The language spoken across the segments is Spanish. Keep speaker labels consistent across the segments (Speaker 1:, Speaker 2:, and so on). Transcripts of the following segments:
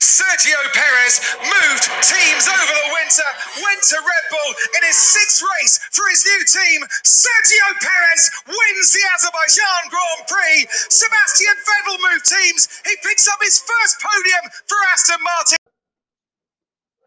Speaker 1: Sergio Perez moved teams over the winter, went to Red Bull in his sixth race for his new team. Sergio Perez wins the Azerbaijan Grand Prix. Sebastian Vettel moved teams. He picks up his first podium for Aston Martin.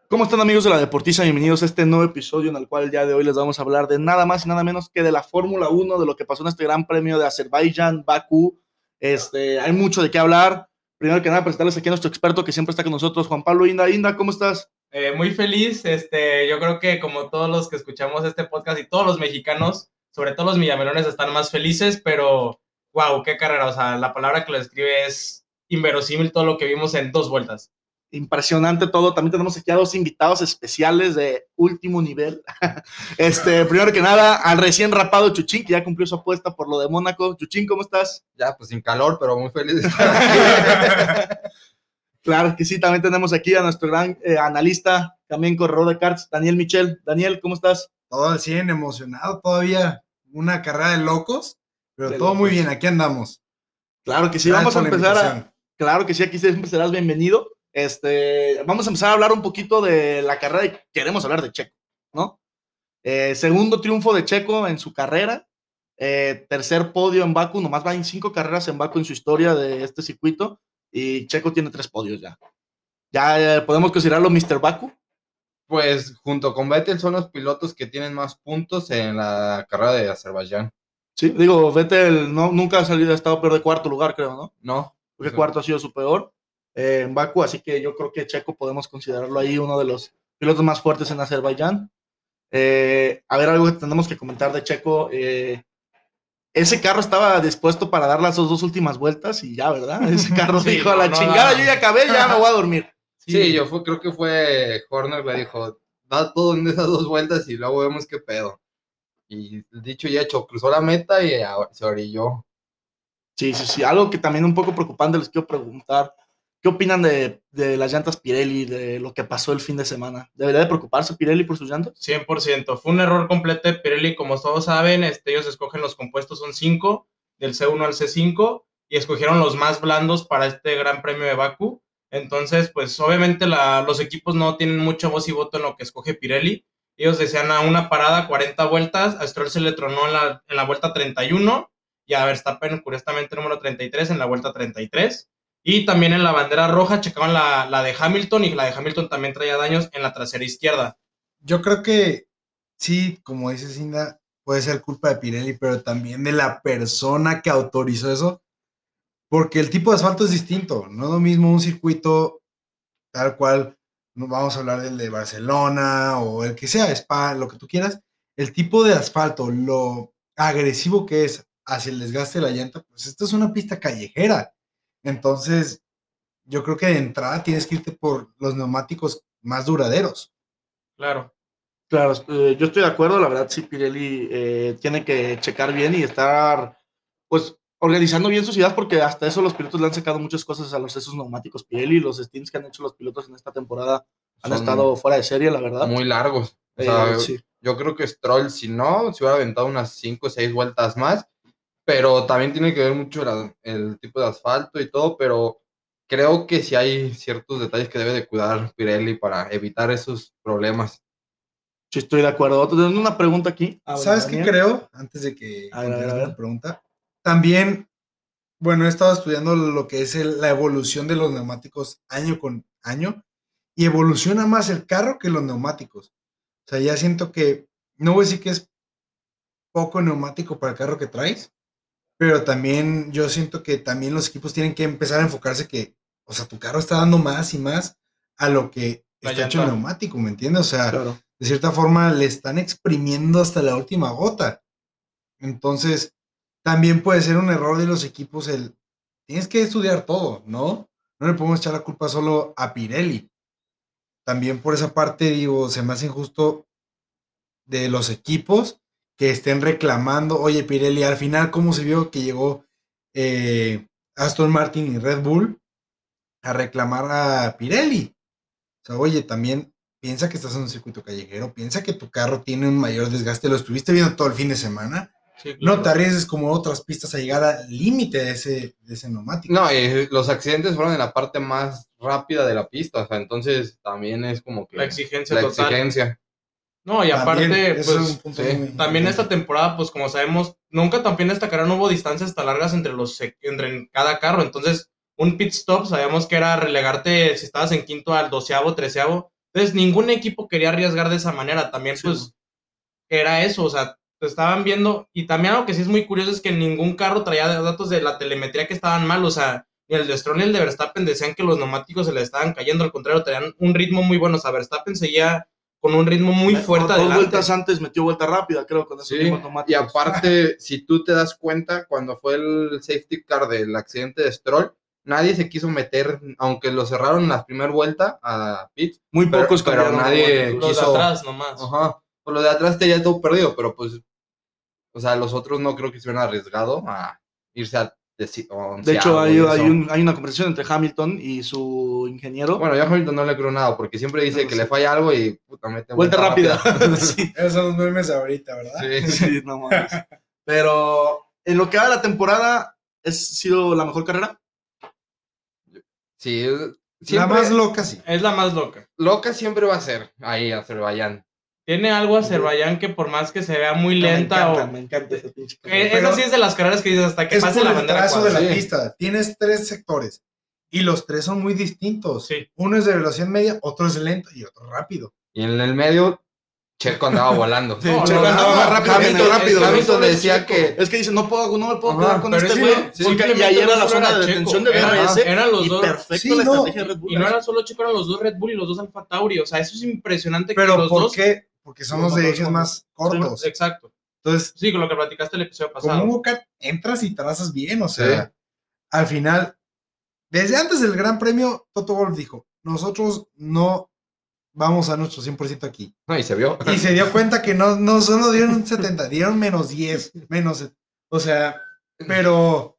Speaker 2: ¿Cómo están amigos de la Deportiza? Bienvenidos a este nuevo episodio en el cual el día de hoy les vamos a hablar de nada más y nada menos que de la Fórmula 1, de lo que pasó en este Gran Premio de Azerbaiyán, Bakú. Este, hay mucho de qué hablar. Primero que nada, presentarles aquí a nuestro experto que siempre está con nosotros, Juan Pablo Inda. Inda, ¿cómo estás?
Speaker 3: Eh, muy feliz, este, yo creo que como todos los que escuchamos este podcast y todos los mexicanos, sobre todo los millamelones, están más felices, pero wow, qué carrera, o sea, la palabra que lo describe es inverosímil todo lo que vimos en dos vueltas.
Speaker 2: Impresionante todo. También tenemos aquí a dos invitados especiales de último nivel. este, primero que nada, al recién rapado Chuchín, que ya cumplió su apuesta por lo de Mónaco. Chuchín, ¿cómo estás?
Speaker 4: Ya, pues sin calor, pero muy feliz de estar aquí.
Speaker 2: Claro que sí, también tenemos aquí a nuestro gran eh, analista, también corredor de cartas, Daniel Michel. Daniel, ¿cómo estás?
Speaker 5: todo al 100, emocionado todavía, una carrera de locos, pero
Speaker 2: De
Speaker 5: todo muy
Speaker 2: locos.
Speaker 5: bien, aquí andamos.
Speaker 2: Claro que sí,
Speaker 5: Gracias
Speaker 2: vamos a
Speaker 5: por la
Speaker 2: empezar a,
Speaker 5: invitación.
Speaker 2: Claro que sí, aquí siempre serás bienvenido. Este, vamos a empezar a hablar un poquito de la carrera y queremos hablar de Checo, ¿no? Eh, segundo triunfo de Checo en su carrera, eh, tercer podio en Baku, nomás va en cinco carreras en Baku en su historia de este circuito y Checo tiene tres podios ya. Ya eh, podemos considerarlo Mr. Baku.
Speaker 4: Pues junto con Vettel son los pilotos que tienen más puntos en la carrera de Azerbaiyán.
Speaker 2: Sí, digo, Vettel no, nunca ha salido, ha estado peor de cuarto lugar, creo, ¿no?
Speaker 4: No,
Speaker 2: porque
Speaker 4: Sí.
Speaker 2: cuarto ha sido su peor eh, en Baku, así que yo creo que Checo podemos considerarlo ahí uno de los pilotos más fuertes en Azerbaiyán. Eh, a ver, algo que tenemos que comentar de Checo. eh, ese carro estaba dispuesto para dar las dos, dos últimas vueltas y ya, ¿verdad? Ese carro
Speaker 3: Sí,
Speaker 2: dijo a
Speaker 3: no,
Speaker 2: la
Speaker 3: no,
Speaker 2: chingada,
Speaker 3: no.
Speaker 2: yo ya acabé, ya me voy a dormir.
Speaker 4: sí, yo fue- creo que fue Horner le dijo, da todo en esas dos vueltas y luego vemos qué pedo. Y dicho y hecho, cruzó la meta y a- se orilló.
Speaker 2: Sí, sí, sí. Algo que también un poco preocupante les quiero preguntar. ¿Qué opinan de, de las llantas Pirelli, de lo que pasó el fin de semana? ¿Debería de preocuparse Pirelli por sus llantas?
Speaker 3: 100%. Fue un error completo de Pirelli, como todos saben, este, ellos escogen los compuestos, son 5, del C1 al C5, y escogieron los más blandos para este Gran Premio de Bakú. Entonces, pues obviamente la- los equipos no tienen mucha voz y voto en lo que escoge Pirelli. Ellos desean a una parada 40 vueltas, a Stroll se le tronó en la, en la vuelta 31 y a Verstappen, curiosamente, número 33 en la vuelta 33. Y también en la bandera roja checaban la, la de Hamilton y la de Hamilton también traía daños en la trasera izquierda.
Speaker 5: Yo creo que sí, como dices, Inda, puede ser culpa de Pirelli, pero también de la persona que autorizó eso, porque el tipo de asfalto es distinto, no es lo mismo un circuito tal cual, no vamos a hablar del de Barcelona o el que sea, Spa, lo que tú quieras, el tipo de asfalto, lo agresivo que es hacia el desgaste de la llanta, pues esta es una pista callejera. Entonces, yo creo que de entrada tienes que irte por los neumáticos más duraderos.
Speaker 3: Claro.
Speaker 2: Claro, eh, yo estoy de acuerdo, la verdad sí, Pirelli eh, tiene que checar bien y estar, pues, organizando bien sus ideas porque hasta eso los pilotos le han sacado muchas cosas a los esos neumáticos Pirelli, los stints que han hecho los pilotos en esta temporada han
Speaker 4: Son
Speaker 2: estado fuera de serie, la verdad.
Speaker 4: muy largos. O
Speaker 2: Eh,
Speaker 4: sea,
Speaker 2: sí.
Speaker 4: Yo creo que Stroll, si no, se hubiera aventado unas 5 o 6 vueltas más, pero también tiene que ver mucho la- el tipo de asfalto y todo, pero creo que sí hay ciertos detalles que debe de cuidar Pirelli para evitar esos problemas.
Speaker 2: Sí, estoy de acuerdo. Otro- Tengo una pregunta aquí. A ver,
Speaker 5: ¿Sabes qué
Speaker 2: Ah, Daniel.
Speaker 5: creo? Antes de que
Speaker 2: A ver, a ver,
Speaker 5: contestes
Speaker 2: a ver.
Speaker 5: la pregunta. También, bueno, he estado estudiando lo que es el- la evolución de los neumáticos año con año y evoluciona más el carro que los neumáticos. O sea, ya siento que, no voy a decir que es poco neumático para el carro que traes, pero también yo siento que también los equipos tienen que empezar a enfocarse que, o sea, tu carro está dando más y más a lo que
Speaker 3: La
Speaker 5: está hecho el
Speaker 3: llanta.
Speaker 5: neumático, ¿me entiendes? O sea,
Speaker 2: Claro.
Speaker 5: de cierta forma le están exprimiendo hasta la última gota. Entonces, también puede ser un error de los equipos el tienes que estudiar todo, ¿no? No le podemos echar la culpa solo a Pirelli. También por esa parte digo, se me hace injusto de los equipos que estén reclamando, oye Pirelli, al final cómo se vio que llegó eh, Aston Martin y Red Bull a reclamar a Pirelli. O sea, oye, también piensa que estás en un circuito callejero, piensa que tu carro tiene un mayor desgaste, lo estuviste viendo todo el fin de semana,
Speaker 3: Sí, claro.
Speaker 5: No te arriesgues como otras pistas a llegar al límite de ese, de ese neumático.
Speaker 4: No, y los accidentes fueron en la parte más rápida de la pista, o sea, entonces también es como que
Speaker 3: la exigencia
Speaker 4: la
Speaker 3: total.
Speaker 4: exigencia.
Speaker 3: No, y aparte,
Speaker 5: También, eso
Speaker 3: pues,
Speaker 5: es un punto
Speaker 4: sí,
Speaker 5: muy-
Speaker 3: También esta temporada, pues como sabemos, nunca también esta carrera no hubo distancias tan largas entre los sec- entre cada carro. Entonces, un pit stop sabíamos que era relegarte si estabas en quinto al doceavo, treceavo. Entonces, ningún equipo quería arriesgar de esa manera. También,
Speaker 2: Sí,
Speaker 3: pues, era eso. O sea, te estaban viendo. Y también algo que sí es muy curioso es que ningún carro traía datos de la telemetría que estaban mal. O sea, ni el de Stroll ni el de Verstappen decían que los neumáticos se le estaban cayendo. Al contrario, traían un ritmo muy bueno. O sea, Verstappen seguía con un ritmo muy fuerte.
Speaker 2: Eh, Dos
Speaker 3: adelante.
Speaker 2: vueltas antes metió vuelta rápida, creo, con esos
Speaker 4: Sí,
Speaker 2: mismos neumáticos.
Speaker 4: Y aparte, si tú te das cuenta, cuando fue el safety car del accidente de Stroll, nadie se quiso meter, aunque lo cerraron en la primera vuelta a pit.
Speaker 2: muy
Speaker 4: pero-
Speaker 2: pocos
Speaker 4: pero
Speaker 2: cambiaron.
Speaker 4: nadie-
Speaker 2: de vuelta.
Speaker 3: Los de
Speaker 4: quiso-
Speaker 3: atrás nomás.
Speaker 4: Ajá. Por lo de atrás te ya todo perdido, pero pues, o sea, los otros no creo que se hubieran arriesgado a irse a deci-
Speaker 2: De
Speaker 4: onceavo
Speaker 2: hecho, hay,
Speaker 4: y eso.
Speaker 2: hay un- hay una conversación entre Hamilton y su ingeniero.
Speaker 4: Bueno, yo a Hamilton no le creo nada, porque siempre dice
Speaker 2: No,
Speaker 4: que
Speaker 2: sí.
Speaker 4: le falla algo y puta, mete
Speaker 2: vuelta rápida. sí,
Speaker 5: Esos son los memes ahorita, ¿verdad?
Speaker 4: Sí.
Speaker 2: sí, no mames. Pero en lo que va de la temporada, ¿es sido la mejor carrera?
Speaker 4: Sí,
Speaker 5: La
Speaker 4: siempre-
Speaker 5: más loca, sí.
Speaker 3: Es la más loca.
Speaker 4: loca siempre va a ser ahí Azerbaiyán.
Speaker 3: Tiene algo Azerbaiyán que por más que se vea muy lenta
Speaker 2: me
Speaker 3: o...
Speaker 2: encanta, me encanta esa pinche carrera.
Speaker 3: Eh,
Speaker 5: Pero-
Speaker 3: Esa sí es de las carreras que dices hasta que
Speaker 5: es
Speaker 3: pase
Speaker 5: por
Speaker 3: la
Speaker 5: el
Speaker 3: bandera
Speaker 5: trazo de la
Speaker 4: cuadra. Sí.
Speaker 5: pista. Tienes tres sectores y los tres son muy distintos.
Speaker 3: Sí.
Speaker 5: Uno es de velocidad media, otro es lento y otro rápido.
Speaker 4: Y en el medio, Checo andaba volando.
Speaker 2: Sí,
Speaker 3: no,
Speaker 2: Checo
Speaker 3: no,
Speaker 2: andaba
Speaker 3: no,
Speaker 2: más
Speaker 4: no,
Speaker 2: rápido,
Speaker 4: Hamilton,
Speaker 2: Hamilton, rápido.
Speaker 3: Hamilton
Speaker 2: güey.
Speaker 4: Hamilton decía
Speaker 3: eh.
Speaker 4: que
Speaker 2: Es que dice, no puedo, no me puedo
Speaker 4: Ajá,
Speaker 2: quedar con
Speaker 4: pero
Speaker 2: este
Speaker 4: sí,
Speaker 2: güey.
Speaker 4: sí,
Speaker 2: porque y
Speaker 3: simplemente
Speaker 2: ayer
Speaker 3: no
Speaker 2: era la
Speaker 3: solo
Speaker 2: zona
Speaker 3: era
Speaker 2: de
Speaker 3: Checo,
Speaker 2: detención de
Speaker 3: era-
Speaker 2: DRS.
Speaker 3: eran los
Speaker 2: y
Speaker 3: dos.
Speaker 2: perfecta
Speaker 5: Sí,
Speaker 2: la
Speaker 5: no,
Speaker 2: estrategia de Red Bull.
Speaker 3: Y no era solo Checo, eran los dos Red Bull y los dos Alfa Tauri. O sea, eso es impresionante que
Speaker 5: Pero
Speaker 3: los
Speaker 5: ¿por
Speaker 3: dos...
Speaker 5: qué? Porque son
Speaker 3: los
Speaker 5: los de
Speaker 3: dos
Speaker 5: ejes
Speaker 3: son-
Speaker 5: más cortos.
Speaker 3: Exacto.
Speaker 5: Entonces,
Speaker 3: Sí, con lo que platicaste el episodio
Speaker 5: como
Speaker 3: pasado.
Speaker 5: un boca, entras y trazas bien. O
Speaker 4: Sí.
Speaker 5: sea, al final, desde antes del Gran Premio, Toto Wolf dijo: Nosotros no vamos a nuestro 100% aquí.
Speaker 4: No, y se vio.
Speaker 5: Y se dio cuenta que no, no solo dieron un 70, dieron menos 10, menos. set- O sea, pero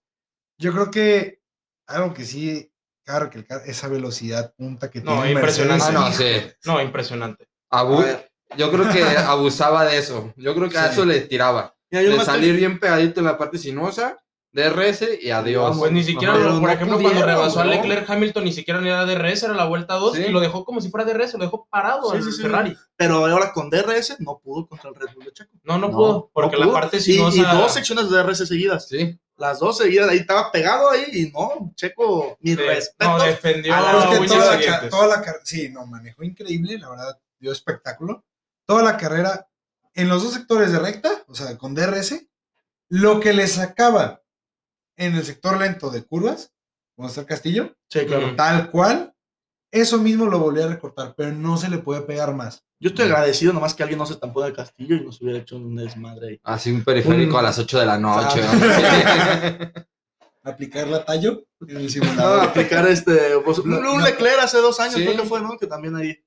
Speaker 5: yo creo que algo que sí, claro, que esa velocidad punta que
Speaker 3: No,
Speaker 5: tiene
Speaker 3: impresionante.
Speaker 4: Ah,
Speaker 5: Mercedes,
Speaker 4: no,
Speaker 5: hijo,
Speaker 4: sí.
Speaker 3: No, impresionante.
Speaker 4: Abu-
Speaker 2: A ver.
Speaker 4: Yo creo que abusaba de eso. Yo creo que a
Speaker 5: Sí.
Speaker 4: eso le tiraba.
Speaker 2: Mira, yo
Speaker 4: De
Speaker 2: más te-
Speaker 4: salir bien pegadito en la parte sinusa, DRS y adiós.
Speaker 3: Pues ni siquiera,
Speaker 2: Ajá.
Speaker 3: lo-
Speaker 2: Pero
Speaker 3: por
Speaker 2: no
Speaker 3: ejemplo, cuando
Speaker 2: pudieron,
Speaker 3: rebasó a
Speaker 2: ¿no?
Speaker 3: Leclerc Hamilton, ni siquiera ni era DRS, era la vuelta 2
Speaker 4: Sí.
Speaker 3: y lo dejó como si fuera DRS, lo dejó parado
Speaker 2: Sí,
Speaker 3: al
Speaker 2: sí, sí.
Speaker 3: Ferrari.
Speaker 2: Pero ahora con DRS no pudo contra el Red Bull de Checo.
Speaker 3: No, no,
Speaker 4: No,
Speaker 3: pudo, porque
Speaker 2: No
Speaker 3: la
Speaker 2: pudo.
Speaker 3: parte
Speaker 2: Y-
Speaker 3: sinuosa...
Speaker 2: y, dos secciones de DRS seguidas.
Speaker 4: Sí.
Speaker 2: Las dos seguidas, ahí estaba pegado ahí y no, Checo, mi
Speaker 3: de-
Speaker 2: respeto.
Speaker 3: no, defendió
Speaker 2: a la
Speaker 5: Creo
Speaker 2: Ah,
Speaker 5: que
Speaker 2: muy
Speaker 5: toda, la,
Speaker 3: siguientes.
Speaker 5: ca- toda la car- sí, no, manejó increíble, la verdad, dio espectáculo. Toda la carrera, en los dos sectores de recta, o sea, con DRS, lo que le sacaba en el sector lento de curvas, cuando está el castillo,
Speaker 2: Sí,
Speaker 3: Ujú.
Speaker 5: tal cual, eso mismo lo volví a recortar, pero no se le puede pegar más.
Speaker 2: Yo estoy agradecido nomás que alguien no se tampó del castillo y nos hubiera hecho un desmadre ahí.
Speaker 4: Así un periférico
Speaker 2: Un-
Speaker 4: a las 8 de la noche. ¿no?
Speaker 5: Aplicar la tallo en el
Speaker 2: No,
Speaker 5: simulador.
Speaker 2: aplicar este. pues, un
Speaker 5: No,
Speaker 2: un
Speaker 5: no.
Speaker 2: Leclerc hace dos años,
Speaker 4: Sí.
Speaker 2: creo que fue, ¿no? Que también ahí.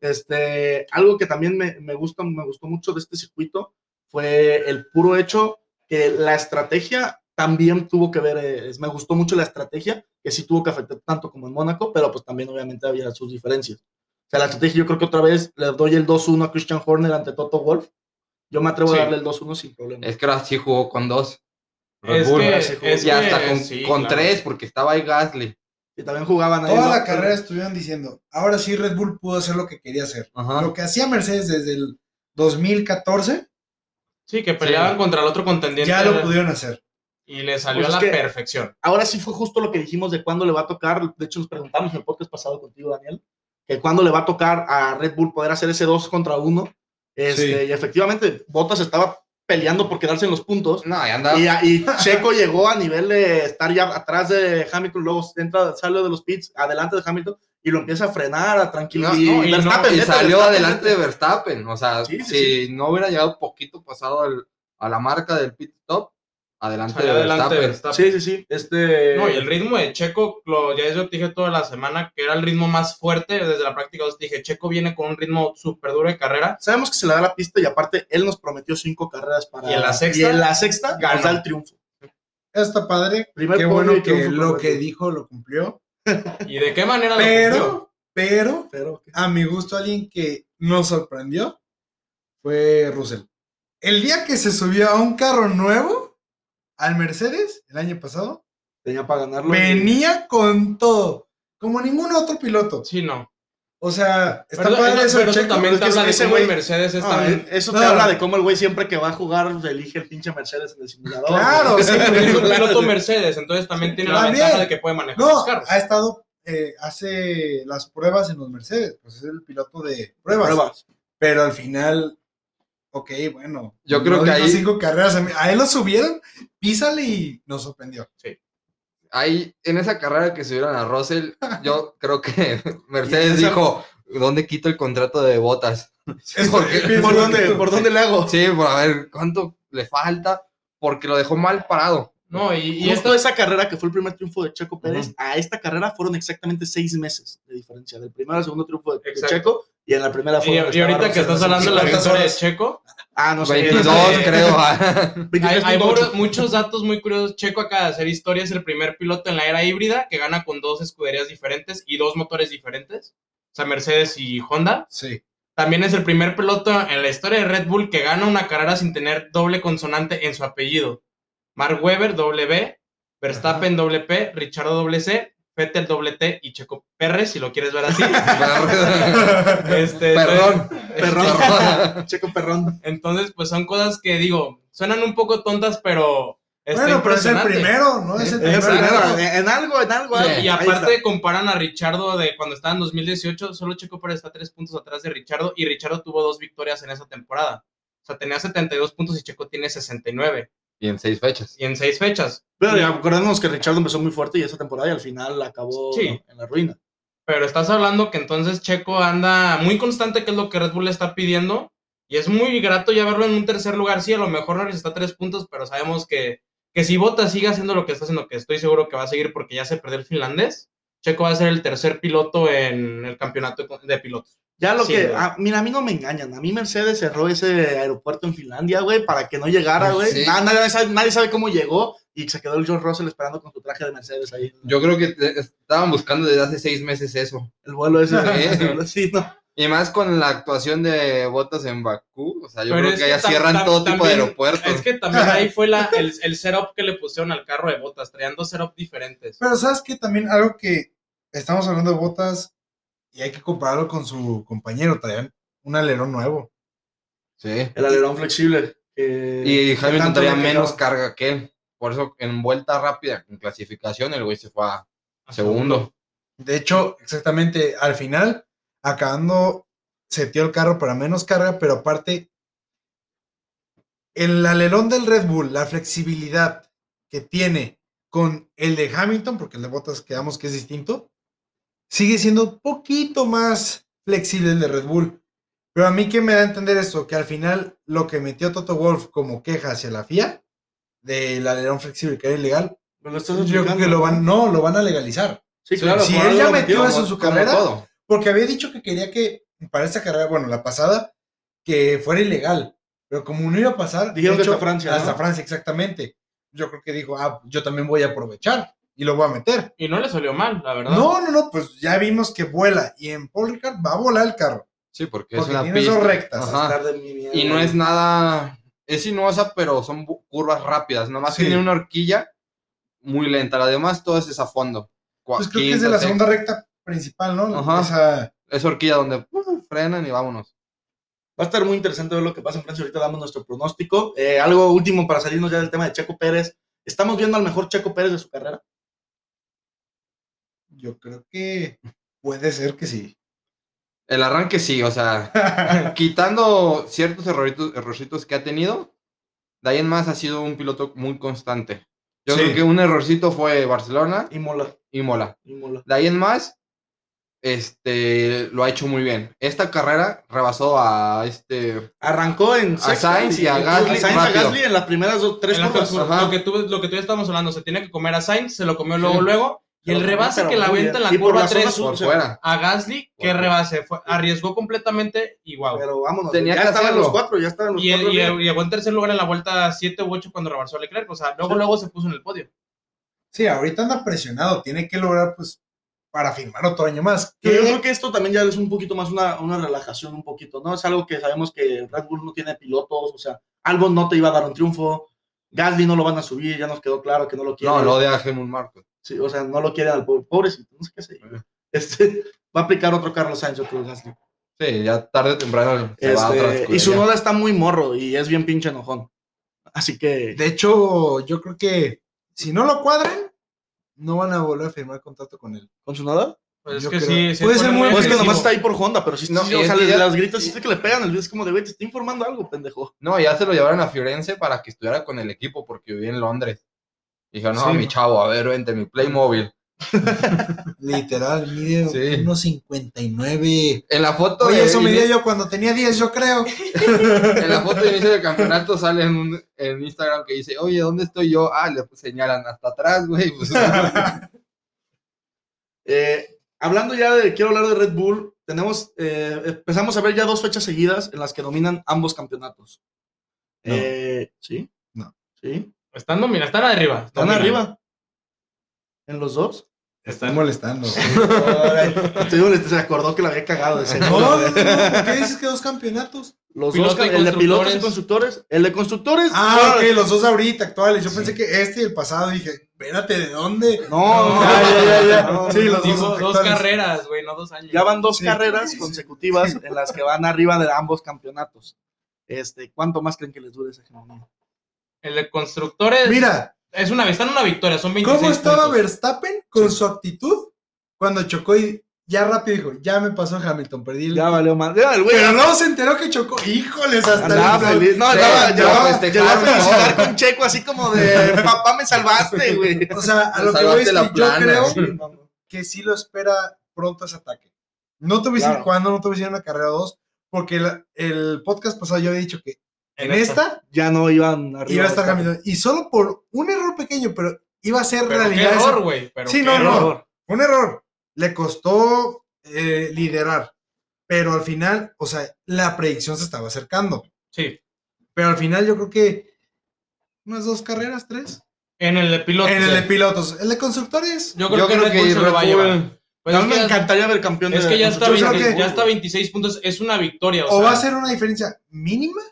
Speaker 2: Este, algo que también me, me gusta, me gustó mucho de este circuito fue el puro hecho que la estrategia también tuvo que ver, eh, es- me gustó mucho la estrategia, que sí tuvo que afectar tanto como en Mónaco, pero pues también obviamente había sus diferencias. O sea, la estrategia yo creo que otra vez le doy el 2-1 a Christian Horner ante Toto Wolf. Yo me atrevo
Speaker 3: Sí.
Speaker 2: a darle el 2-1 sin problema.
Speaker 4: es que ahora sí jugó con dos.
Speaker 3: Es
Speaker 4: Red Bull.
Speaker 3: que,
Speaker 2: así jugó.
Speaker 3: es
Speaker 4: y hasta
Speaker 3: que-
Speaker 4: con,
Speaker 3: sí,
Speaker 4: con
Speaker 3: claro.
Speaker 4: tres, porque estaba ahí Gasly.
Speaker 2: Y también jugaban ahí.
Speaker 5: Toda
Speaker 2: ¿no?
Speaker 5: la carrera estuvieron diciendo, ahora sí Red Bull pudo hacer lo que quería hacer.
Speaker 4: Ajá.
Speaker 5: Lo que hacía Mercedes desde el 2014,
Speaker 3: Sí, que peleaban
Speaker 4: Sí.
Speaker 3: contra el otro contendiente
Speaker 5: ya lo pudieron hacer.
Speaker 3: y le salió
Speaker 2: Pues
Speaker 3: a la
Speaker 2: es que-
Speaker 3: perfección.
Speaker 2: ahora sí fue justo lo que dijimos de cuándo le va a tocar. De hecho, nos preguntamos en el podcast pasado contigo, Daniel, que cuándo le va a tocar a Red Bull poder hacer ese 2 contra 1. Este,
Speaker 4: Sí.
Speaker 2: Y efectivamente, Bottas estaba peleando por quedarse en los puntos.
Speaker 4: No, ahí andaba.
Speaker 2: Y, y Checo llegó a nivel de estar ya atrás de Hamilton, luego entra, sale de los pits, adelante de Hamilton, y lo empieza a frenar, a tranquilizar.
Speaker 4: No, no,
Speaker 3: y
Speaker 4: y
Speaker 2: neta,
Speaker 4: salió
Speaker 2: Verstappen,
Speaker 4: adelante de
Speaker 2: neta.
Speaker 4: Verstappen. O sea,
Speaker 2: Sí, sí,
Speaker 4: si no hubiera llegado poquito pasado al- a la marca del pit stop, adelante
Speaker 3: Salió
Speaker 4: de
Speaker 3: adelante
Speaker 4: Verstappen.
Speaker 2: Sí,
Speaker 3: Verstappen.
Speaker 2: sí, sí. Este,
Speaker 3: No, y el ritmo de Checo, lo, ya yo te dije toda la semana que era el ritmo más fuerte desde la práctica. dos, te dije, Checo viene con un ritmo súper duro de carrera.
Speaker 2: Sabemos que se le da la pista y aparte él nos prometió cinco carreras para.
Speaker 3: Y en la sexta
Speaker 2: y en la sexta
Speaker 3: ganó.
Speaker 2: nos da el triunfo.
Speaker 5: Está padre,
Speaker 2: Primer
Speaker 5: Qué
Speaker 2: podio y
Speaker 5: bueno que
Speaker 2: triunfo para
Speaker 5: lo
Speaker 2: Red
Speaker 5: que
Speaker 2: Bull.
Speaker 5: dijo lo cumplió.
Speaker 3: ¿Y de qué manera Ah, lo cumplió?
Speaker 5: Pero,
Speaker 2: Pero,
Speaker 5: pero, a mi gusto, alguien que nos sorprendió fue Russell. El día que se subió a un carro nuevo, al Mercedes, el año pasado,
Speaker 2: Tenía para ganarlo.
Speaker 5: venía con todo, como ningún otro piloto.
Speaker 3: Sí, no.
Speaker 5: O sea, está
Speaker 3: Pero- eh,
Speaker 5: padre
Speaker 3: pero
Speaker 5: eso,
Speaker 3: eso
Speaker 5: Checo,
Speaker 3: también
Speaker 2: es
Speaker 3: te
Speaker 2: que
Speaker 3: habla de
Speaker 2: ese
Speaker 3: cómo
Speaker 2: güey-
Speaker 3: el
Speaker 2: Ah, eh,
Speaker 3: Mercedes es
Speaker 2: No,
Speaker 3: también.
Speaker 2: eso te
Speaker 5: No.
Speaker 2: habla de cómo el güey siempre que va a jugar elige el pinche Mercedes en el simulador.
Speaker 5: Claro, sí,
Speaker 3: Porque es un
Speaker 5: claro,
Speaker 3: piloto
Speaker 5: sí.
Speaker 3: Mercedes, entonces también tiene la
Speaker 5: También.
Speaker 3: ventaja de que puede manejar los
Speaker 5: No,
Speaker 3: carros.
Speaker 5: ha estado, eh, hace las pruebas en los Mercedes, pues es el piloto de pruebas.
Speaker 2: Pruebas.
Speaker 5: Pero al final, ok, bueno. pues
Speaker 4: Yo creo
Speaker 5: no
Speaker 4: que
Speaker 5: hizo
Speaker 4: ahí-
Speaker 5: cinco carreras, a mí- a él lo subieron, písale y nos sorprendió.
Speaker 4: Ahí, en esa carrera que subieron a Russell, yo creo que
Speaker 2: Y
Speaker 4: Mercedes
Speaker 2: esa-
Speaker 4: dijo, ¿dónde quito el contrato de botas?
Speaker 5: Este,
Speaker 4: Porque-
Speaker 2: ¿Por dónde, ¿Por dónde le hago?
Speaker 4: Sí, por a ver, ¿cuánto le falta? Porque lo dejó mal parado.
Speaker 3: No, y, y
Speaker 2: Y esto
Speaker 3: esto
Speaker 2: de
Speaker 3: es.
Speaker 2: esa carrera que fue el primer triunfo de Checo Pérez, a esta carrera fueron exactamente seis meses de diferencia, del primero al segundo triunfo de, de
Speaker 3: Exacto.
Speaker 2: Checo y en la primera
Speaker 3: Y,
Speaker 2: fue...
Speaker 3: y
Speaker 2: donde estaba
Speaker 3: ahorita que
Speaker 2: Russell
Speaker 3: estás
Speaker 2: Wilson.
Speaker 3: hablando de la
Speaker 5: ¿Cuántas
Speaker 3: victoria de
Speaker 5: horas?
Speaker 3: Checo,
Speaker 2: Ah, no sé.
Speaker 4: 22,
Speaker 3: este-
Speaker 4: creo.
Speaker 3: hay,
Speaker 2: 23.8.
Speaker 3: hay mu- muchos datos muy curiosos. Checo acaba de hacer historia, es el primer piloto en la era híbrida que gana con dos escuderías diferentes y dos motores diferentes, o sea, Mercedes y Honda.
Speaker 5: Sí.
Speaker 3: También es el primer piloto en la historia de Red Bull que gana una carrera sin tener doble consonante en su apellido. Mark Webber, doble B, Verstappen, doble P, Richardo, doble C, Vettel, doble T y Checo Pérez, si lo quieres ver así. Este,
Speaker 4: Perdón.
Speaker 2: Perrón.
Speaker 4: Perdón.
Speaker 2: Checo Perrón.
Speaker 3: Entonces, pues son cosas que digo, suenan un poco tontas, pero. está
Speaker 5: Bueno, pero es el
Speaker 3: impresionante.
Speaker 5: primero, ¿no? Es el
Speaker 2: En,
Speaker 5: primero.
Speaker 2: algo, en algo, en algo.
Speaker 4: Sí,
Speaker 2: algo. Ahí
Speaker 3: Y aparte
Speaker 2: está.
Speaker 3: comparan a Richardo de cuando estaba en 2018, solo Checo Pérez está tres puntos atrás de Richardo y Richardo tuvo dos victorias en esa temporada. O sea, tenía 72 puntos y Checo tiene 69
Speaker 4: Y en seis fechas.
Speaker 3: y en seis fechas.
Speaker 2: Pero ya acordémonos que Richard empezó muy fuerte y esa temporada y al final acabó
Speaker 3: Sí.
Speaker 2: en la ruina.
Speaker 3: Pero estás hablando que entonces Checo anda muy constante, que es lo que Red Bull le está pidiendo. Y es muy grato ya verlo en un tercer lugar. Sí, a lo mejor Norris está a tres puntos, pero sabemos que, que si Bota sigue haciendo lo que está haciendo, que estoy seguro que va a seguir porque ya se perdió el finlandés, Checo va a ser el tercer piloto en el campeonato de pilotos.
Speaker 2: Ya lo
Speaker 3: Sí,
Speaker 2: que.
Speaker 3: güey.
Speaker 2: ah, mira, a mí no me engañan. A mí Mercedes cerró ese aeropuerto en Finlandia, güey, para que no llegara,
Speaker 4: Ah,
Speaker 2: güey.
Speaker 4: sí.
Speaker 2: Na- nadie, sabe, nadie sabe cómo llegó y se quedó el George Russell esperando con su traje de Mercedes ahí.
Speaker 4: Yo creo que te- estaban buscando desde hace seis meses eso.
Speaker 2: El vuelo ese.
Speaker 4: Sí.
Speaker 2: sí, no.
Speaker 4: Y más con la actuación de Botas en Bakú. O sea, yo
Speaker 3: Pero
Speaker 4: creo
Speaker 3: es
Speaker 4: que allá
Speaker 3: tam-
Speaker 4: cierran
Speaker 3: tam-
Speaker 4: todo tipo de
Speaker 3: también-
Speaker 4: aeropuertos.
Speaker 3: Es que también ahí fue la, el, el setup que le pusieron al carro de Botas, traían dos setups diferentes.
Speaker 5: Pero sabes que también algo que estamos hablando de botas y hay que compararlo con su compañero, traían un alerón nuevo.
Speaker 3: eh,
Speaker 4: Sí.
Speaker 2: El alerón flexible. eh,
Speaker 4: Y
Speaker 2: que
Speaker 4: Hamilton
Speaker 2: tanto
Speaker 4: traía
Speaker 2: le pegaba.
Speaker 4: menos carga que él. Por eso, en vuelta rápida, en clasificación, el güey se fue a segundo.
Speaker 5: De hecho, exactamente, al final, acabando, seteó el carro para menos carga, pero aparte, el alerón del Red Bull, la flexibilidad que tiene con el de Hamilton, porque el de Bottas quedamos que es distinto, sigue siendo un poquito más flexible el de Red Bull. Pero a mí que me da a entender esto, que al final lo que metió Toto Wolf como queja hacia la FIA del alerón flexible que era ilegal,
Speaker 2: Me lo estás
Speaker 5: yo creo que lo van, no, lo van a legalizar.
Speaker 2: Sí, claro.
Speaker 5: si
Speaker 2: por
Speaker 5: él
Speaker 2: algo
Speaker 5: ya
Speaker 2: lo
Speaker 5: metió
Speaker 2: metieron,
Speaker 5: eso en
Speaker 2: ¿no?
Speaker 5: su
Speaker 4: Como
Speaker 5: carrera,
Speaker 4: todo.
Speaker 5: porque había dicho que quería que para esta carrera, bueno, la pasada, que fuera ilegal. Pero como no iba a pasar,
Speaker 2: Dijeron
Speaker 5: de
Speaker 2: que hasta Francia, ¿no?
Speaker 5: Hasta Francia, exactamente. Yo creo que dijo, ah, yo también voy a aprovechar y lo voy a meter.
Speaker 3: Y no le salió mal, la verdad.
Speaker 5: No, no, no, pues ya vimos que vuela y en Paul Ricard va a volar el carro.
Speaker 4: Sí, porque,
Speaker 5: Porque
Speaker 4: es una
Speaker 5: tiene
Speaker 4: pista.
Speaker 5: esos rectas.
Speaker 4: Ajá.
Speaker 2: Tarde en mi vida,
Speaker 4: Ah. Y no
Speaker 2: güey.
Speaker 4: es nada. Es sinuosa, pero son bu- curvas rápidas. Nomás
Speaker 5: Sí.
Speaker 4: tiene una horquilla muy lenta. Las demás, todas es a fondo. Cua-
Speaker 5: Pues creo que es de
Speaker 4: quinta,
Speaker 5: la
Speaker 4: sexta.
Speaker 5: segunda recta principal, ¿no?
Speaker 4: Ajá.
Speaker 5: Esa-
Speaker 4: Es horquilla donde uh, frenan y vámonos.
Speaker 2: Va a estar muy interesante ver lo que pasa en Francia. Ahorita damos nuestro pronóstico. Eh, algo último para salirnos ya del tema de Checo Pérez. ¿Estamos viendo al mejor Checo Pérez de su carrera?
Speaker 5: yo creo que puede ser que sí.
Speaker 4: El arranque sí, o sea, quitando ciertos erroritos, errorcitos que ha tenido, de ahí en más ha sido un piloto muy constante. Yo
Speaker 5: Sí.
Speaker 4: creo que un errorcito fue Barcelona
Speaker 2: Y mola,
Speaker 4: y Mola.
Speaker 2: y mola.
Speaker 4: De ahí en más, este, lo ha hecho muy bien. Esta carrera rebasó a este,
Speaker 2: Arrancó en
Speaker 4: A
Speaker 2: sexto
Speaker 4: Sainz y a Gasly
Speaker 2: Sainz y a
Speaker 4: rápido.
Speaker 2: Gasly en las primeras dos, tres
Speaker 3: En la
Speaker 2: curvas.
Speaker 3: curva,
Speaker 4: Ajá.
Speaker 3: lo, que tú, lo que tú ya estamos hablando, se tiene que comer a Sainz, se lo comió
Speaker 4: Sí.
Speaker 3: luego, luego. Y el
Speaker 2: Pero-
Speaker 3: rebase
Speaker 2: pero
Speaker 3: que la
Speaker 2: muy
Speaker 3: avienta
Speaker 2: bien.
Speaker 3: en la
Speaker 2: Y por
Speaker 3: curva
Speaker 2: la zona
Speaker 3: 3
Speaker 2: sur.
Speaker 4: por
Speaker 2: o sea,
Speaker 4: fuera.
Speaker 3: a Gasly, que
Speaker 4: Por-
Speaker 3: rebase, fue, arriesgó completamente y wow.
Speaker 2: Pero vámonos.
Speaker 4: Tenía
Speaker 2: ya
Speaker 4: que
Speaker 2: estaban
Speaker 4: hacerlo.
Speaker 2: los cuatro, ya estaban los
Speaker 3: Y,
Speaker 2: cuatro.
Speaker 3: y-
Speaker 2: bien.
Speaker 3: y llegó en tercer lugar en la vuelta 7 u 8 cuando rebasó a Leclerc. O sea, luego,
Speaker 2: Sí.
Speaker 3: luego se puso en el podio.
Speaker 5: Sí, ahorita anda presionado, tiene que lograr, pues, para firmar otro año más.
Speaker 2: Que yo
Speaker 5: ¿Qué?
Speaker 2: creo que esto también ya es un poquito más una, una relajación, un poquito, ¿no? Es algo que sabemos que Red Bull no tiene pilotos, o sea, Albon no te iba a dar un triunfo, Gasly no lo van a subir, ya nos quedó claro que no lo quieren.
Speaker 4: No, lo de Helmut Marco.
Speaker 2: Sí, o sea, no lo quieren al pobre, pobrecito, no sé qué sé. yo. Este, va a aplicar otro Carlos Sainz, otro Gasly.
Speaker 4: Sí, ya tarde o temprano se va a otra
Speaker 2: Este, y su
Speaker 4: escudería.
Speaker 2: noda está muy morro y es bien pinche enojón. Así que,
Speaker 5: De hecho, yo creo que si no lo cuadran, no van a volver a firmar contrato con él.
Speaker 2: ¿con su noda?
Speaker 3: Pues es
Speaker 5: Yo
Speaker 3: que
Speaker 5: creo-
Speaker 3: sí, sí
Speaker 5: puede
Speaker 3: pone
Speaker 5: ser muy
Speaker 2: No, Pues es que
Speaker 5: ofensivo.
Speaker 2: nomás está ahí por Honda, pero si
Speaker 4: No, y
Speaker 2: o
Speaker 4: es
Speaker 2: sea,
Speaker 4: que
Speaker 2: les-
Speaker 4: ya-
Speaker 2: las gritas es que le pegan, el- es como de, güey, te está informando algo, pendejo.
Speaker 4: No, ya se lo llevaron a Firenze para que estuviera con el equipo porque vivía en Londres. Dijo, no,
Speaker 5: Sí.
Speaker 4: mi chavo, a ver, vente, mi Playmobil.
Speaker 5: Literal, mide
Speaker 4: Sí.
Speaker 5: 1.59.
Speaker 4: En la foto
Speaker 5: Oye,
Speaker 4: de-
Speaker 5: eso medía yo cuando tenía 10, yo creo.
Speaker 4: En la foto de inicio del campeonato sale en, un- en Instagram que dice, oye, ¿dónde estoy yo? Ah, le señalan hasta atrás, güey. Pues,
Speaker 2: Eh, hablando ya de, quiero hablar de Red Bull, tenemos, eh, empezamos a ver ya dos fechas seguidas en las que dominan ambos campeonatos.
Speaker 5: No.
Speaker 2: Eh, ¿Sí?
Speaker 5: No.
Speaker 2: ¿Sí?
Speaker 3: Están dominando, están arriba.
Speaker 2: ¿Están
Speaker 3: dominando.
Speaker 2: arriba? ¿En los dos?
Speaker 5: Están molestando.
Speaker 2: Estoy molesto, se acordó que la había cagado de
Speaker 5: No,
Speaker 2: seguro.
Speaker 5: no, no, no, ¿por qué dices que dos campeonatos?
Speaker 2: Los
Speaker 3: Piloto
Speaker 2: dos,
Speaker 3: y
Speaker 2: el de pilotos y
Speaker 3: constructores.
Speaker 2: constructores. El de constructores.
Speaker 5: Ah,
Speaker 2: claro.
Speaker 5: ok, los dos ahorita actuales. Yo pensé que este y el pasado. Dije, espérate, ¿de dónde?
Speaker 2: No,
Speaker 5: No,
Speaker 2: ya, ya, ya, ya.
Speaker 5: no, no,
Speaker 2: Sí, los
Speaker 5: no.
Speaker 2: dos.
Speaker 3: Digo, dos
Speaker 5: actuales.
Speaker 3: carreras, güey, no dos años.
Speaker 2: Ya van dos
Speaker 5: Sí.
Speaker 2: carreras consecutivas en las que van arriba de ambos campeonatos. Este, ¿cuánto más creen que les dure esa hegemonía?
Speaker 3: El de constructores
Speaker 5: Mira,
Speaker 3: es una, están en una victoria, son 26
Speaker 5: ¿cómo estaba
Speaker 3: puntos.
Speaker 5: Verstappen con su actitud cuando chocó y ya rápido dijo, ya me pasó Hamilton, perdí el
Speaker 2: Ya valió más. Ya, el güey
Speaker 5: Pero luego se enteró que chocó. Híjoles, hasta
Speaker 2: andaba
Speaker 5: el
Speaker 2: feliz. No, andaba,
Speaker 4: Sí,
Speaker 2: llegó-
Speaker 4: andaba festejando.
Speaker 2: llegó a felicitar con Checo así como de papá me salvaste, güey.
Speaker 5: O sea, a lo que voy
Speaker 4: Salvaste
Speaker 5: es que
Speaker 4: la
Speaker 5: yo
Speaker 4: plana,
Speaker 5: creo
Speaker 4: sí.
Speaker 5: que sí lo espera pronto ese ataque. No te voy a decir
Speaker 2: Claro.
Speaker 5: cuándo, no te voy a decir en una carrera o dos, porque la- el podcast pasado yo había dicho que en,
Speaker 3: En esta.
Speaker 5: esta
Speaker 2: Ya no iban arriba.
Speaker 5: iba a estar
Speaker 2: del
Speaker 5: Hamilton. Y solo por un error pequeño, pero iba a ser
Speaker 3: Pero qué
Speaker 5: realidad. ese-
Speaker 3: error, güey. pero
Speaker 5: Sí,
Speaker 3: qué
Speaker 5: no,
Speaker 3: error.
Speaker 5: no.
Speaker 2: campeonato.
Speaker 5: un error. Le costó eh, liderar, pero al final, o sea, la predicción se estaba acercando.
Speaker 3: Sí.
Speaker 5: Pero al final yo creo que unas dos carreras, tres.
Speaker 3: En el de pilotos.
Speaker 5: En el de
Speaker 3: sí.
Speaker 5: pilotos. El de constructores.
Speaker 3: Yo creo que Red Bull se lo va a
Speaker 4: Red Bull-
Speaker 3: llevar. Pues
Speaker 2: A
Speaker 3: es
Speaker 2: mí
Speaker 3: que
Speaker 2: me
Speaker 3: ya-
Speaker 2: encantaría ver campeón
Speaker 3: Es
Speaker 2: de
Speaker 3: que ya está,
Speaker 5: Yo creo
Speaker 3: 20
Speaker 5: que-
Speaker 3: ya está 26 puntos, es una victoria. O,
Speaker 5: O
Speaker 3: sea,
Speaker 5: va a ser una diferencia mínima.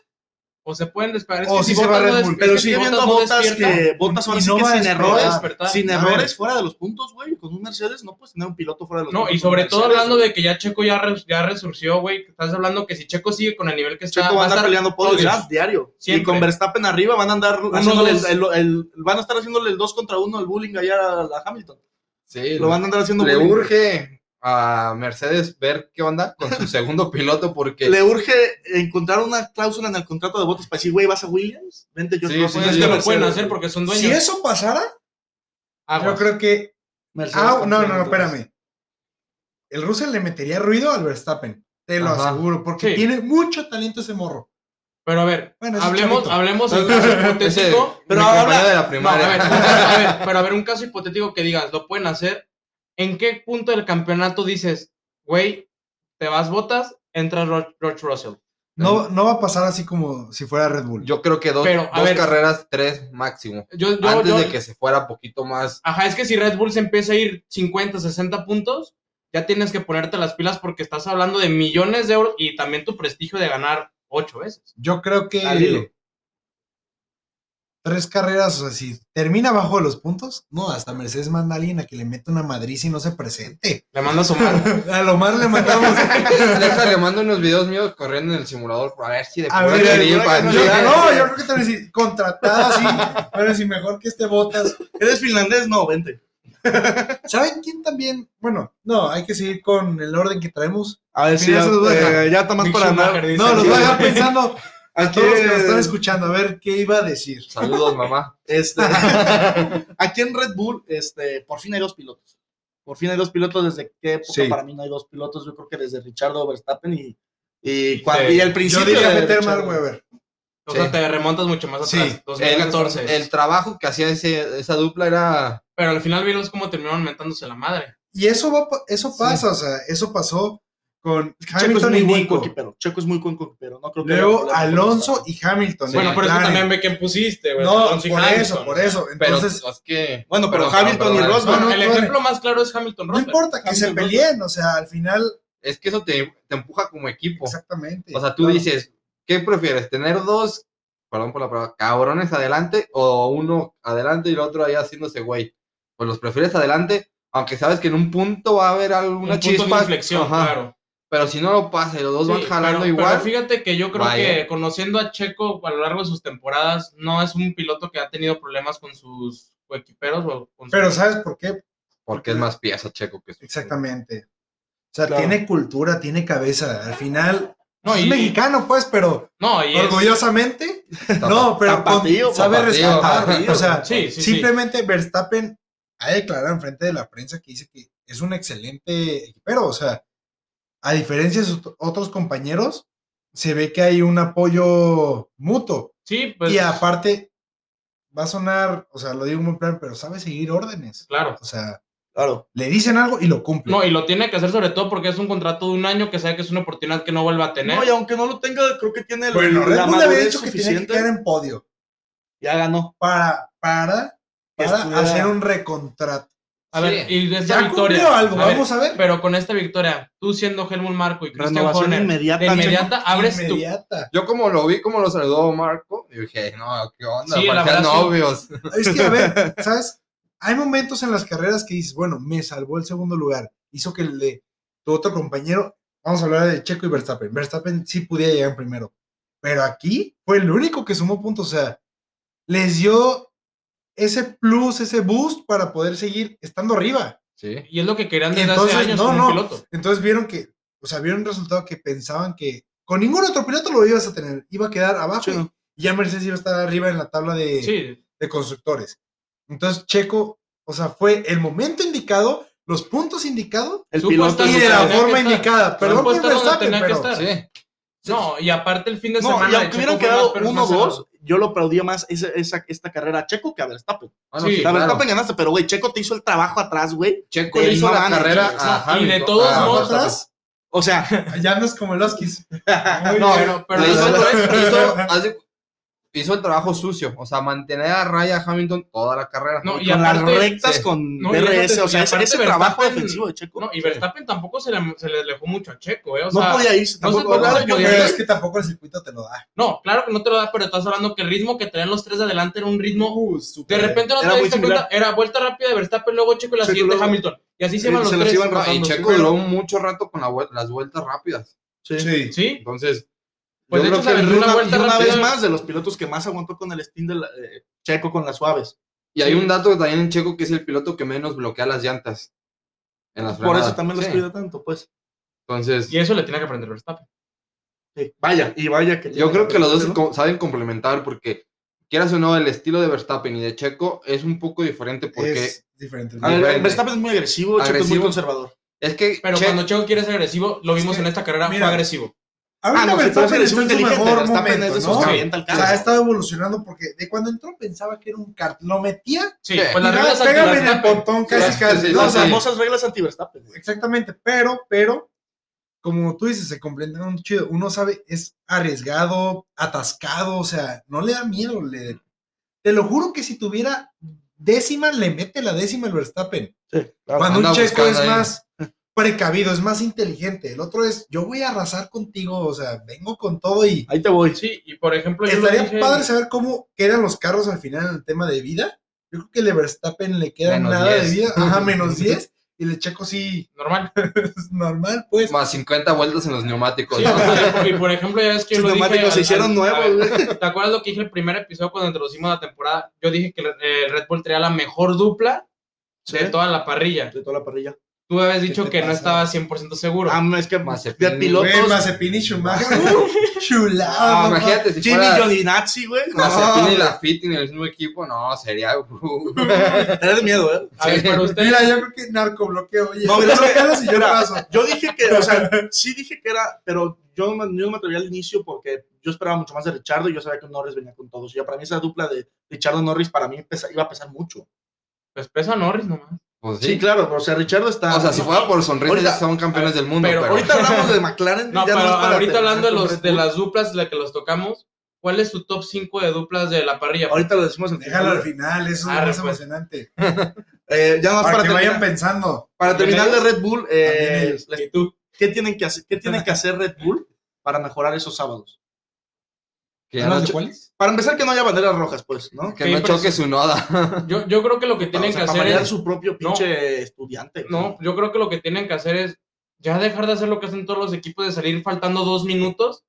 Speaker 3: O se pueden despegar.
Speaker 5: o sí se va Red Bull,
Speaker 2: Pero sigue viendo botas que botas ahora
Speaker 5: y
Speaker 2: sí
Speaker 5: no
Speaker 2: que
Speaker 5: va a
Speaker 2: sin
Speaker 5: despegar.
Speaker 2: errores. Sin
Speaker 5: A
Speaker 2: errores,
Speaker 5: ver.
Speaker 2: fuera de los puntos, güey. Con un Mercedes no puedes tener un piloto fuera de los
Speaker 3: No,
Speaker 2: puntos.
Speaker 3: y sobre todo hablando de que ya Checo ya, res- ya resurció, güey. Estás hablando que si Checo sigue con el nivel que está.
Speaker 2: Checo
Speaker 3: va
Speaker 2: va a
Speaker 3: estar
Speaker 2: andar peleando podios ya, diario. Y
Speaker 3: Siempre.
Speaker 2: con Verstappen arriba van a andar
Speaker 3: Uno,
Speaker 2: haciéndole el,
Speaker 3: dos.
Speaker 2: el- el- van a estar haciéndole el 2 contra 1 el bullying allá a, a Hamilton.
Speaker 4: sí,
Speaker 2: Lo van a andar haciendo
Speaker 4: le
Speaker 2: bullying.
Speaker 4: urge a Mercedes ver qué onda con su segundo piloto porque...
Speaker 2: Le urge encontrar una cláusula en el contrato de votos para decir, güey, vas a Williams, vente yo.
Speaker 4: Sí,
Speaker 2: te voy a
Speaker 3: Pues
Speaker 4: sí,
Speaker 2: poner
Speaker 3: es
Speaker 2: este
Speaker 4: sí,
Speaker 3: que lo
Speaker 2: Mercedes,
Speaker 3: pueden hacer
Speaker 2: güey.
Speaker 3: porque son
Speaker 5: Si
Speaker 3: dueños. Ah,
Speaker 5: eso pasara,
Speaker 3: Aguas.
Speaker 5: yo creo que.
Speaker 2: Mercedes
Speaker 5: Ah, no, no,
Speaker 2: campeón,
Speaker 5: no,
Speaker 2: entonces.
Speaker 5: espérame. El Russell le metería ruido al Verstappen. Te lo
Speaker 4: Ajá.
Speaker 5: aseguro, porque
Speaker 3: Sí.
Speaker 5: tiene mucho talento ese morro.
Speaker 3: Pero a ver,
Speaker 5: Bueno, ese
Speaker 3: hablemos,
Speaker 5: chavito.
Speaker 3: hablemos en caso
Speaker 4: Ese-
Speaker 3: hipotético.
Speaker 2: Pero
Speaker 4: mi
Speaker 2: habla-
Speaker 4: compañero de la
Speaker 3: No, a
Speaker 4: primaria.
Speaker 3: ver, a ver, pero a ver, un caso hipotético que digas, lo pueden hacer. ¿En qué punto del campeonato dices, güey, te vas botas, entra Ro- George Russell?
Speaker 5: No, no va a pasar así como si fuera Red Bull.
Speaker 4: Yo creo que dos,
Speaker 3: Pero, a
Speaker 4: dos
Speaker 3: ver.
Speaker 4: carreras, tres máximo.
Speaker 3: Yo, yo,
Speaker 4: Antes
Speaker 3: yo-
Speaker 4: de que se fuera poquito más.
Speaker 3: Ajá, es que si Red Bull se empieza a ir 50, 60 puntos, ya tienes que ponerte las pilas porque estás hablando de millones de euros y también tu prestigio de ganar ocho veces.
Speaker 5: Yo creo que
Speaker 2: Al hilo.
Speaker 5: tres carreras, o sea, si termina abajo de los puntos, no, hasta Mercedes manda a alguien a que le meta una madriz y no se presente.
Speaker 3: Le mandas a Omar.
Speaker 5: A lo más le mandamos.
Speaker 4: Déjale, mando unos videos míos corriendo en el simulador para ver si de
Speaker 5: A
Speaker 4: pura
Speaker 5: ver,
Speaker 4: gripa-
Speaker 2: yo-
Speaker 5: Yo- no, yo creo que te van a decir, contratada así, pero si mejor que este Botas.
Speaker 2: ¿Eres finlandés? No, vente.
Speaker 5: ¿Saben quién también? Bueno, no, hay que seguir con el orden que traemos.
Speaker 2: A ver si
Speaker 5: Mira,
Speaker 2: ya,
Speaker 5: eso los voy a dejar.
Speaker 2: eh, ya está más
Speaker 3: Mick
Speaker 2: para
Speaker 3: Schumacher
Speaker 2: andar.
Speaker 3: dice,
Speaker 5: No, los voy a dejar
Speaker 2: güey.
Speaker 5: pensando a
Speaker 2: Aquí
Speaker 5: todos los que nos están
Speaker 2: es-
Speaker 5: escuchando, a ver qué iba a decir.
Speaker 4: Saludos, mamá.
Speaker 2: Este, aquí en Red Bull, este, por fin hay dos pilotos. Por fin hay dos pilotos. Desde qué época
Speaker 5: Sí.
Speaker 2: para mí no hay dos pilotos. Yo creo que desde Richardo Verstappen y, y, cuando,
Speaker 3: Sí.
Speaker 2: y el
Speaker 5: Yo
Speaker 2: principio.
Speaker 5: diría
Speaker 2: de
Speaker 5: meter
Speaker 2: Richardo.
Speaker 5: mal Weber.
Speaker 3: O sea,
Speaker 4: Sí.
Speaker 3: te remontas mucho más atrás.
Speaker 5: Sí,
Speaker 3: 2014.
Speaker 4: El, el trabajo que hacía ese- esa dupla era.
Speaker 3: Pero al final vieron cómo terminaron mentándose la madre.
Speaker 5: Y eso, va, pa- eso pasa, o sea, eso pasó con
Speaker 2: Checo es
Speaker 5: Hamilton
Speaker 2: muy
Speaker 5: y
Speaker 2: buen
Speaker 5: Nico.
Speaker 2: coquipero. Checo es muy buen coquipero. No creo que haya
Speaker 5: Luego
Speaker 2: problema con
Speaker 5: Alonso
Speaker 2: eso.
Speaker 5: y Hamilton.
Speaker 4: Sí.
Speaker 3: Bueno, pero es que
Speaker 5: McLaren.
Speaker 3: también ve quién pusiste, güey.
Speaker 5: No,
Speaker 3: Alonso y
Speaker 5: por eso,
Speaker 3: Hamilton.
Speaker 5: por eso.
Speaker 4: Pero pues,
Speaker 5: Entonces,
Speaker 4: es que.
Speaker 2: Bueno, pero
Speaker 4: Perdón,
Speaker 2: Hamilton
Speaker 4: perdón,
Speaker 2: y
Speaker 4: perdón.
Speaker 2: Rosberg.
Speaker 5: No, no,
Speaker 3: el
Speaker 5: tú-
Speaker 3: ejemplo más claro es Hamilton
Speaker 5: no
Speaker 3: Rosberg.
Speaker 5: importa que se
Speaker 2: Hamilton,
Speaker 5: peleen, o sea, al final,
Speaker 4: Es que eso te, te empuja como equipo.
Speaker 5: exactamente.
Speaker 4: O sea, tú
Speaker 5: Claro.
Speaker 4: dices, ¿qué prefieres? ¿Tener dos, perdón por la palabra, cabrones adelante o uno adelante y el otro ahí haciéndose güey? Pues los prefieres adelante, aunque sabes que en un punto va a haber
Speaker 3: Un
Speaker 4: alguna
Speaker 3: punto de
Speaker 4: chispa.
Speaker 3: inflexión,
Speaker 4: Ajá.
Speaker 3: claro.
Speaker 4: Pero si no lo pasa y los dos
Speaker 3: Sí,
Speaker 4: van jalando
Speaker 3: pero-
Speaker 4: igual.
Speaker 3: Pero fíjate que yo creo
Speaker 4: Vaya.
Speaker 3: que conociendo a Checo a lo largo de sus temporadas, no es un piloto que ha tenido problemas con sus equiperos o con sus-
Speaker 5: Pero ¿sabes por qué?
Speaker 4: porque es más pieza checo que su-
Speaker 5: Exactamente. O sea,
Speaker 2: Claro.
Speaker 5: tiene cultura, tiene cabeza. Al final,
Speaker 3: No,
Speaker 5: es
Speaker 3: y-
Speaker 5: mexicano, pues, pero
Speaker 3: No, y es-
Speaker 5: orgullosamente.
Speaker 4: Tapa-
Speaker 5: No, pero con-
Speaker 2: Tapatío,
Speaker 5: sabe
Speaker 4: tapatío,
Speaker 5: rescatar.
Speaker 2: tapatío.
Speaker 5: O sea,
Speaker 3: Sí, sí, sí.
Speaker 5: simplemente Verstappen ha declarado enfrente de la prensa que dice que es un excelente equipero. O sea, a diferencia de sus otros compañeros, se ve que hay un apoyo mutuo.
Speaker 3: Sí, pues.
Speaker 5: y aparte, va a sonar, o sea, lo digo muy plan, pero sabe seguir órdenes.
Speaker 3: Claro.
Speaker 5: O sea,
Speaker 2: Claro.
Speaker 5: le dicen algo y lo cumple.
Speaker 3: No, y lo tiene que hacer sobre todo porque es un contrato de un año que sabe que es una oportunidad que no vuelva a tener.
Speaker 2: No, y aunque no lo tenga, creo que tiene el-
Speaker 5: bueno,
Speaker 2: la
Speaker 5: Red Bull había
Speaker 2: madurez
Speaker 5: dicho que tenía que
Speaker 2: suficiente.
Speaker 5: quedar en podio
Speaker 2: Ya ganó.
Speaker 5: para, para,
Speaker 2: Que
Speaker 5: para
Speaker 2: estuviera-
Speaker 5: hacer un recontrato.
Speaker 3: A ver,
Speaker 4: Sí.
Speaker 3: y de esta
Speaker 5: Ya
Speaker 3: victoria.
Speaker 5: cumplió algo,
Speaker 3: a ver,
Speaker 5: vamos a ver.
Speaker 3: Pero con esta victoria, tú siendo Helmut Marco y Christian
Speaker 2: Renovación
Speaker 3: Horner,
Speaker 2: inmediata,
Speaker 3: de inmediata abres
Speaker 5: Inmediata.
Speaker 4: Yo como lo vi, como lo saludó Marco, yo dije, no, ¿qué onda?
Speaker 3: Sí, el
Speaker 4: Parecían
Speaker 3: abrazo.
Speaker 4: novios.
Speaker 5: Es que, a ver, ¿sabes? Hay momentos en las carreras que dices, bueno, me salvó el segundo lugar. Hizo que el de tu otro compañero, vamos a hablar de Checo y Verstappen. Verstappen sí pudiera llegar en primero. Pero aquí fue el único que sumó puntos. O sea, les dio ese plus, ese boost para poder seguir estando arriba.
Speaker 4: Sí.
Speaker 3: tu. Y es lo que querían desde
Speaker 5: Entonces,
Speaker 3: hace años
Speaker 5: no,
Speaker 3: con
Speaker 5: no.
Speaker 3: un piloto.
Speaker 5: Entonces vieron que, o sea, vieron un resultado que pensaban que con ningún otro piloto lo ibas a tener. Iba a quedar abajo
Speaker 2: Sí, no.
Speaker 5: y ya Mercedes iba a estar arriba en la tabla de,
Speaker 3: Sí,
Speaker 5: de constructores. Entonces, Checo, o sea, fue el momento indicado, los puntos indicados
Speaker 2: El
Speaker 3: Supo
Speaker 2: piloto.
Speaker 3: estar
Speaker 5: y
Speaker 3: donde
Speaker 5: de la
Speaker 3: tenía que
Speaker 5: forma
Speaker 3: estar.
Speaker 5: indicada. Perdón
Speaker 3: Supo
Speaker 5: por
Speaker 3: estar donde
Speaker 5: Verstappen,
Speaker 3: tenía que
Speaker 5: pero
Speaker 3: estar.
Speaker 4: Sí.
Speaker 3: No, y aparte el fin de
Speaker 2: No,
Speaker 3: semana.
Speaker 2: y
Speaker 3: de
Speaker 2: aunque
Speaker 3: Checo
Speaker 2: hubieran
Speaker 3: fue
Speaker 2: quedado
Speaker 3: más per-
Speaker 2: uno
Speaker 3: más
Speaker 2: o dos,
Speaker 3: cerrado.
Speaker 2: yo lo aplaudía más esa, esa- esta carrera a Checo que a Verstappen.
Speaker 4: Bueno,
Speaker 3: Sí,
Speaker 4: sí,
Speaker 2: a
Speaker 4: claro.
Speaker 2: Verstappen ganaste, pero güey, Checo te hizo el trabajo atrás, güey.
Speaker 4: Checo
Speaker 2: del
Speaker 4: le hizo la
Speaker 2: Mamani,
Speaker 4: carrera
Speaker 2: no,
Speaker 4: a
Speaker 3: y de
Speaker 4: Hamilton.
Speaker 3: todos
Speaker 4: Ah,
Speaker 3: modos,
Speaker 4: Verstappen.
Speaker 5: atrás,
Speaker 2: O sea,
Speaker 5: ya no es como el Oskis.
Speaker 3: No, pero, pero
Speaker 4: Le
Speaker 2: la
Speaker 4: hizo,
Speaker 3: eso-
Speaker 4: el
Speaker 2: verdad-
Speaker 4: tra- hizo- hace- hizo el trabajo sucio, o sea, mantener a raya a Hamilton toda la carrera.
Speaker 3: No, y
Speaker 2: con
Speaker 3: aparte-
Speaker 2: las rectas
Speaker 4: sí.
Speaker 2: con
Speaker 3: No, y
Speaker 2: DRS,
Speaker 3: déjate-
Speaker 2: o sea,
Speaker 3: y
Speaker 2: ese,
Speaker 3: aparte
Speaker 2: ese trabajo
Speaker 3: Verstappen-
Speaker 2: defensivo de Checo.
Speaker 3: no, y Verstappen tampoco se le, se le alejó mucho a Checo, ¿eh?
Speaker 2: no
Speaker 3: O sea,
Speaker 2: podía irse
Speaker 3: no sé
Speaker 2: tampoco.
Speaker 3: cómo
Speaker 2: claro,
Speaker 3: se
Speaker 2: yo-
Speaker 3: podía
Speaker 5: Pero es que tampoco el circuito te lo da.
Speaker 3: No, claro que no te lo da, pero estás hablando que el ritmo que tenían los tres de adelante era un ritmo. De repente no
Speaker 2: Eh, Era
Speaker 3: te
Speaker 2: muy
Speaker 3: diste cuenta, era vuelta rápida de Verstappen, luego Checo y la
Speaker 2: Checo,
Speaker 3: siguiente
Speaker 2: luego-
Speaker 3: Hamilton. Y así se
Speaker 2: Sí,
Speaker 3: iban los
Speaker 2: se las
Speaker 3: tres.
Speaker 2: iban
Speaker 4: No, y
Speaker 2: rotando,
Speaker 4: Checo
Speaker 2: sí.
Speaker 4: duró mucho rato con la vuel- las vueltas rápidas.
Speaker 5: Sí.
Speaker 3: Sí,
Speaker 4: Entonces,
Speaker 3: pues
Speaker 4: yo
Speaker 3: de
Speaker 4: creo
Speaker 3: hecho se
Speaker 4: que
Speaker 3: le
Speaker 2: Y
Speaker 3: dio una
Speaker 2: una,
Speaker 3: vuelta
Speaker 2: y una
Speaker 3: rápida.
Speaker 2: vez más de los pilotos que más aguantó con el Steam de la- eh, Checo con las suaves.
Speaker 4: y hay un dato que también en Checo que es el piloto que menos bloquea las llantas. En las
Speaker 2: Por eso
Speaker 4: frenadas.
Speaker 2: también los
Speaker 4: Sí.
Speaker 2: cuida tanto, pues.
Speaker 4: Entonces,
Speaker 3: Y eso le tiene que aprender Verstappen.
Speaker 2: Sí, Vaya, y vaya que.
Speaker 4: yo
Speaker 2: tiene
Speaker 4: creo que los dos se
Speaker 2: ¿no?
Speaker 4: co- saben complementar porque, quieras o no, el estilo de Verstappen y de Checo es un poco diferente porque
Speaker 5: Es diferente.
Speaker 2: A ver,
Speaker 4: Diferente.
Speaker 2: Verstappen es muy agresivo, Checo es muy
Speaker 4: Agresivo.
Speaker 2: conservador.
Speaker 4: es que
Speaker 3: Pero
Speaker 4: Che-
Speaker 3: cuando Checo quiere ser agresivo, lo
Speaker 5: Es
Speaker 3: vimos
Speaker 5: que,
Speaker 3: en esta carrera,
Speaker 5: mira,
Speaker 3: fue agresivo.
Speaker 5: Ahorita
Speaker 2: pero Ah, es
Speaker 5: Verstappen
Speaker 2: agresivo
Speaker 5: está en su
Speaker 2: inteligente,
Speaker 5: mejor
Speaker 2: Verstappen es de
Speaker 5: momento,
Speaker 2: esos
Speaker 5: ¿no?
Speaker 2: que avienta el
Speaker 5: O
Speaker 2: carro.
Speaker 5: sea, ha estado evolucionando porque de cuando entró pensaba que era un kart. Lo metía.
Speaker 3: Sí,
Speaker 4: Sí.
Speaker 2: eh,
Speaker 3: pues las
Speaker 5: y nada,
Speaker 3: reglas anti
Speaker 5: pégame en el
Speaker 3: Verstappen.
Speaker 5: portón
Speaker 4: Sí,
Speaker 5: casi
Speaker 4: sí,
Speaker 5: casi. No,
Speaker 4: sí, sí,
Speaker 5: o
Speaker 2: Las
Speaker 5: sea,
Speaker 4: sí.
Speaker 2: famosas reglas anti-Verstappen. güey.
Speaker 5: Exactamente, pero, pero, como tú dices, se complementan un chido. Uno sabe, es arriesgado, atascado, o sea, no le da miedo. le- te lo juro que si tuviera décima, le mete la décima el Verstappen.
Speaker 2: Sí, claro.
Speaker 5: Cuando un
Speaker 4: anda
Speaker 5: checo
Speaker 4: buscando
Speaker 5: es
Speaker 4: ahí.
Speaker 5: más precavido, es más inteligente. El otro es, yo voy a arrasar contigo, o sea, vengo con todo y...
Speaker 2: Ahí te voy.
Speaker 3: Sí, y por ejemplo, Ah, pues yo lo
Speaker 5: Estaría
Speaker 3: dije-
Speaker 5: padre saber cómo quedan los carros al final en el tema de vida. Yo creo que el Verstappen le queda
Speaker 4: Menos
Speaker 5: nada
Speaker 4: 10.
Speaker 5: de vida, ajá, menos 10. Y el checo sí
Speaker 3: Normal.
Speaker 5: es normal, pues.
Speaker 4: más 50 vueltas en los neumáticos.
Speaker 3: Sí,
Speaker 4: ¿no?
Speaker 3: o sea, y por ejemplo, ya es que yo
Speaker 2: Sus
Speaker 3: lo dije
Speaker 2: neumáticos se
Speaker 3: al-
Speaker 2: hicieron
Speaker 3: al- a
Speaker 2: nuevos,
Speaker 3: ver,
Speaker 2: güey.
Speaker 3: ¿Te acuerdas lo que dije el primer episodio cuando introducimos la temporada? Yo dije que el eh, el Red Bull traía la mejor dupla de
Speaker 2: Sí,
Speaker 3: toda la parrilla.
Speaker 2: De toda la parrilla.
Speaker 3: Tú habías
Speaker 5: ¿Qué
Speaker 3: dicho
Speaker 5: te
Speaker 3: que no
Speaker 5: pasa?
Speaker 3: estaba 100% seguro.
Speaker 2: Ah, no, es que
Speaker 4: Mazepin,
Speaker 2: de
Speaker 5: Güey,
Speaker 2: pilotos.
Speaker 5: Mazepin y Schumacher. Chulada.
Speaker 4: Ah,
Speaker 5: mamá.
Speaker 4: imagínate si
Speaker 2: Jimmy
Speaker 4: fuera
Speaker 2: Giovinazzi, güey. No,
Speaker 4: Mazepin y la Fit en el mismo equipo, no, sería
Speaker 2: era de miedo, ¿eh?
Speaker 3: a ver,
Speaker 4: sí.
Speaker 3: para ustedes,
Speaker 5: Mira, yo creo que narcobloqueo. Oye,
Speaker 2: No,
Speaker 5: no,
Speaker 2: mira,
Speaker 5: no me jalas y yo
Speaker 2: mira.
Speaker 5: paso.
Speaker 2: Yo dije que, o sea, sí dije que era, pero yo no, me- yo no me atreví al inicio porque yo esperaba mucho más de Richardo y yo sabía que Norris venía con todos. Y ya para mí esa dupla de Richardo Norris para mí pesa- iba a pesar mucho.
Speaker 3: pues pesa Norris nomás.
Speaker 4: Pues
Speaker 2: Sí, claro, pero, o sea, Richardo está.
Speaker 4: O sea, si fuera por sonrisa,
Speaker 2: Ahorita-
Speaker 4: ya son campeones del mundo.
Speaker 3: pero
Speaker 4: Pero,
Speaker 2: Ahorita hablamos de McLaren.
Speaker 3: No,
Speaker 2: ya
Speaker 3: pero
Speaker 2: es para
Speaker 3: ahorita
Speaker 2: terminar
Speaker 3: hablando de,
Speaker 2: con
Speaker 3: los,
Speaker 2: Red
Speaker 3: de
Speaker 2: Bull.
Speaker 3: las duplas de las que los tocamos, ¿cuál es su top 5 de duplas de la parrilla?
Speaker 2: Ahorita lo decimos en
Speaker 5: Déjalo al final, eso es lo
Speaker 3: Arre, pues.
Speaker 5: más emocionante.
Speaker 2: Eh, ya Ah, más
Speaker 5: Para,
Speaker 2: para
Speaker 5: que vayan
Speaker 2: terminar,
Speaker 5: pensando.
Speaker 2: para terminar de Red Bull, eh,
Speaker 5: También ellos.
Speaker 2: les-
Speaker 3: ¿Y tú?
Speaker 2: ¿qué, tienen que hacer, ¿qué tienen que hacer Red Bull para mejorar esos sábados?
Speaker 4: que
Speaker 5: ¿Hablas
Speaker 4: no,
Speaker 5: de
Speaker 4: cho-
Speaker 5: cuáles?
Speaker 2: Para empezar, que no haya banderas rojas, pues, ¿no?
Speaker 4: que
Speaker 3: Qué
Speaker 4: no choque
Speaker 3: impresión.
Speaker 4: su noda.
Speaker 3: Yo, yo creo que lo que
Speaker 2: Para,
Speaker 3: tienen
Speaker 2: o sea,
Speaker 3: que
Speaker 2: para
Speaker 3: hacer
Speaker 2: variar
Speaker 3: es...
Speaker 2: su propio
Speaker 3: No.
Speaker 2: pinche estudiante.
Speaker 3: No, yo creo que lo que tienen que hacer es ya dejar de hacer lo que hacen todos los equipos de salir faltando dos minutos.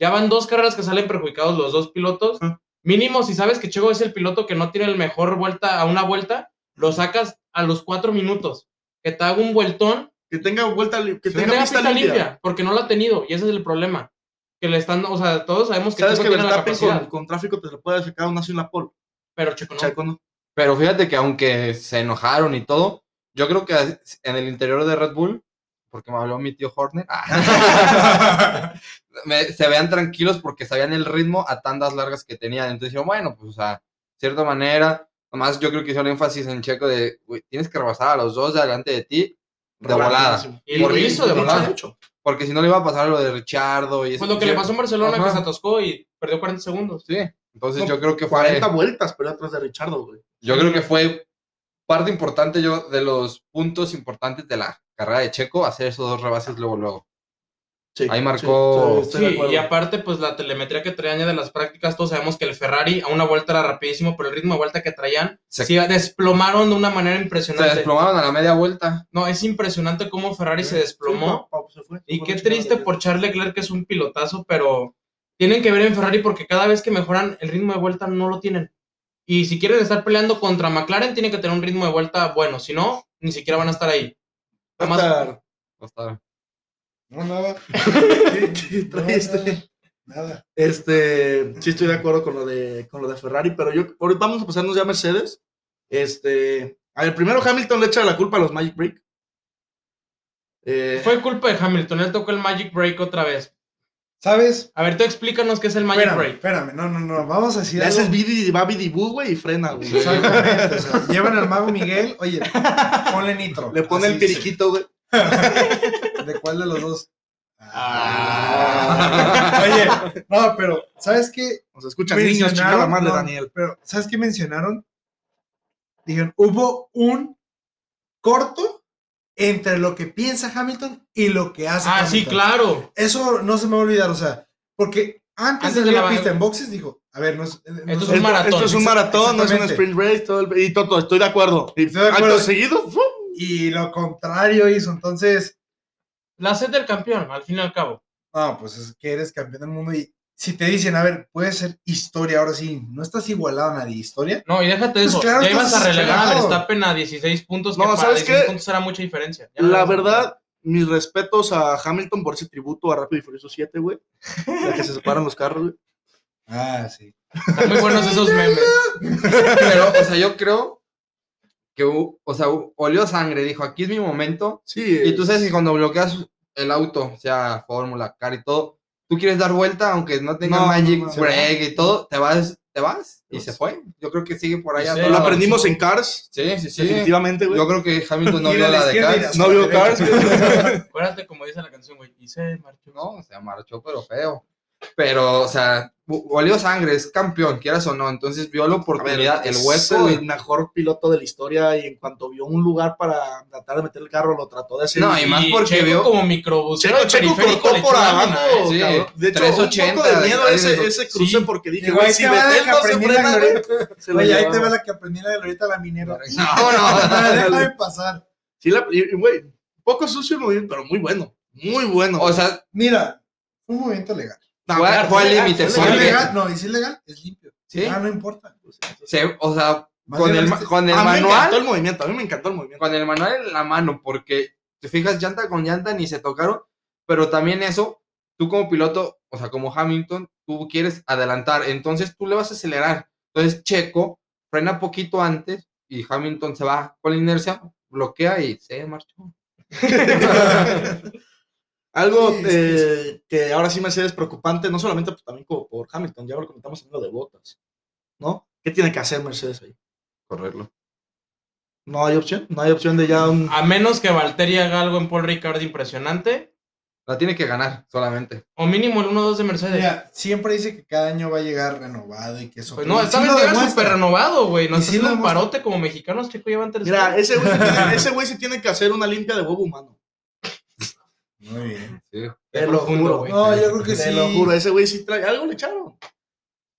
Speaker 3: Ya van dos carreras que salen perjudicados los dos pilotos.
Speaker 2: Ajá.
Speaker 3: Mínimo, si sabes que Chego es el piloto que no tiene el mejor vuelta a una vuelta, lo sacas a los cuatro minutos. Que te haga un vueltón,
Speaker 2: Que tenga vuelta, li- que
Speaker 3: que
Speaker 2: tenga pista limpia.
Speaker 3: porque no la ha tenido. Y ese es el problema. Que le están, o sea, todos sabemos que
Speaker 2: Sabes
Speaker 3: Checo
Speaker 2: que
Speaker 3: tiene la
Speaker 2: Verstappen
Speaker 3: capacidad,
Speaker 2: con, con tráfico te lo puede sacar una sin la pole.
Speaker 3: pero Checo no.
Speaker 2: Checo no.
Speaker 4: Pero fíjate que aunque se enojaron y todo, yo creo que en el interior de Red Bull, porque me habló mi tío Horner, ah, me- se vean tranquilos porque sabían el ritmo a tandas largas que tenían. Entonces dijeron, bueno, pues, o sea, cierta manera, nomás yo creo que hicieron énfasis en Checo de, "Güey, tienes que rebasar a los dos de delante de ti de volada.
Speaker 3: Y lo
Speaker 4: Porque-
Speaker 3: hizo de
Speaker 4: porque-
Speaker 3: volada.
Speaker 4: Porque si no le iba a pasar lo de Richardo y eso.
Speaker 3: Pues lo que le pasó en Barcelona, que
Speaker 4: Ajá.
Speaker 3: se atascó y perdió 40 segundos.
Speaker 4: Sí, entonces
Speaker 2: No,
Speaker 4: yo creo que fue...
Speaker 2: 40 vueltas, pero atrás de Richardo, güey.
Speaker 4: Yo creo que fue parte importante yo de los puntos importantes de la carrera de Checo, hacer esos dos rebases luego, luego.
Speaker 2: Sí,
Speaker 4: Ahí
Speaker 2: Sí, estoy-
Speaker 4: marcó-
Speaker 2: estoy de
Speaker 3: Sí,
Speaker 2: acuerdo.
Speaker 3: y aparte, pues la telemetría que traían ya de las prácticas, todos sabemos que el Ferrari a una vuelta era rapidísimo, pero el ritmo de vuelta que traían,
Speaker 4: Se-
Speaker 3: sí, desplomaron de una manera
Speaker 4: Se
Speaker 3: impresionante.
Speaker 4: desplomaron a la media vuelta.
Speaker 3: No, es impresionante cómo Ferrari se desplomó.
Speaker 2: Sí, pa- pa- se fue, se
Speaker 3: y
Speaker 2: fue
Speaker 3: qué
Speaker 2: la
Speaker 3: triste
Speaker 2: chingada.
Speaker 3: por Charles Leclerc, que es un pilotazo, pero tienen que ver en Ferrari porque cada vez que mejoran el ritmo de vuelta no lo tienen. Y si quieren estar peleando contra McLaren, tienen que tener un ritmo de vuelta bueno, si no, ni siquiera van a estar ahí.
Speaker 2: Va a
Speaker 3: Nada más-
Speaker 2: estar-
Speaker 4: O sea,
Speaker 5: No, nada.
Speaker 2: ¿Qué- qué trae este?
Speaker 5: Nada.
Speaker 2: Este, sí estoy de acuerdo con lo de, con lo de Ferrari, pero yo, ahorita vamos a pasarnos ya a Mercedes. Este, a ver, primero Hamilton le echa la culpa a los Magic Break. Eh,
Speaker 3: Fue culpa de Hamilton, él tocó el Magic Break otra vez.
Speaker 5: ¿Sabes?
Speaker 3: A ver, tú explícanos qué es el Magic
Speaker 5: Espérame,
Speaker 3: Break.
Speaker 5: espérame. No, no, no. Vamos a decir
Speaker 2: le haces
Speaker 5: algo.
Speaker 2: bidi, va bidi bu, güey, y frena, güey.
Speaker 4: Sí.
Speaker 5: Exactamente, o sea, llevan al mago Miguel, oye, ponle nitro.
Speaker 2: Le pone el
Speaker 5: Así, sí.
Speaker 2: periquito, güey.
Speaker 5: ¿De cuál de los dos?
Speaker 3: Ah.
Speaker 5: Oye, no, pero, ¿sabes qué?
Speaker 2: Nos escuchan niños,
Speaker 5: Mencionaron,
Speaker 2: chingada madre,
Speaker 5: no,
Speaker 2: Daniel.
Speaker 5: Pero, ¿sabes qué mencionaron? Dijeron, hubo un corto entre lo que piensa Hamilton y lo que hace.
Speaker 3: Ah, sí,
Speaker 5: Hamilton.
Speaker 3: claro.
Speaker 5: Eso no se me va a olvidar, o sea, porque antes,
Speaker 3: Antes
Speaker 5: de
Speaker 3: de
Speaker 5: la
Speaker 3: la-
Speaker 5: pista en boxes dijo, a ver, no es- eh,
Speaker 3: Esto
Speaker 5: no
Speaker 3: es
Speaker 5: son-
Speaker 3: un maratón.
Speaker 2: Esto es un maratón, no es un
Speaker 5: Exactamente.
Speaker 2: sprint race, todo el- y todo, estoy de acuerdo. Y
Speaker 5: Estoy de acuerdo.
Speaker 2: acto seguido, ¡fum!
Speaker 5: y lo contrario hizo, entonces,
Speaker 3: La sed del campeón, al fin y al cabo.
Speaker 5: no, pues es que eres campeón del mundo y si te dicen, a ver, puede ser historia, ahora sí, no estás igualado a nadie, historia.
Speaker 3: No, y déjate de
Speaker 5: Pues
Speaker 3: eso.
Speaker 5: claro,
Speaker 3: ya ibas a
Speaker 5: entonces,
Speaker 3: relegar a
Speaker 5: claro.
Speaker 3: Verstappen a 16 puntos.
Speaker 2: No,
Speaker 3: que para
Speaker 2: ¿sabes
Speaker 3: 16
Speaker 2: qué?
Speaker 3: puntos era mucha diferencia. Ya
Speaker 2: La
Speaker 3: no-
Speaker 2: verdad, mis respetos a Hamilton por ese tributo a Rápido y Furioso 7, güey. Ya que se separan los carros, güey.
Speaker 5: Ah, sí.
Speaker 3: Están muy buenos esos memes.
Speaker 4: Pero, o sea, yo creo que, hu- o sea, hu- olió sangre, dijo, aquí es mi momento.
Speaker 2: Sí.
Speaker 4: Y tú sabes que
Speaker 2: es-
Speaker 4: cuando bloqueas el auto, sea fórmula, car y todo, tú quieres dar vuelta, aunque no tenga
Speaker 2: No,
Speaker 4: Magic
Speaker 2: no, no.
Speaker 4: Break y todo, te vas, te vas y
Speaker 2: Sí.
Speaker 4: se fue. Yo creo que sigue por ahí.
Speaker 3: Sí,
Speaker 4: a
Speaker 3: lo
Speaker 4: todos
Speaker 2: Pues Lo
Speaker 4: lados.
Speaker 2: aprendimos en Cars,
Speaker 4: Sí, sí, sí.
Speaker 2: definitivamente, güey.
Speaker 4: Yo creo que Hamilton no
Speaker 5: Y
Speaker 4: vio
Speaker 5: de la
Speaker 4: la de
Speaker 5: izquierda y
Speaker 4: Cars.
Speaker 5: de
Speaker 2: No vio Cars, güey.
Speaker 3: Acuérdate como dice la canción, güey. Y se marchó.
Speaker 4: No, se marchó, pero feo. Pero, o sea, vo- valió sangre, es campeón, quieras o no. Entonces vio la
Speaker 2: A ver,
Speaker 4: oportunidad, el
Speaker 2: es
Speaker 4: hueco.
Speaker 2: el
Speaker 4: y-
Speaker 2: mejor piloto de la historia y en cuanto vio un lugar para tratar de meter el carro, lo trató de hacer.
Speaker 4: No, y más porque
Speaker 3: Checo
Speaker 4: vio-
Speaker 3: como microbusero.
Speaker 2: Checo,
Speaker 3: de
Speaker 2: Checo
Speaker 3: periférico le
Speaker 2: cortó
Speaker 3: echó
Speaker 2: por
Speaker 3: la
Speaker 2: abajo.
Speaker 3: gana, eh.
Speaker 4: sí,
Speaker 2: cabrón. de hecho, un
Speaker 4: 380,
Speaker 2: poco de miedo
Speaker 4: ahí
Speaker 2: ese,
Speaker 4: dijo,
Speaker 2: ese cruce
Speaker 3: sí.
Speaker 2: porque dije,
Speaker 5: Digo,
Speaker 2: güey,
Speaker 5: ahí
Speaker 2: si
Speaker 5: te va la
Speaker 2: Betel
Speaker 5: que
Speaker 2: no se
Speaker 5: aprendí la
Speaker 2: frena, güey. se lo
Speaker 5: Oye, ahí te
Speaker 2: llevaba.
Speaker 5: va la que aprendí la de Lorita la minera.
Speaker 4: No, no.
Speaker 5: Ah, Déjame pasar.
Speaker 2: Sí, la- y- y, güey, poco sucio el movimiento, pero muy bueno. Muy bueno.
Speaker 4: O sea,
Speaker 5: Mira, fue un movimiento legal.
Speaker 2: No,
Speaker 4: fue-
Speaker 2: claro,
Speaker 4: fue al
Speaker 2: legal,
Speaker 4: límite,
Speaker 2: fue
Speaker 5: Si
Speaker 4: fue
Speaker 5: es
Speaker 4: al
Speaker 2: legal.
Speaker 5: legal, no, y si es legal, es limpio.
Speaker 4: sí.
Speaker 5: Ah, no importa.
Speaker 4: se- o sea,
Speaker 5: Más
Speaker 4: con
Speaker 5: bien
Speaker 4: el, ma-
Speaker 5: este-
Speaker 4: con el
Speaker 2: A mí me encantó
Speaker 4: manual,
Speaker 2: el movimiento, a mí me encantó el movimiento.
Speaker 4: con el manual en la mano, porque te fijas, llanta con llanta ni se tocaron, pero también eso, tú como piloto, o sea, como Hamilton, tú quieres adelantar, entonces tú le vas a acelerar. Entonces Checo frena poquito antes y Hamilton se va con la inercia, bloquea y se marchó.
Speaker 2: Algo
Speaker 5: Sí, sí,
Speaker 2: eh, que ahora sí Mercedes preocupante, no solamente pues, también como por Hamilton, ya lo comentamos en lo de botas, ¿no? ¿Qué tiene que hacer Mercedes ahí?
Speaker 4: Correrlo.
Speaker 2: No hay opción, no hay opción de ya un...
Speaker 3: A menos que Valtteri haga algo en Paul Ricard impresionante,
Speaker 4: La tiene que ganar solamente.
Speaker 3: o mínimo el 1-2 de Mercedes.
Speaker 5: Mira, siempre dice que cada año va a llegar renovado y que eso.
Speaker 3: Pues no,
Speaker 5: y
Speaker 3: esta
Speaker 5: sí
Speaker 3: vez
Speaker 5: lo
Speaker 3: llega
Speaker 5: demuestra.
Speaker 3: súper renovado, güey. No
Speaker 5: Y
Speaker 3: está
Speaker 5: sí lo
Speaker 3: haciendo un
Speaker 5: demuestra.
Speaker 3: parote como mexicanos, Checo llevan tres.
Speaker 2: Mira, ese güey, se tiene- ese güey se tiene que hacer una limpia de huevo humano.
Speaker 5: Muy bien.
Speaker 4: Sí.
Speaker 2: Te lo juro, güey.
Speaker 5: No, yo creo que sí.
Speaker 2: Te lo juro, ese güey sí trae... Algo le echaron.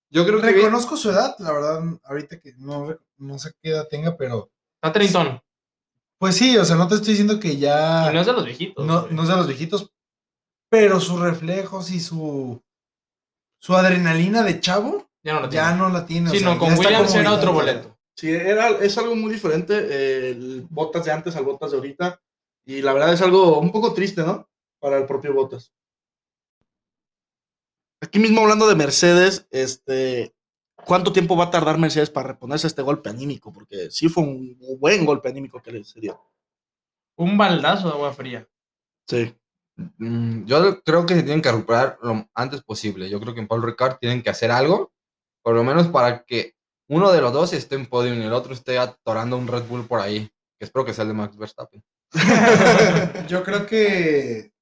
Speaker 4: Yo creo que bien-
Speaker 5: Reconozco su edad, la verdad, ahorita que no, re- no sé qué edad tenga, pero.
Speaker 3: Está trintón.
Speaker 5: Pues sí, o sea, no te estoy diciendo que ya.
Speaker 3: Y no es de los viejitos.
Speaker 5: no,
Speaker 3: güey.
Speaker 5: no es de los viejitos, pero sus reflejos y su su adrenalina de chavo
Speaker 3: Ya no lo tiene.
Speaker 5: ya no la tiene. o
Speaker 3: Sí,
Speaker 5: sea,
Speaker 3: no, con
Speaker 5: ya está
Speaker 3: Williams
Speaker 5: como
Speaker 3: era otro
Speaker 5: viejito.
Speaker 3: boleto.
Speaker 2: Sí, era, es algo muy diferente, eh, el botas de antes al botas de ahorita. Y la verdad es algo un poco triste, ¿no? Para el propio Botas. Aquí mismo hablando de Mercedes, este, ¿cuánto tiempo va a tardar Mercedes para reponerse a este golpe anímico? Porque sí fue un buen golpe anímico que le se dio.
Speaker 3: Un baldazo de agua fría.
Speaker 2: Sí.
Speaker 4: Mm, Yo creo que se tienen que recuperar lo antes posible. Yo creo que en Paul Ricard tienen que hacer algo, por lo menos para que uno de los dos esté en podium y el otro esté atorando un Red Bull por ahí. Que espero que sea el de Max Verstappen.
Speaker 5: Yo creo que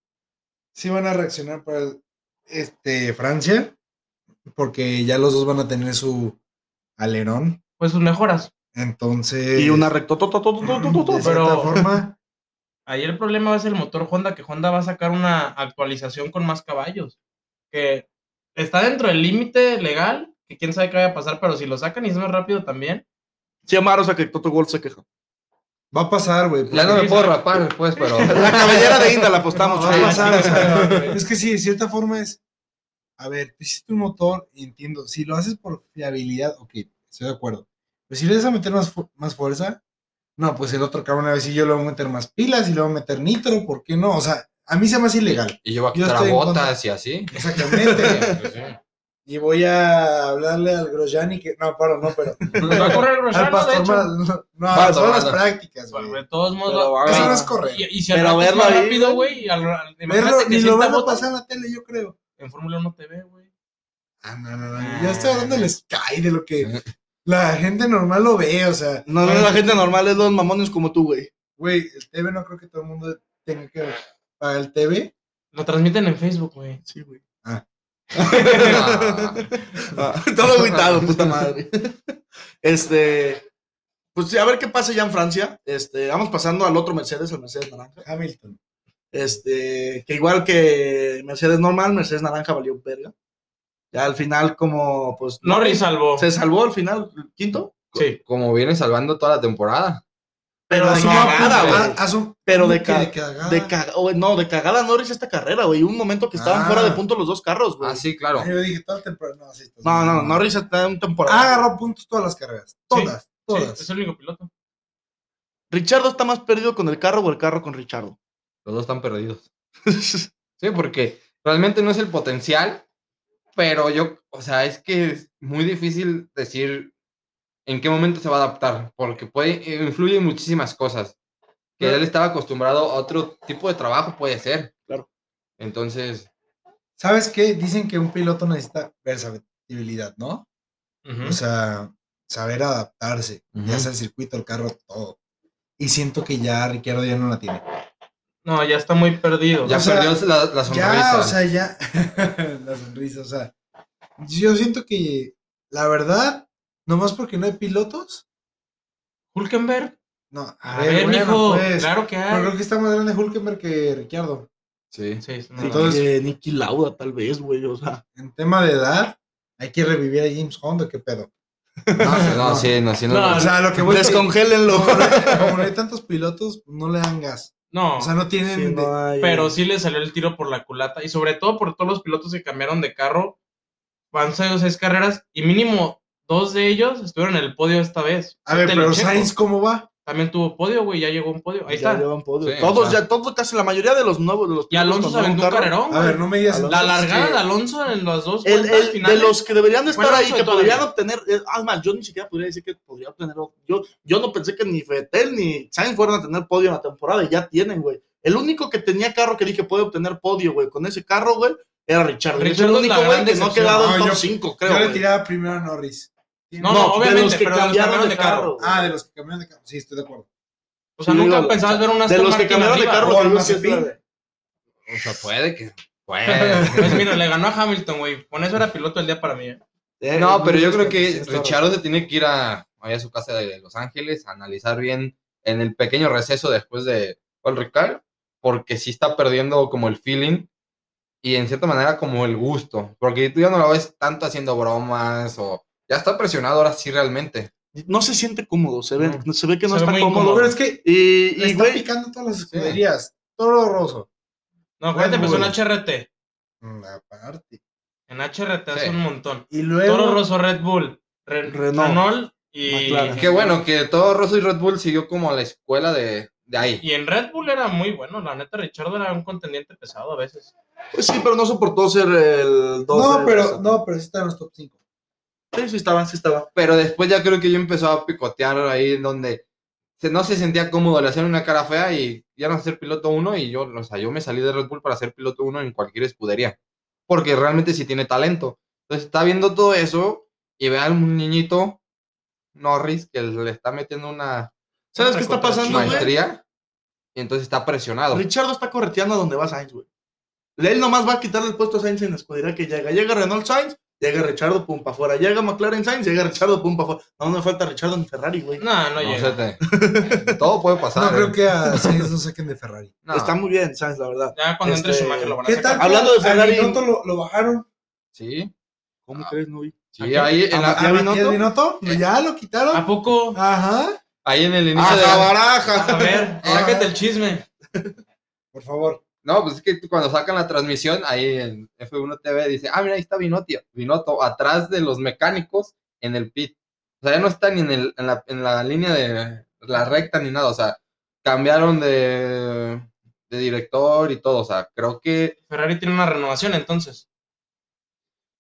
Speaker 5: sí van a reaccionar para el- este Francia, porque ya los dos van a tener su alerón.
Speaker 3: Pues sus mejoras.
Speaker 5: Entonces,
Speaker 2: Y una recto. to, to, to, to, to, to, to.
Speaker 5: de cierta
Speaker 3: pero-
Speaker 5: forma,
Speaker 3: Ahí el problema va a ser el motor Honda, que Honda va a sacar una actualización con más caballos. Que está dentro del límite legal, que quién sabe qué vaya a pasar, pero si lo sacan y es más rápido también.
Speaker 2: Sí, Amaro, o sea que Toto Wolff se queja.
Speaker 5: va a pasar, güey.
Speaker 4: Ya no me puedo rapar después, pero.
Speaker 2: La cabellera de Inda la apostamos.
Speaker 5: No, va a
Speaker 2: sí.
Speaker 5: pasar, o sea,
Speaker 3: sí.
Speaker 5: es que sí, de cierta forma es. A ver, te hiciste un motor, entiendo. Si lo haces por fiabilidad, ok, estoy de acuerdo. Pero si le vas a meter más, fu- más fuerza, no, pues el otro cabrón a decir yo le voy a meter más pilas y le voy a meter nitro, ¿por qué no? O sea, a mí se me hace ilegal.
Speaker 4: Y yo voy a
Speaker 5: Yo
Speaker 4: quitar
Speaker 5: estoy en
Speaker 4: botas y así.
Speaker 5: Exactamente. y voy a hablarle al Grosjani que. No, paro, no, pero.
Speaker 3: Va a correr el
Speaker 5: al
Speaker 3: Grosjeano, de
Speaker 5: pastor
Speaker 3: hecho.
Speaker 5: Mal- No,
Speaker 4: Pastor
Speaker 5: son las
Speaker 4: Mal-
Speaker 5: prácticas,
Speaker 3: Pues,
Speaker 5: güey.
Speaker 3: de todos modos,
Speaker 2: Pero
Speaker 3: va-
Speaker 2: va-
Speaker 5: Eso
Speaker 3: va-
Speaker 5: no es correcto.
Speaker 3: y, y si
Speaker 2: Pero
Speaker 3: pero
Speaker 2: verlo ahí,
Speaker 3: rápido, güey, al, al- imagínate
Speaker 5: Verlo,
Speaker 3: que
Speaker 5: ni lo
Speaker 3: sienta
Speaker 5: van a
Speaker 3: botas.
Speaker 5: pasar en la tele, yo creo.
Speaker 3: En Fórmula 1 TV, güey.
Speaker 5: Ah, no, no, no. Yo estoy hablando del Sky, de lo que la gente normal lo ve, o sea.
Speaker 2: No, no, la gente normal es los mamones como tú, güey.
Speaker 5: Güey, el TV no creo que todo el mundo tenga que pagar el TV.
Speaker 3: Lo transmiten en Facebook, güey.
Speaker 2: Sí, güey.
Speaker 4: Ah,
Speaker 2: todo agüitado, puta madre. Este, pues sí, a ver qué pasa ya en Francia. Este, vamos pasando al otro Mercedes, el Mercedes Naranja.
Speaker 5: Hamilton.
Speaker 2: Este, que igual que Mercedes normal, Mercedes Naranja valió verga. Ya al final, como pues.
Speaker 3: Norris salvó.
Speaker 2: Se salvó al final, quinto.
Speaker 3: Sí.
Speaker 4: Como viene salvando toda la temporada.
Speaker 2: Pero de
Speaker 3: no,
Speaker 2: cagada,
Speaker 3: no,
Speaker 2: güey.
Speaker 5: Ah, haz un-
Speaker 2: Pero de,
Speaker 5: que
Speaker 2: ca-
Speaker 5: cagada.
Speaker 2: de caga- oh, No, de cagada Norris esta carrera, güey. Un momento que estaban
Speaker 5: Ah.
Speaker 2: fuera de punto los dos carros, güey.
Speaker 4: Ah, sí, claro.
Speaker 5: Yo dije toda la temporada. No, sí, estás
Speaker 2: No, Ah, no,
Speaker 5: mamando.
Speaker 2: Norris está en temporada.
Speaker 5: Ha agarrado puntos todas las carreras. Todas,
Speaker 3: Sí,
Speaker 5: todas.
Speaker 3: es el único piloto.
Speaker 2: Richardo está más perdido con el carro o el carro con Richardo.
Speaker 4: Los dos están perdidos. Sí, porque realmente no es el potencial, pero yo, o sea, es que es muy difícil decir en qué momento se va a adaptar, porque puede, eh, influye en muchísimas cosas. Que él estaba acostumbrado a otro tipo de trabajo, puede ser.
Speaker 2: Claro.
Speaker 4: Entonces,
Speaker 5: ¿Sabes qué? Dicen que un piloto necesita versatilidad, ¿no? O sea, saber adaptarse,
Speaker 4: Ujú.
Speaker 5: ya sea el circuito, el carro, todo. Y siento que ya Ricciardo ya no la tiene.
Speaker 3: No, ya está muy perdido.
Speaker 4: ya
Speaker 5: o sea,
Speaker 4: perdió la, la sonrisa.
Speaker 5: Ya, o sea, ya. la sonrisa, o sea. Yo siento que, la verdad, nomás porque no hay pilotos.
Speaker 3: Hulkenberg.
Speaker 5: No,
Speaker 3: A, ver,
Speaker 5: bueno,
Speaker 3: mijo.
Speaker 5: pues,
Speaker 3: Claro que
Speaker 5: pero creo
Speaker 3: hay.
Speaker 5: que está más grande Hulkenberg que Ricciardo.
Speaker 4: sí.
Speaker 3: Sí, es una verdad.
Speaker 5: Sí, Entonces-
Speaker 2: Entonces, Nicky Lauda, tal vez, güey. O sea,
Speaker 5: En tema de edad, hay que revivir a James Honda, qué pedo.
Speaker 4: No, no, sí, no, sí, no,
Speaker 3: No,
Speaker 5: O sea, lo que voy es que como,
Speaker 2: descongélenlo.
Speaker 5: no hay- como no hay tantos pilotos, no le dan gas.
Speaker 3: no,
Speaker 5: O sea, eh, no tienen.
Speaker 2: Sí,
Speaker 5: de-
Speaker 2: no hay- eh,
Speaker 3: pero sí le salió el tiro por la culata. Y sobre todo por todos los pilotos que cambiaron de carro. Van seis o seis carreras. Y mínimo dos de ellos estuvieron en el podio esta vez.
Speaker 5: A ver,
Speaker 3: Vettel y
Speaker 5: pero
Speaker 3: Checo
Speaker 5: Sainz, ¿cómo va?
Speaker 3: También tuvo podio, güey. Ya llegó un podio. Ahí
Speaker 2: ya
Speaker 3: está.
Speaker 2: llevan podio.
Speaker 4: Sí,
Speaker 2: todos,
Speaker 4: o sea.
Speaker 2: ya, todos, casi la mayoría de los nuevos. De los
Speaker 3: Y Alonso
Speaker 2: pilotos
Speaker 3: se
Speaker 2: con
Speaker 3: aventó un
Speaker 2: nuevo
Speaker 3: carrón,
Speaker 5: A ver,
Speaker 3: güey.
Speaker 5: no me digas.
Speaker 2: Alonso
Speaker 3: La
Speaker 5: entonces
Speaker 3: largada
Speaker 5: Ah, que-
Speaker 3: de Alonso en las dos
Speaker 2: El,
Speaker 3: vueltas
Speaker 2: el- de
Speaker 3: finales.
Speaker 2: los que deberían de estar
Speaker 3: Bueno,
Speaker 2: ahí,
Speaker 3: sobre
Speaker 2: que
Speaker 3: todo
Speaker 2: podrían
Speaker 3: bien.
Speaker 2: obtener. eh, ah, es más, yo ni siquiera podría decir que podría obtener. Yo, yo no pensé que ni Fetel ni Sainz fueran a tener podio en la temporada y ya tienen, güey. El único que tenía carro que dije puede obtener podio, güey, con ese carro, güey, era Richard. Es el
Speaker 3: Richardo es la
Speaker 2: único, güey,
Speaker 3: gran
Speaker 2: que no ha
Speaker 3: decepción.
Speaker 2: quedado en
Speaker 5: No,
Speaker 2: top
Speaker 5: yo-
Speaker 2: 5, creo.
Speaker 5: Yo le
Speaker 2: güey.
Speaker 5: tiraba primero a Norris.
Speaker 3: No, no, obviamente, pero de los que cambiaron de carro.
Speaker 2: güey.
Speaker 5: Ah, de los que cambiaron de carro. Sí, estoy de acuerdo.
Speaker 3: O sea,
Speaker 2: Sí,
Speaker 3: nunca
Speaker 2: digo,
Speaker 3: pensabas ver una
Speaker 2: de
Speaker 3: Aston
Speaker 2: los que
Speaker 3: Martin
Speaker 2: cambiaron de
Speaker 3: arriba.
Speaker 2: carro,
Speaker 5: o al
Speaker 2: digo, sí es
Speaker 5: Mazepin.
Speaker 2: verde.
Speaker 4: O sea, puede que.
Speaker 3: Pues
Speaker 4: Puede.
Speaker 3: mira, le ganó a Hamilton, güey. Con eso era piloto el día para mí. eh.
Speaker 2: Eh,
Speaker 4: No, pero yo creo
Speaker 2: sí,
Speaker 4: que
Speaker 2: está raro.
Speaker 4: Richardo se tiene que ir a, ahí a su casa de Los Ángeles a analizar bien en el pequeño receso después de Paul Ricard, porque sí está perdiendo como el feeling y en cierta manera como el gusto, porque tú ya no lo ves tanto haciendo bromas o ya está presionado ahora sí realmente.
Speaker 2: No se siente cómodo, se ve,
Speaker 4: No.
Speaker 2: se ve que no
Speaker 3: Se ve
Speaker 2: está
Speaker 3: muy
Speaker 2: cómodo.
Speaker 3: incómodo.
Speaker 5: Pero es que
Speaker 2: Y,
Speaker 5: le
Speaker 2: y
Speaker 5: está
Speaker 2: güey,
Speaker 5: picando todas las escuderías. Todo roso.
Speaker 3: No, acuérdate, empezó en
Speaker 5: Bull.
Speaker 3: HRT.
Speaker 5: Mm, Aparte.
Speaker 3: En HRT hace
Speaker 4: Sí.
Speaker 3: un montón.
Speaker 5: Y luego.
Speaker 3: Toro Rosso, Red Bull, Re-
Speaker 2: Renault.
Speaker 3: Renault, y...
Speaker 2: McLaren.
Speaker 4: Qué bueno que todo Rosso y Red Bull siguió como la escuela de, de ahí.
Speaker 3: Y en Red Bull era muy bueno. La neta, Richardo era un contendiente pesado a veces.
Speaker 2: pues sí, pero no soportó ser el 2.
Speaker 5: no, pero, no, pero sí está en los top 5.
Speaker 2: Sí, sí estaba, sí estaba.
Speaker 4: Pero después ya creo que yo empezó a picotear ahí donde se- no se sentía cómodo, le hacían una cara fea y ya no ser piloto uno y yo, o sea, yo me salí de Red Bull para ser piloto uno en cualquier escudería. Porque realmente sí tiene talento. Entonces está viendo todo eso y ve a un niñito Norris que le está metiendo una
Speaker 2: ¿Sabes qué está
Speaker 3: Contra
Speaker 2: pasando,
Speaker 3: China.
Speaker 2: güey?
Speaker 4: maestría y entonces está presionado.
Speaker 2: Richardo está correteando a donde va Sainz, güey. Él nomás va a quitarle el puesto a Sainz en la escudería que llega. Llega Renault Sainz, llega Richardo, pum, pa' afuera. Llega McLaren Sainz, llega Richardo, pum, pa' afuera. No, no falta Richardo ni Ferrari, güey.
Speaker 3: No, no,
Speaker 4: No,
Speaker 3: llega.
Speaker 4: o sea, te- todo puede pasar.
Speaker 5: No creo
Speaker 4: ¿eh?
Speaker 5: que a Sainz lo saquen de Ferrari.
Speaker 4: No,
Speaker 2: Está muy bien, Sainz, la verdad.
Speaker 3: Ya cuando entre
Speaker 2: Este,
Speaker 3: Schumacher lo van a
Speaker 5: ¿Qué
Speaker 3: sacar.
Speaker 5: tal? que
Speaker 2: Hablando de
Speaker 5: a
Speaker 2: Ferrari-
Speaker 5: Binotto lo, lo bajaron.
Speaker 4: Sí,
Speaker 2: ¿Cómo crees, no vi?
Speaker 4: sí, ahí en, la-
Speaker 5: ¿A, a
Speaker 2: Binotto?
Speaker 5: Matías Binotto? ¿Ya lo quitaron?
Speaker 3: ¿A poco?
Speaker 5: Ajá.
Speaker 4: ahí en el inicio de la-
Speaker 2: ¡Ajá,
Speaker 3: A
Speaker 2: baraja!
Speaker 3: ver,
Speaker 5: Ah.
Speaker 3: sácate el chisme.
Speaker 5: Por favor.
Speaker 4: No, pues es que tú cuando sacan la transmisión, ahí en F1 TV dice, ah, mira, ahí está Binotto, Binotto atrás de los mecánicos en el pit. O sea, ya no está ni en, el- en la, en la línea de la recta ni nada. O sea, cambiaron de, de director y todo. O sea, creo que,
Speaker 3: Ferrari tiene una renovación, entonces.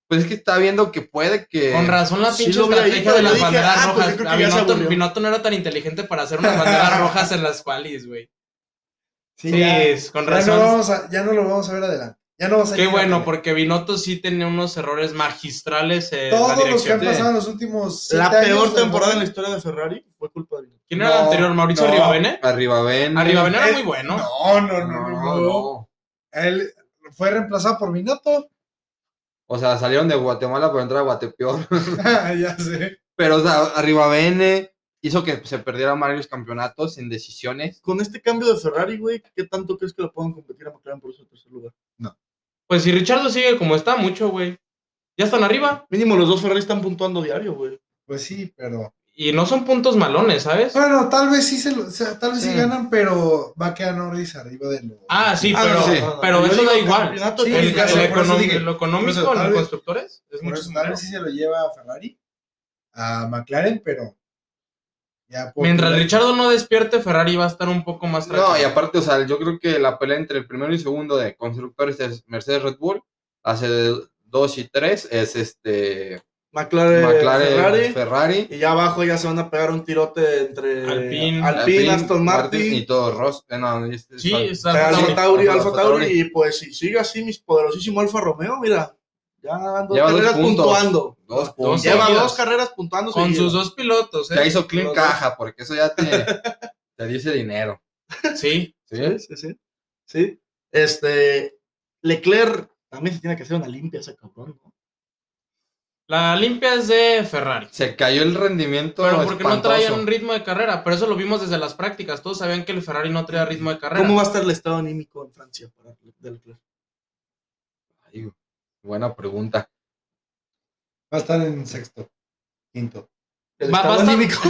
Speaker 4: pues es que está viendo que puede que...
Speaker 3: Con razón la
Speaker 2: sí
Speaker 3: pinche
Speaker 2: lo vi ahí,
Speaker 3: estrategia
Speaker 2: pero
Speaker 3: de las
Speaker 2: yo dije,
Speaker 3: banderas
Speaker 2: ah, pues yo
Speaker 3: rojas.
Speaker 2: creo
Speaker 3: A
Speaker 2: que ya se
Speaker 3: Binotto,
Speaker 2: aburrió.
Speaker 3: Binotto no era tan inteligente para hacer unas banderas rojas en las cuales, güey.
Speaker 5: Sí,
Speaker 3: Sí,
Speaker 5: ya.
Speaker 3: es- con
Speaker 5: Ya
Speaker 3: razón.
Speaker 5: no, vamos a- ya no lo vamos a ver adelante. Ya no vas a
Speaker 3: Qué
Speaker 5: llegar a
Speaker 3: bueno,
Speaker 5: ver.
Speaker 3: porque Binotto sí tenía unos errores magistrales en la
Speaker 5: Todos los que
Speaker 3: dirección.
Speaker 5: han pasado en los últimos.
Speaker 2: La
Speaker 5: siete años
Speaker 2: peor
Speaker 5: de
Speaker 2: temporada en la
Speaker 5: Ferrari-
Speaker 2: historia de Ferrari fue culpa de
Speaker 3: ¿Quién era el
Speaker 4: No,
Speaker 3: anterior? ¿Mauricio
Speaker 4: no,
Speaker 3: Arribavene?
Speaker 4: Arribavene.
Speaker 3: Arribavene era
Speaker 5: Eh,
Speaker 3: muy bueno.
Speaker 5: No, no,
Speaker 4: No,
Speaker 5: no, no.
Speaker 4: no, no.
Speaker 5: Él fue reemplazado por Binotto.
Speaker 4: O sea, salieron de Guatemala por entrar a Guatepeor.
Speaker 5: ya sé.
Speaker 4: Pero, o sea, Arribavene hizo que se perdieran varios campeonatos en decisiones.
Speaker 2: Con este cambio de Ferrari, güey, ¿qué tanto crees que lo puedan competir a McLaren por ese tercer lugar?
Speaker 3: Pues si Richardo sigue como está, mucho, güey. Ya están arriba.
Speaker 2: Mínimo los dos Ferrari están puntuando diario, güey.
Speaker 5: Pues sí, pero.
Speaker 3: Y no son puntos malones, ¿sabes?
Speaker 5: Bueno, tal vez sí se lo- o sea, tal vez sí.
Speaker 4: Sí.
Speaker 5: ganan, pero va a quedar Norris arriba de los.
Speaker 3: Ah, sí,
Speaker 2: Ah,
Speaker 3: pero,
Speaker 4: sí.
Speaker 3: pero
Speaker 2: Yo
Speaker 3: eso
Speaker 2: digo
Speaker 3: da igual.
Speaker 2: campeonato,
Speaker 5: Sí,
Speaker 2: yo
Speaker 3: El-
Speaker 2: digo
Speaker 5: ya sé,
Speaker 3: el
Speaker 5: por eso
Speaker 3: econom-
Speaker 5: dije.
Speaker 3: lo económico
Speaker 5: Por eso,
Speaker 3: en
Speaker 5: tal
Speaker 3: los
Speaker 5: vez-
Speaker 3: constructores es
Speaker 5: Por
Speaker 3: mucho
Speaker 5: eso tal
Speaker 3: dinero.
Speaker 5: vez sí se lo lleva a Ferrari, a McLaren, pero. Ya por-
Speaker 3: Mientras Richardo no despierte, Ferrari va a estar un poco más tranquilo.
Speaker 4: No, y aparte, o sea, yo creo que la pelea entre el primero y segundo de constructores es Mercedes Red Bull, hace dos y tres es este
Speaker 2: McLaren,
Speaker 4: McLaren
Speaker 2: Ferrari.
Speaker 4: Ferrari,
Speaker 2: Y ya abajo ya se van a pegar un tirote entre
Speaker 3: Alpine.
Speaker 4: Alpine,
Speaker 2: Aston
Speaker 4: y
Speaker 2: Martin,
Speaker 4: todo Ross. eh, no, este-
Speaker 3: Sí,
Speaker 4: Sol-
Speaker 3: está-
Speaker 2: Alfa
Speaker 3: Alfa
Speaker 2: Tauri,
Speaker 4: Alfa
Speaker 2: Alfa Tauri.
Speaker 4: Tauri.
Speaker 2: Y pues si sigue así, mis poderosísimo Alfa Romeo, mira, ya van dos
Speaker 4: Lleva dos
Speaker 2: carreras
Speaker 4: puntos.
Speaker 2: puntuando.
Speaker 4: Dos puntos.
Speaker 2: Lleva
Speaker 3: seguidas.
Speaker 2: dos carreras puntuando.
Speaker 3: Con
Speaker 2: seguidas.
Speaker 3: sus dos pilotos,
Speaker 4: Ya
Speaker 3: ¿eh?
Speaker 4: hizo clean
Speaker 2: Los dos.
Speaker 4: caja, porque eso ya te, te dice dinero.
Speaker 3: Sí.
Speaker 4: ¿sí?
Speaker 2: Sí, sí, sí. Este, Leclerc también se tiene que hacer una limpia ese cabrón, ¿no?
Speaker 3: La limpia es de Ferrari.
Speaker 4: Se cayó el rendimiento.
Speaker 3: Pero porque no traían
Speaker 4: espantoso.
Speaker 3: un ritmo de carrera. Pero eso lo vimos desde las prácticas. Todos sabían que el Ferrari no traía ritmo de carrera.
Speaker 2: ¿Cómo va a estar el estado anímico en Francia para Le- de Leclerc?
Speaker 4: Ay, buena pregunta.
Speaker 5: Va a estar en sexto, quinto.
Speaker 2: El
Speaker 3: Va-
Speaker 2: estado
Speaker 3: va a estar-
Speaker 2: anímico.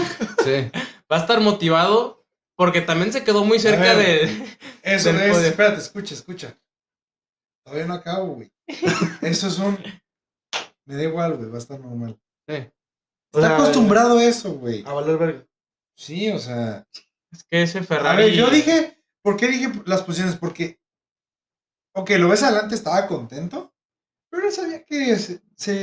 Speaker 4: Sí.
Speaker 3: va a estar motivado porque también se quedó muy cerca
Speaker 5: A ver.
Speaker 3: de...
Speaker 5: Eso
Speaker 3: Del
Speaker 5: es.
Speaker 3: podio.
Speaker 5: Espérate, escucha, escucha. Todavía no acabo, güey. Eso es un. Me da igual, güey, va a estar normal.
Speaker 4: sí.
Speaker 2: O
Speaker 5: Está
Speaker 2: sea,
Speaker 5: acostumbrado a eso, güey.
Speaker 2: A valer verga.
Speaker 5: Sí, o sea.
Speaker 3: Es que ese
Speaker 5: A
Speaker 3: Ferrari...
Speaker 5: ver, yo dije, ¿por qué dije las posiciones? Porque, ok, lo ves adelante, estaba contento, pero él sabía que se, se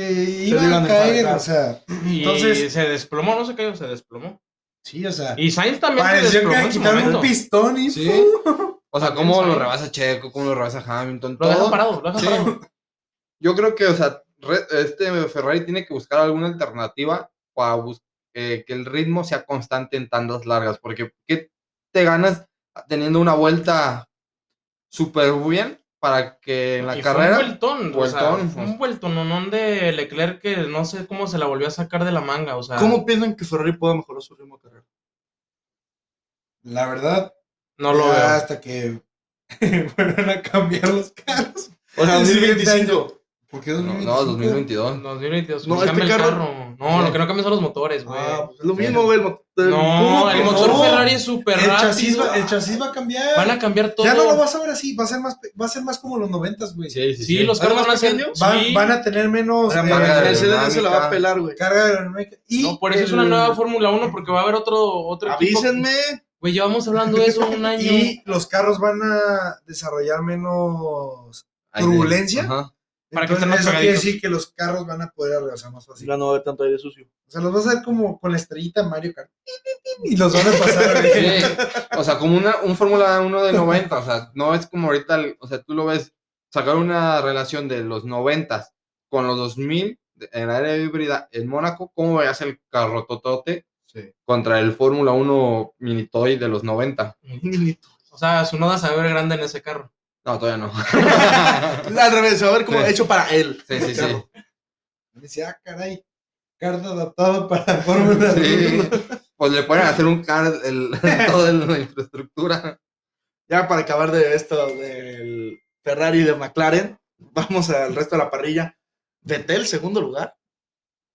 Speaker 5: iba
Speaker 2: iban
Speaker 5: a
Speaker 2: a
Speaker 5: caer,
Speaker 2: enfadar.
Speaker 5: o sea,
Speaker 3: Y
Speaker 5: entonces,
Speaker 3: se desplomó, no se cayó, se desplomó.
Speaker 5: sí, o sea,
Speaker 3: Y Sainz también se
Speaker 5: pareció
Speaker 3: desplomó
Speaker 5: que le
Speaker 3: en su
Speaker 5: quitaron
Speaker 3: momento.
Speaker 5: un pistón y
Speaker 4: Sí.
Speaker 5: ¡pum!
Speaker 4: O sea,
Speaker 3: También
Speaker 4: ¿cómo
Speaker 3: Ah,
Speaker 4: lo
Speaker 3: sabe.
Speaker 4: rebasa Checo? ¿Cómo lo rebasa Hamilton?
Speaker 3: Lo
Speaker 4: Todo.
Speaker 3: dejan parado, lo dejan
Speaker 4: Sí.
Speaker 3: parado.
Speaker 4: Yo creo que, o sea, re- este Ferrari tiene que buscar alguna alternativa para bus- eh, que el ritmo sea constante en tandas largas, porque ¿qué te ganas teniendo una vuelta súper bien para que en la
Speaker 3: Y fue
Speaker 4: carrera.
Speaker 3: Un vueltón, o sea,
Speaker 4: vueltón, pues.
Speaker 3: fue
Speaker 4: o
Speaker 3: un
Speaker 4: sea.
Speaker 3: vueltononón de Leclerc que no sé cómo se la volvió a sacar de la manga, o sea.
Speaker 2: ¿Cómo piensan que Ferrari pueda mejorar su ritmo de carrera?
Speaker 5: La verdad,
Speaker 3: No lo
Speaker 5: ya
Speaker 3: veo.
Speaker 5: hasta que vuelvan a cambiar los carros.
Speaker 2: O sea,
Speaker 5: El siguiente
Speaker 2: 2025.
Speaker 5: ¿Por qué
Speaker 4: No, no, 2022.
Speaker 3: 2022,
Speaker 2: No,
Speaker 3: que cambie
Speaker 2: este
Speaker 3: el
Speaker 2: carro-
Speaker 3: carro. No, lo que no cambian son los motores, güey.
Speaker 2: Ah, pues es lo mismo, güey. el motor- ¿cómo
Speaker 3: no,
Speaker 2: que
Speaker 3: el motor
Speaker 2: no?
Speaker 3: Ferrari es súper
Speaker 5: El chasis,
Speaker 3: rápido.
Speaker 5: va, el chasis va a cambiar.
Speaker 3: Van a cambiar todo.
Speaker 5: Ya no lo vas a ver así. Va a ser más, pe- va a ser más como los noventas, güey.
Speaker 3: Sí, los carros
Speaker 5: ¿Algo
Speaker 3: van a
Speaker 5: más
Speaker 3: ser.
Speaker 5: pequeño? Van,
Speaker 3: Sí,
Speaker 5: van a tener menos
Speaker 2: La
Speaker 5: eh,
Speaker 2: marca de
Speaker 5: carga
Speaker 2: Mercedes no se la va a
Speaker 4: aerodinámica.
Speaker 2: pelar, güey.
Speaker 5: aerodinámica. Y
Speaker 3: no, por eso es
Speaker 5: el-
Speaker 3: una nueva Fórmula 1, porque va a haber otro, otro equipo.
Speaker 2: Avísenme.
Speaker 3: Güey, llevamos hablando de eso un año.
Speaker 5: Y los carros van a desarrollar menos.
Speaker 4: Ahí de-
Speaker 5: turbulencia.
Speaker 4: Ajá.
Speaker 3: Para que estén
Speaker 5: Entonces,
Speaker 3: más
Speaker 5: eso quiere
Speaker 3: pegaditos.
Speaker 5: decir que los carros van a poder regresar más fácil.
Speaker 2: Ya no va a haber tanto aire sucio.
Speaker 5: O sea, los vas a ver como con la estrellita Mario Kart. Y los van a pasar. güey.
Speaker 4: Sí, o sea, como una, un Fórmula 1 de 90, o sea, no es como ahorita, el- o sea, tú lo ves, sacar una relación de los 90 con los 2000 de- en la era híbrida en Mónaco, ¿cómo veías el carro totote
Speaker 5: Sí.
Speaker 4: contra el Fórmula 1 Minitoy de los 90?
Speaker 3: O sea, su noda se va a ver grande en ese carro.
Speaker 4: No, todavía no.
Speaker 2: Al revés, a ver cómo
Speaker 4: Sí.
Speaker 2: hecho para él.
Speaker 4: Sí, sí, sí.
Speaker 2: Carro.
Speaker 5: Dice, ah, caray. Carta adaptada para Fórmula
Speaker 4: Sí,
Speaker 5: 1.
Speaker 4: Pues le pueden hacer un car el, toda la infraestructura.
Speaker 2: Ya para acabar de esto del Ferrari de McLaren, vamos al resto de la parrilla. Vettel, segundo lugar.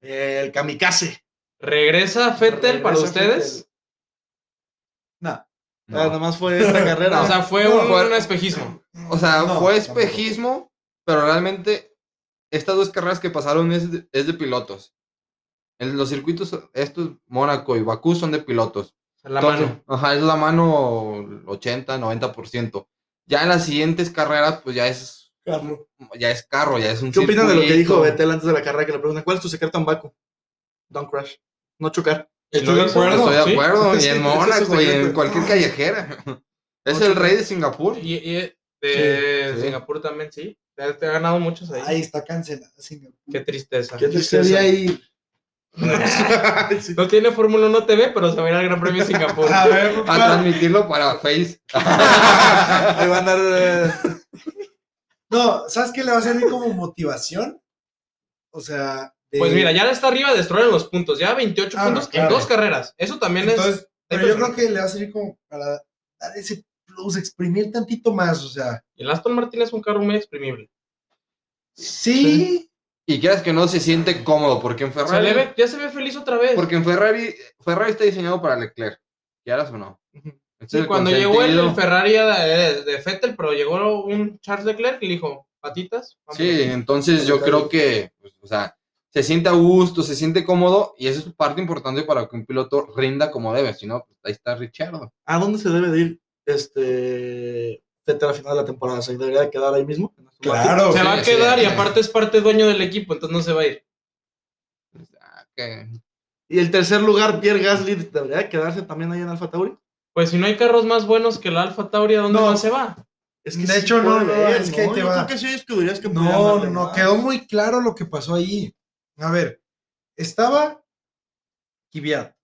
Speaker 2: El kamikaze.
Speaker 3: ¿Regresa Fettel para
Speaker 2: Regresa
Speaker 3: ustedes?
Speaker 5: No.
Speaker 2: Ah, Nada más fue esta carrera.
Speaker 3: O sea, fue
Speaker 5: No,
Speaker 3: un,
Speaker 4: fue-
Speaker 3: un espejismo.
Speaker 4: O sea,
Speaker 5: No,
Speaker 4: fue
Speaker 5: tampoco.
Speaker 4: espejismo, pero realmente estas dos carreras que pasaron es de, es de pilotos. En los circuitos, estos, Mónaco y Bakú, son de pilotos.
Speaker 3: La
Speaker 4: Entonces,
Speaker 3: mano.
Speaker 4: Ajá, es la mano 80, 90%. Ya en las siguientes carreras, pues ya es,
Speaker 5: Carlos.
Speaker 4: ya es carro, ya es un
Speaker 2: ¿Qué opinan de lo que
Speaker 4: circuito.
Speaker 2: dijo Vettel antes de la carrera que le preguntan cuál es tu secreto en Baku? Don't crash. No chocar.
Speaker 3: Estoy de acuerdo.
Speaker 4: Estoy de
Speaker 3: sí.
Speaker 4: acuerdo, y en
Speaker 2: Sí,
Speaker 4: Mónaco
Speaker 2: ese
Speaker 4: y
Speaker 2: es
Speaker 4: en
Speaker 2: secreto.
Speaker 4: cualquier callejera. Es el rey de Singapur.
Speaker 3: Y, y eh, de
Speaker 4: Sí, sí.
Speaker 3: Singapur también, sí. Te, te ha ganado muchos ahí.
Speaker 5: Ahí está cancelada. Singapur.
Speaker 3: Qué tristeza.
Speaker 2: Qué
Speaker 5: Yo quería ir.
Speaker 2: Sí.
Speaker 3: No tiene Fórmula 1 TV, pero se va a ir al Gran Premio de Singapur.
Speaker 5: A ver,
Speaker 4: A
Speaker 5: claro.
Speaker 4: transmitirlo para Face.
Speaker 2: Ahí va a andar. eh,
Speaker 5: No, ¿sabes qué le va a servir como motivación? O sea, de-
Speaker 3: Pues mira, ya está arriba, destruyeron los puntos. Ya 28
Speaker 5: Ah,
Speaker 3: puntos
Speaker 5: no, claro.
Speaker 3: en dos carreras. Eso también es.
Speaker 5: entonces, pero yo
Speaker 3: personas.
Speaker 5: creo que le va a servir como para dar ese plus, exprimir tantito más, o sea,
Speaker 3: El Aston Martin es un carro muy exprimible.
Speaker 5: sí,
Speaker 4: Y quieras que no se siente cómodo, porque en
Speaker 3: Se
Speaker 4: Ferrari.
Speaker 3: le ve- ya se ve feliz otra vez.
Speaker 4: Porque en Ferrari, Ferrari está diseñado para Leclerc. ¿Quieras o no?
Speaker 3: Ujú.
Speaker 4: Este
Speaker 3: Sí,
Speaker 4: es el
Speaker 3: cuando llegó el,
Speaker 4: consentido.
Speaker 3: el Ferrari de, de, de Vettel, pero llegó un Charles Leclerc y le dijo, patitas. vámonos".
Speaker 4: Sí, entonces yo creo que, pues, o sea, se siente a gusto, se siente cómodo y esa es parte importante para que un piloto rinda como debe. Si no, pues, ahí está Richardo.
Speaker 2: ¿A dónde se debe de ir este Vettel a final de la temporada? ¿Se debería de quedar ahí mismo?
Speaker 5: claro,
Speaker 3: Se va a
Speaker 4: sí,
Speaker 3: quedar
Speaker 4: sí.
Speaker 3: y aparte es parte dueño del equipo, entonces no se va a ir.
Speaker 2: Y el tercer lugar, Pierre Gasly, debería de quedarse también ahí en Alfa Tauri.
Speaker 3: Pues si no hay carros más buenos que la Alfa Tauri, ¿a dónde
Speaker 5: No.
Speaker 3: más se va?
Speaker 2: Es
Speaker 5: De hecho, no,
Speaker 2: puede
Speaker 5: no,
Speaker 2: ver,
Speaker 5: es que ahí te
Speaker 2: Yo
Speaker 5: va.
Speaker 2: creo que sí hay escuderías que podrían
Speaker 5: no,
Speaker 2: darle
Speaker 5: no,
Speaker 2: más.
Speaker 5: quedó muy claro lo que pasó ahí. A ver, estaba Kvyat,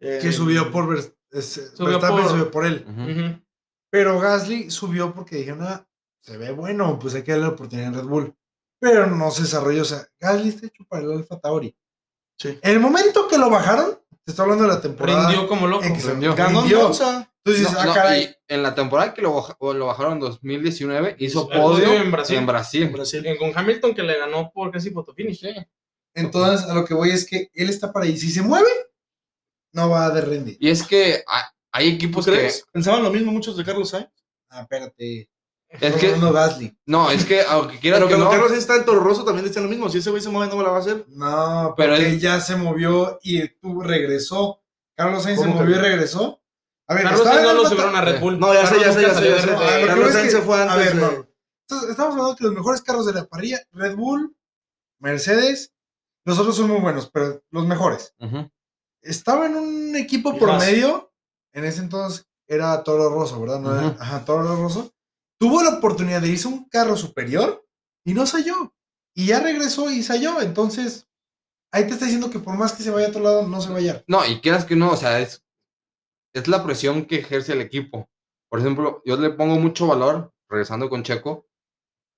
Speaker 2: Eh,
Speaker 5: que subió por Vers- es- eh,
Speaker 3: Subió
Speaker 5: Verstappen
Speaker 3: por-
Speaker 5: subió por él,
Speaker 4: Ujú.
Speaker 3: Ujú.
Speaker 5: pero Gasly subió porque dijeron, ah, se ve bueno, pues hay que darle la oportunidad en Red Bull, pero no se desarrolló, o sea, Gasly está hecho para el Alfa Tauri.
Speaker 2: Sí.
Speaker 5: En el momento que lo bajaron, te está hablando de la
Speaker 2: Ah,
Speaker 5: temporada.
Speaker 3: Rindió como loco.
Speaker 5: en que se
Speaker 4: Rindió.
Speaker 2: Ganó en
Speaker 5: rindió.
Speaker 2: Monza.
Speaker 5: Entonces,
Speaker 4: No,
Speaker 5: dices, ah,
Speaker 4: no,
Speaker 5: caray,
Speaker 4: y en la temporada que lo, baja- o lo bajaron en 2019, hizo
Speaker 3: El podio
Speaker 4: podio
Speaker 3: en Brasil.
Speaker 4: En
Speaker 2: En
Speaker 4: Brasil.
Speaker 2: Brasil.
Speaker 3: En- Con Hamilton que le ganó por casi fotofinish.
Speaker 5: Entonces, a lo que voy es que él está para ahí. Si se mueve, no va a de rendir.
Speaker 4: Y es que ha- hay equipos
Speaker 2: ¿Pues
Speaker 4: que.
Speaker 2: crees? Pensaban lo mismo muchos de Carlos Sainz.
Speaker 5: Ah, espérate.
Speaker 4: Es que,
Speaker 5: No, Gasly.
Speaker 4: no, es que aunque quieras
Speaker 2: Pero
Speaker 4: que
Speaker 2: cuando
Speaker 4: no,
Speaker 2: Carlos Sainz está en Toro Rosso también decían lo mismo. Si ese güey se mueve, no me la va a hacer.
Speaker 5: No,
Speaker 4: Pero
Speaker 5: porque
Speaker 4: él-
Speaker 5: ya se movió y tú regresó. Carlos Sainz se
Speaker 2: ¿Cómo
Speaker 5: movió y
Speaker 2: que?
Speaker 5: regresó. A ver,
Speaker 3: Carlos
Speaker 5: estaba
Speaker 3: Sainz
Speaker 5: en
Speaker 3: no lo
Speaker 5: Alfa-
Speaker 3: subieron a Red Bull.
Speaker 2: No, ya sé, ya
Speaker 3: Carlos
Speaker 2: sé,
Speaker 3: nunca
Speaker 2: ya sé,
Speaker 3: salió
Speaker 2: ya
Speaker 3: de
Speaker 2: sé.
Speaker 3: Red Bull.
Speaker 5: Ah, lo que
Speaker 2: Carlos
Speaker 5: es
Speaker 2: Sainz
Speaker 5: que-
Speaker 2: se fue
Speaker 5: a
Speaker 2: antes.
Speaker 5: ver,
Speaker 2: de-
Speaker 5: no. Entonces, estamos hablando que los mejores carros de la parrilla, Red Bull, Mercedes, los otros son muy buenos, pero los mejores.
Speaker 4: Ujú.
Speaker 5: estaba en un equipo
Speaker 2: Y
Speaker 5: promedio. En ese entonces era Toro Rosso, ¿verdad? No era-
Speaker 4: Ujú.
Speaker 5: ajá, Toro Rosso. Tuvo la oportunidad de irse a un carro superior y no salió. Y ya regresó y salió. Entonces, ahí te está diciendo que por más que se vaya a otro lado, no se vaya.
Speaker 4: no, y quieras que no, o sea, es es la presión que ejerce el equipo. Por ejemplo, yo le pongo mucho valor, regresando con Checo,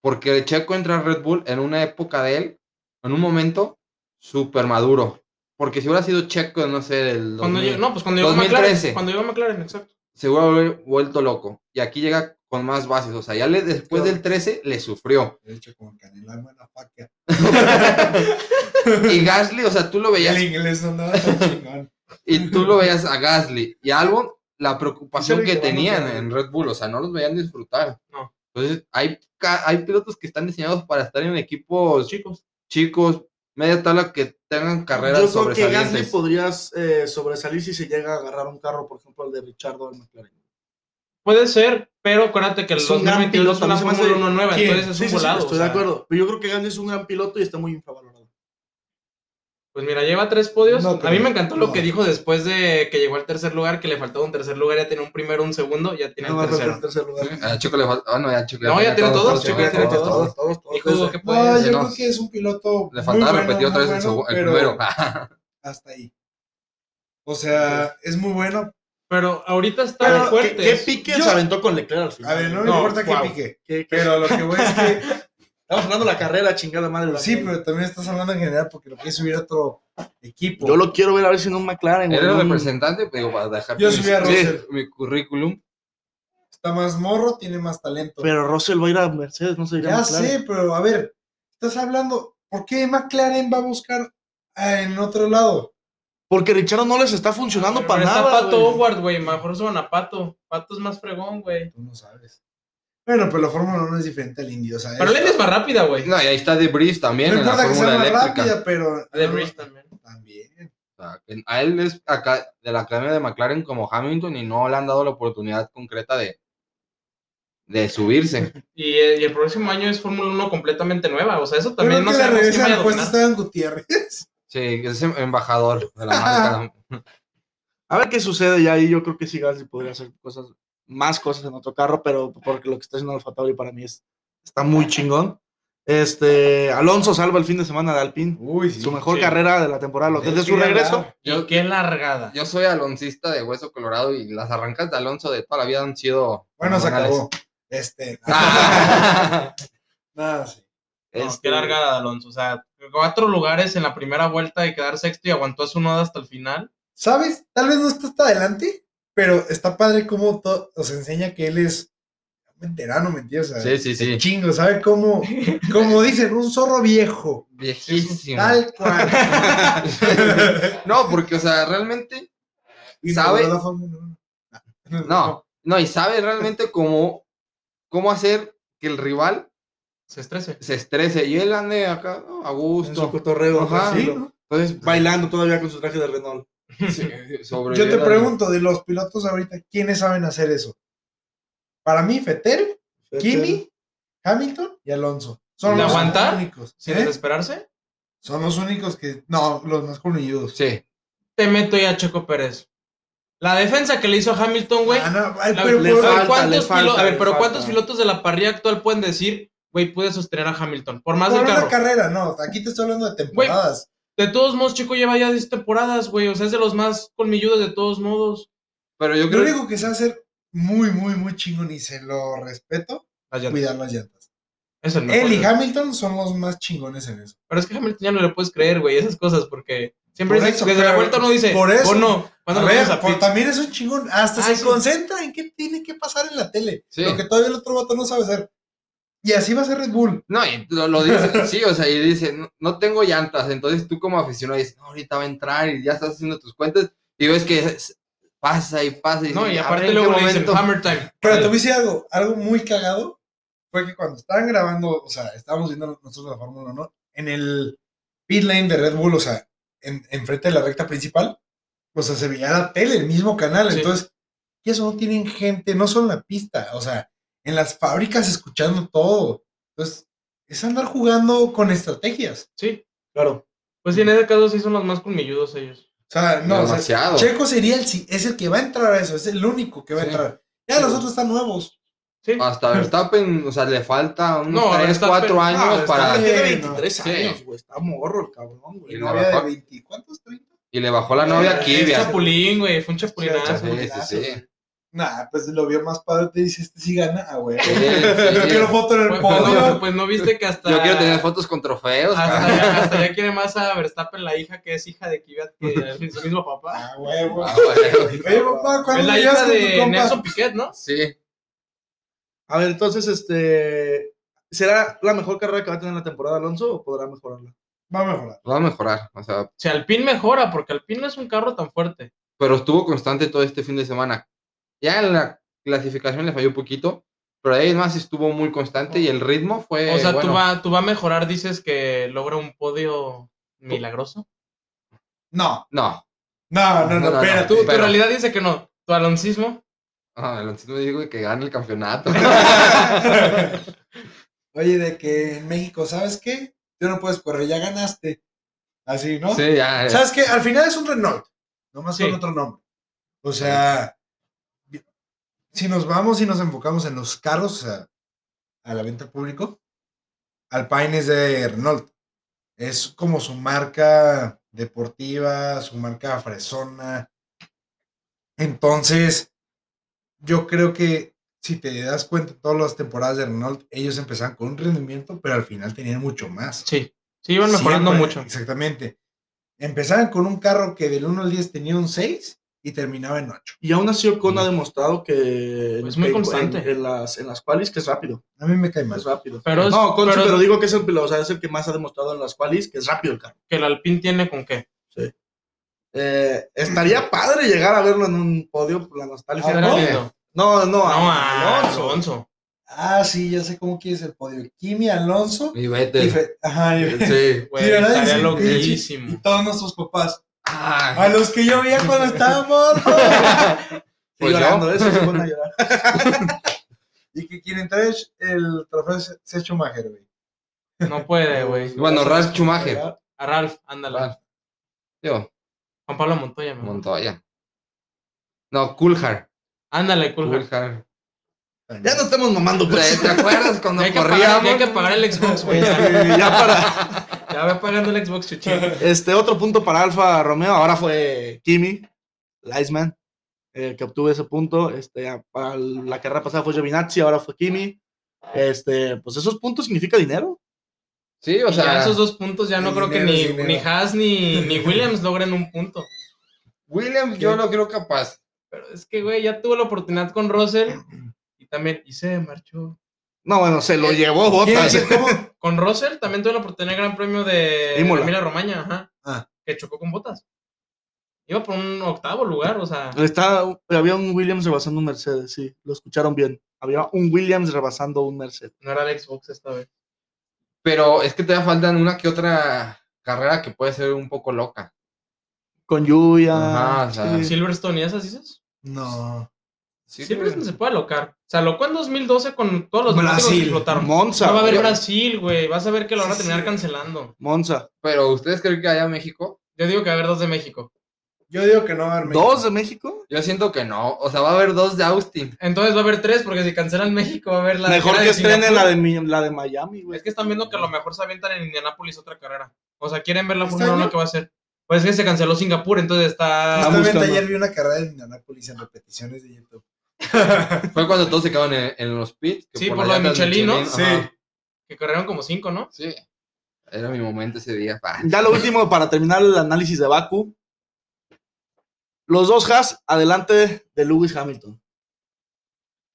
Speaker 4: porque Checo entra a Red Bull en una época de él, en un momento súper maduro. Porque si hubiera sido Checo, no sé, del
Speaker 3: Cuando
Speaker 4: 2000,
Speaker 3: llegó- no, pues cuando llegó a McLaren.
Speaker 4: 2013.
Speaker 3: Cuando llegó a McLaren, exacto.
Speaker 4: se hubiera vuel- vuelto loco. Y aquí llega con más bases. O sea, ya le, después
Speaker 5: Claro.
Speaker 4: del 13 le sufrió.
Speaker 5: De hecho, como Canelo, I'm gonna fuck you.
Speaker 4: Y Gasly, o sea, tú lo veías
Speaker 5: El inglés no andaba tan chingón.
Speaker 4: y tú lo veías a Gasly y Albon, la preocupación
Speaker 2: Sabe
Speaker 4: que
Speaker 2: que van a
Speaker 4: tenían
Speaker 2: ganar.
Speaker 4: en Red Bull, o sea, no los veían disfrutar.
Speaker 3: No.
Speaker 4: Entonces, hay, ca- hay pilotos que están diseñados para estar en equipos
Speaker 3: Los chicos.
Speaker 4: chicos, media tabla, que tengan carreras
Speaker 2: Yo creo que Gasly
Speaker 4: sobresalientes.
Speaker 2: podrías eh, sobresalir si se llega a agarrar un carro, por ejemplo, el de Richardo del McLaren.
Speaker 3: Puede ser, pero acuérdate que el
Speaker 2: Es un gran
Speaker 3: 2022 es
Speaker 2: piloto,
Speaker 3: una
Speaker 2: no se me hace-
Speaker 3: Fórmula 1 nueva,
Speaker 2: ¿Quién?
Speaker 3: entonces es
Speaker 2: Sí,
Speaker 3: un
Speaker 2: sí, sí,
Speaker 3: volado.
Speaker 2: estoy
Speaker 3: o sea,
Speaker 2: de acuerdo. Pero yo creo que Gasly es un gran piloto y está muy infravalorado.
Speaker 3: Pues mira, lleva tres podios.
Speaker 5: No
Speaker 3: a mí
Speaker 5: creo,
Speaker 3: me encantó lo
Speaker 5: no.
Speaker 3: que dijo después de que llegó al tercer lugar, que le faltaba un tercer lugar, ya tiene un primero, un segundo, ya tiene
Speaker 2: No
Speaker 3: el
Speaker 2: va a faltar
Speaker 3: tercero.
Speaker 2: el tercer lugar.
Speaker 4: A Checo le falta. Ah, no, ya Checo
Speaker 3: No, ya tiene
Speaker 4: todo,
Speaker 3: todos,
Speaker 4: todo,
Speaker 3: Checo ya
Speaker 4: todo,
Speaker 3: tiene
Speaker 4: todo,
Speaker 3: todos.
Speaker 4: todo.
Speaker 2: todos, todos.
Speaker 3: Dijo que
Speaker 5: No,
Speaker 3: podía
Speaker 5: yo
Speaker 4: sí, no.
Speaker 5: creo que es un piloto.
Speaker 4: Le
Speaker 5: muy
Speaker 4: faltaba
Speaker 5: bueno,
Speaker 4: repetir otra
Speaker 5: muy
Speaker 4: vez el,
Speaker 5: bueno,
Speaker 4: segu- el
Speaker 5: pero
Speaker 4: primero.
Speaker 5: Hasta ahí. O sea, es muy bueno.
Speaker 3: Pero ahorita está
Speaker 2: Pero, ¿qué-
Speaker 3: fuerte.
Speaker 2: ¿Qué, pique
Speaker 5: Yo-
Speaker 2: se aventó con Leclerc al final?
Speaker 5: A ver, no, me
Speaker 3: No,
Speaker 5: importa
Speaker 3: wow.
Speaker 5: que pique.
Speaker 2: ¿Qué- qué-
Speaker 5: Pero lo que voy es que
Speaker 2: Estamos hablando de la carrera, chingada madre. la
Speaker 5: Sí,
Speaker 2: carrera.
Speaker 5: pero también estás hablando en general porque lo quieres subir a otro equipo.
Speaker 2: Yo lo quiero ver a ver si en un McLaren. güey,
Speaker 4: Era el
Speaker 2: un-
Speaker 4: representante, digo, para dejar
Speaker 5: Yo
Speaker 4: mi-
Speaker 5: subí a
Speaker 4: mi-
Speaker 5: Russell.
Speaker 4: mi currículum.
Speaker 5: Está más morro, tiene más talento.
Speaker 2: Pero Russell va a ir a Mercedes, no se dirá
Speaker 5: ya
Speaker 2: McLaren.
Speaker 5: sé, pero a ver, estás hablando, ¿por qué McLaren va a buscar ah, en otro lado?
Speaker 2: Porque Richardo no les está funcionando
Speaker 3: Pero
Speaker 2: para
Speaker 3: está
Speaker 2: nada.
Speaker 3: Pato
Speaker 2: güey.
Speaker 3: Howard, güey. Mejor suban a Pato. Pato es más fregón, güey.
Speaker 5: Tú no sabes. Bueno, pero la Fórmula 1 es diferente al Indio, o sea,
Speaker 3: Pero
Speaker 5: es-
Speaker 3: la Indy es más rápida, güey.
Speaker 4: No, y ahí está Debris también
Speaker 5: no
Speaker 4: en la
Speaker 5: importa que sea
Speaker 4: fórmula
Speaker 5: más
Speaker 4: eléctrica.
Speaker 5: rápida, pero...
Speaker 3: La de Bridge también.
Speaker 5: También.
Speaker 4: O sea, que a él es acá de la academia de McLaren como Hamilton y no le han dado la oportunidad concreta de, de subirse.
Speaker 3: Y, eh, y el próximo año es Fórmula 1 completamente nueva. O sea, eso
Speaker 5: También
Speaker 3: también
Speaker 5: no
Speaker 3: no
Speaker 5: que le
Speaker 3: sabemos quién
Speaker 5: regresa
Speaker 3: vaya
Speaker 5: la
Speaker 3: a
Speaker 5: puesta
Speaker 3: dominar.
Speaker 5: Esteban Gutiérrez.
Speaker 4: Sí, es el embajador de la marca.
Speaker 2: A ver qué sucede ya ahí. Yo creo que sí Gasly podría hacer cosas, más cosas en otro carro, pero porque lo que está haciendo Alfa Tauri para mí es, está muy chingón. Este, Alonso salva el fin de semana de Alpine.
Speaker 5: Uy, sí.
Speaker 2: Su mejor
Speaker 3: sí.
Speaker 2: carrera de la temporada, lo que es de
Speaker 5: Es
Speaker 2: su
Speaker 5: que ya
Speaker 2: regreso.
Speaker 3: Y qué largada.
Speaker 4: Yo soy aloncista de hueso colorado y las arrancas de Alonso de toda la vida han sido.
Speaker 5: Bueno, se
Speaker 4: fenomenales.
Speaker 5: acabó. Este,
Speaker 4: Ah.
Speaker 5: nada, sí.
Speaker 3: No,
Speaker 2: Este,
Speaker 3: Qué largada de Alonso. O sea, cuatro lugares en la primera vuelta de quedar sexto y aguantó a su noda hasta el final.
Speaker 5: ¿Sabes? Tal vez no está hasta adelante, pero está padre cómo to- nos enseña que él es veterano, ¿me entiendes? O sea,
Speaker 4: Sí, sí, sí.
Speaker 5: Chingo, ¿sabe cómo? Como dicen, un zorro viejo.
Speaker 4: Viejísimo.
Speaker 5: Tal cual.
Speaker 4: No, porque, o sea, realmente
Speaker 5: Y
Speaker 4: ¿Sabe?
Speaker 5: no, la Fórmula uno.
Speaker 4: No, no, y sabe realmente cómo, cómo hacer que el rival
Speaker 3: Se estrese.
Speaker 4: se estrese y él ande acá ¿no? a
Speaker 2: en su
Speaker 4: gusto.
Speaker 2: cotorreo,
Speaker 4: Ajá.
Speaker 2: tranquilo.
Speaker 5: Sí, ¿no?
Speaker 4: Entonces, eh,
Speaker 2: Bailando todavía con su traje de Renault.
Speaker 5: Yo te pregunto, de los pilotos ahorita, ¿quiénes saben hacer eso? Para mí, Fetel, Kimi, Hamilton y Alonso. Son
Speaker 4: ¿De
Speaker 5: los
Speaker 3: aguantar?
Speaker 5: únicos.
Speaker 3: Sin
Speaker 5: ¿eh?
Speaker 3: desesperarse.
Speaker 5: Son los únicos que. No, los más colmilludos.
Speaker 4: Sí.
Speaker 3: Te meto ya a Checo Pérez. La defensa que le hizo a Hamilton, güey.
Speaker 5: Ah, no, ay,
Speaker 3: La-
Speaker 5: pero
Speaker 2: le
Speaker 5: por-
Speaker 3: Pero
Speaker 2: falta,
Speaker 3: ¿cuántos
Speaker 2: le falta,
Speaker 3: pilo- a ver,
Speaker 2: le
Speaker 3: pero
Speaker 2: falta.
Speaker 3: ¿cuántos pilotos de la parrilla actual pueden decir, güey, pude sostener a Hamilton? Por más
Speaker 5: por
Speaker 3: del
Speaker 5: una
Speaker 3: carro.
Speaker 5: carrera, no. Aquí te estoy hablando de temporadas.
Speaker 3: De todos modos, Checo lleva ya 10 temporadas, güey. O sea, es de los más colmilludos de todos modos.
Speaker 4: Pero yo
Speaker 5: Lo
Speaker 4: creo que
Speaker 5: único que sé hacer muy, muy, muy chingón y se lo respeto, cuidar las llantas.
Speaker 3: Ah, Es el mejor.
Speaker 5: Él y
Speaker 3: güey.
Speaker 5: Hamilton son los más chingones en eso.
Speaker 3: Pero es que Hamilton ya no le puedes creer, güey, esas cosas, porque siempre
Speaker 5: Por
Speaker 3: dice-
Speaker 5: eso,
Speaker 3: desde la
Speaker 5: pero-
Speaker 3: vuelta uno dice,
Speaker 5: por eso.
Speaker 3: o no, cuando
Speaker 5: a
Speaker 3: nos
Speaker 5: ver,
Speaker 3: vamos a
Speaker 5: por-
Speaker 3: pits.
Speaker 5: también es un chingón. Hasta
Speaker 3: Ah,
Speaker 5: se
Speaker 3: sí.
Speaker 5: concentra en qué tiene que pasar en la tele.
Speaker 4: sí.
Speaker 5: Lo que todavía el otro vato no sabe hacer. Y así va a ser Red Bull.
Speaker 4: No, y lo, lo dice, sí, o sea, y dice, no, no tengo llantas, entonces tú como aficionado dices, no, ahorita va a entrar y ya estás haciendo tus cuentas y ves que es- pasa y pasa y
Speaker 3: No, y
Speaker 4: dices, a
Speaker 3: aparte
Speaker 4: ver, ¿en qué
Speaker 3: luego le dicen "Ah,
Speaker 4: momento?
Speaker 3: Hammer Time.
Speaker 5: Pero
Speaker 3: Dale.
Speaker 5: te voy a decir algo, algo muy cagado fue que cuando estaban grabando, o sea, estábamos viendo nosotros la Fórmula 1, en el pit lane de Red Bull, o sea, en- enfrente de la recta principal, o sea, se veía la tele, el mismo canal,
Speaker 3: Sí.
Speaker 5: entonces, y eso no tienen gente, no son la pista, o sea, en las fábricas escuchando todo, entonces, es andar jugando con estrategias,
Speaker 3: Sí,
Speaker 2: Claro.
Speaker 3: pues sí, en ese caso sí son los más colmilludos ellos.
Speaker 5: o sea, no, o sea,
Speaker 4: demasiado.
Speaker 5: Checo sería el, si- es el que va a entrar a eso, es el único que va
Speaker 4: Sí.
Speaker 5: a entrar, ya los otros están nuevos.
Speaker 3: Sí,
Speaker 4: Hasta Verstappen, o sea, le falta unos
Speaker 3: No,
Speaker 4: 3,
Speaker 3: Verstappen-
Speaker 4: 4 años
Speaker 2: Ah,
Speaker 4: para...
Speaker 2: está- tiene
Speaker 5: Sí,
Speaker 2: 23
Speaker 4: no.
Speaker 2: años, güey. Está morro el cabrón,
Speaker 5: Y
Speaker 2: güey.
Speaker 4: no,
Speaker 5: novia de
Speaker 4: mejor.
Speaker 5: 20, ¿cuántos? ¿30?
Speaker 4: Y le bajó la novia aquí,
Speaker 3: Un
Speaker 4: vea.
Speaker 3: chapulín, güey. Eh, Fue un
Speaker 4: Sí,
Speaker 3: chapulinazo.
Speaker 4: sí, sí.
Speaker 5: Nah, pues lo vio más padre, te dice, este sí gana, ah, güey.
Speaker 4: Sí,
Speaker 5: Yo
Speaker 4: sí.
Speaker 5: quiero foto en
Speaker 3: Pues,
Speaker 5: el
Speaker 3: pues no,
Speaker 5: podio.
Speaker 3: pues no viste que hasta.
Speaker 4: Yo quiero tener fotos con trofeos.
Speaker 3: Hasta
Speaker 4: cabrón.
Speaker 3: ya, hasta ya quiere más a Verstappen, la hija que es hija de Kvyat, que es su mismo papá.
Speaker 5: Ah, huevo.
Speaker 4: Ah, bueno.
Speaker 5: Oye, papá, ¿cuándo
Speaker 3: Es la
Speaker 5: llegas
Speaker 3: hija
Speaker 5: con tu
Speaker 3: de
Speaker 5: compa?
Speaker 3: Nelson Piquet, ¿no?
Speaker 4: Sí,
Speaker 2: A ver, entonces, este. ¿Será la mejor carrera que va a tener la temporada Alonso o podrá mejorarla?
Speaker 5: Va a mejorar.
Speaker 4: va a mejorar. O sea,
Speaker 3: Si Alpine mejora, porque Alpine no es un carro tan fuerte.
Speaker 4: pero estuvo constante todo este fin de semana. Ya en la clasificación le falló un poquito, pero ahí más estuvo muy constante y el ritmo fue.
Speaker 3: o sea,
Speaker 4: bueno.
Speaker 3: tú vas tú va a mejorar, dices que logra un podio milagroso.
Speaker 5: No,
Speaker 4: No.
Speaker 5: no, no,
Speaker 4: No,
Speaker 5: no,
Speaker 4: no,
Speaker 5: espérate.
Speaker 3: Tú, tu
Speaker 4: pero-
Speaker 3: realidad dice que no. Tu aloncismo.
Speaker 4: Ah, el Antino dijo que gane el campeonato.
Speaker 5: Oye, de que en México, ¿sabes qué? Tú no puedes correr, ya ganaste. Así, ¿no?
Speaker 4: Sí, ya.
Speaker 5: ¿Sabes qué? Al final es un Renault, nomás
Speaker 3: Sí.
Speaker 5: con otro nombre. O sea, si nos vamos y nos enfocamos en los carros, o sea, a la venta al público, Alpine es de Renault. Es como su marca deportiva, su marca fresona. Entonces, yo creo que si te das cuenta, todas las temporadas de Renault, ellos empezaban con un rendimiento, pero al final tenían mucho más.
Speaker 3: Sí. Sí, iban mejorando
Speaker 5: Siempre,
Speaker 3: mucho.
Speaker 5: Exactamente. Empezaban con un carro que del 1 al 10 tenía un 6 y terminaba en 8.
Speaker 2: Y aún así Ocon ha demostrado que.
Speaker 3: Mm. Es muy
Speaker 2: que-
Speaker 3: constante.
Speaker 2: En, en las, en las qualis, que es rápido.
Speaker 5: A mí me cae mal.
Speaker 2: Es rápido.
Speaker 3: Pero, es-
Speaker 2: no, Ocon sí,
Speaker 3: pero
Speaker 2: pero, digo que es el, pilo- o sea, es el que más ha demostrado en las qualis, que es rápido el carro.
Speaker 3: que el Alpine tiene con qué.
Speaker 2: Eh,
Speaker 3: Mm.
Speaker 2: estaría padre llegar a verlo en un podio por la nostalgia.
Speaker 5: Ah,
Speaker 3: Será
Speaker 2: ¿no?
Speaker 5: ¿no?
Speaker 3: lindo.
Speaker 2: No, no,
Speaker 3: No,
Speaker 2: a
Speaker 3: a
Speaker 2: Alonso.
Speaker 3: Alonso.
Speaker 5: Ah, sí, ya sé cómo quieres el podio. Kimi Alonso
Speaker 4: Y
Speaker 5: y
Speaker 4: vete.
Speaker 5: Fe- Ajá, y-
Speaker 4: Sí.
Speaker 3: Güey,
Speaker 5: Sí, ¿verdad?
Speaker 3: estaría
Speaker 5: Sí, sí. y
Speaker 3: loquísimo.
Speaker 5: todos nuestros papás. A
Speaker 4: Ah,
Speaker 5: los que yo veía cuando estaba morro.
Speaker 2: Sí,
Speaker 4: pues yo.
Speaker 2: llorando, eso se pone a llorar.
Speaker 5: y que quien trae el trofeo se se Schumacher, güey.
Speaker 3: No puede, güey.
Speaker 4: Bueno, Ralf Schumacher.
Speaker 3: A Ralph, ándale.
Speaker 4: Ralf. Yo,
Speaker 3: Juan Pablo Montoya, mi amor.
Speaker 4: Montoya. No, Coulthard.
Speaker 3: Ándale, Kulhar.
Speaker 4: Coulthard.
Speaker 2: Ya no estamos mamando,
Speaker 4: ¿Te,
Speaker 2: pues.
Speaker 4: te acuerdas cuando
Speaker 3: Ya hay que pagar- ya hay
Speaker 4: corríamos?
Speaker 3: que pagar el Xbox, güey.
Speaker 2: Este, ya para
Speaker 3: Ya va pagando el Xbox, chuchín.
Speaker 2: este otro punto para Alfa Romeo ahora fue Kimi Leisman eh, que obtuvo ese punto este a- para el- la carrera pasada fue Giovinazzi ahora fue Kimi este pues esos puntos significa dinero
Speaker 4: Sí, o
Speaker 3: O sea,
Speaker 4: sea,
Speaker 3: esos dos puntos ya no
Speaker 5: el
Speaker 3: creo que
Speaker 5: dinero
Speaker 3: ni,
Speaker 5: es dinero.
Speaker 3: ni Haas ni, ni Williams logren un punto.
Speaker 4: Williams yo lo creo capaz.
Speaker 3: Pero es que, güey, ya tuvo la oportunidad con Russell y también, y se marchó.
Speaker 2: no bueno se lo llevó
Speaker 5: ¿Quién-
Speaker 2: Botas
Speaker 5: quién- cómo?
Speaker 3: Con Russell también tuvo la oportunidad del gran premio de
Speaker 2: Imola.
Speaker 3: Emilia Romagna, ajá,
Speaker 5: Ah.
Speaker 3: que chocó con botas. Iba por un octavo lugar, o sea,
Speaker 2: está había un Williams rebasando un Mercedes sí lo escucharon bien había un Williams rebasando un Mercedes
Speaker 3: no era el Xbox esta vez.
Speaker 4: Pero es que te faltan una que otra carrera que puede ser un poco loca.
Speaker 2: con lluvia
Speaker 4: Ajá, o sea,
Speaker 2: sí.
Speaker 3: Silverstone, ¿y esas dices?
Speaker 5: No.
Speaker 3: Siempre se puede alocar. Se alocó en 2012 con todos los
Speaker 5: Brasil.
Speaker 3: neumáticos que explotaron. No
Speaker 2: Monza
Speaker 3: va a haber
Speaker 4: Yo-
Speaker 3: Brasil, güey. Vas a ver que lo van a
Speaker 5: Sí,
Speaker 3: terminar
Speaker 5: sí.
Speaker 3: cancelando.
Speaker 2: Monza
Speaker 4: Pero ustedes creen que allá en México?
Speaker 3: Yo digo que va a haber dos de México.
Speaker 5: Yo digo que no va a haber
Speaker 2: dos de México
Speaker 4: Yo siento que no. O sea, va a haber dos de Austin.
Speaker 3: Entonces va a haber tres, porque si cancelan México va a haber la
Speaker 2: mejor
Speaker 3: la
Speaker 2: que
Speaker 3: de
Speaker 2: estrenen
Speaker 3: Singapur.
Speaker 2: la de mi- la de Miami güey
Speaker 3: Es que están viendo que a lo mejor se avientan en Indianápolis otra carrera. O sea, quieren ver la
Speaker 5: ¿Este
Speaker 3: Fórmula 1
Speaker 5: año?
Speaker 3: que va a ser. Pues es que se canceló Singapur, entonces está.
Speaker 2: Estamos-
Speaker 5: Justamente
Speaker 2: buscando.
Speaker 5: ayer vi una carrera de Indianapolis en repeticiones de YouTube.
Speaker 4: Fue cuando todos se quedaron en, en los pits. que
Speaker 3: Sí, por lo
Speaker 4: las
Speaker 3: de
Speaker 4: llantas
Speaker 3: Michelin, ¿no?
Speaker 4: Michelin,
Speaker 3: Que corrieron como cinco, ¿no?
Speaker 4: ajá, sí. Era mi momento ese día. pa.
Speaker 2: Ya lo último para terminar el análisis de Baku. Los dos Haas adelante de Lewis Hamilton.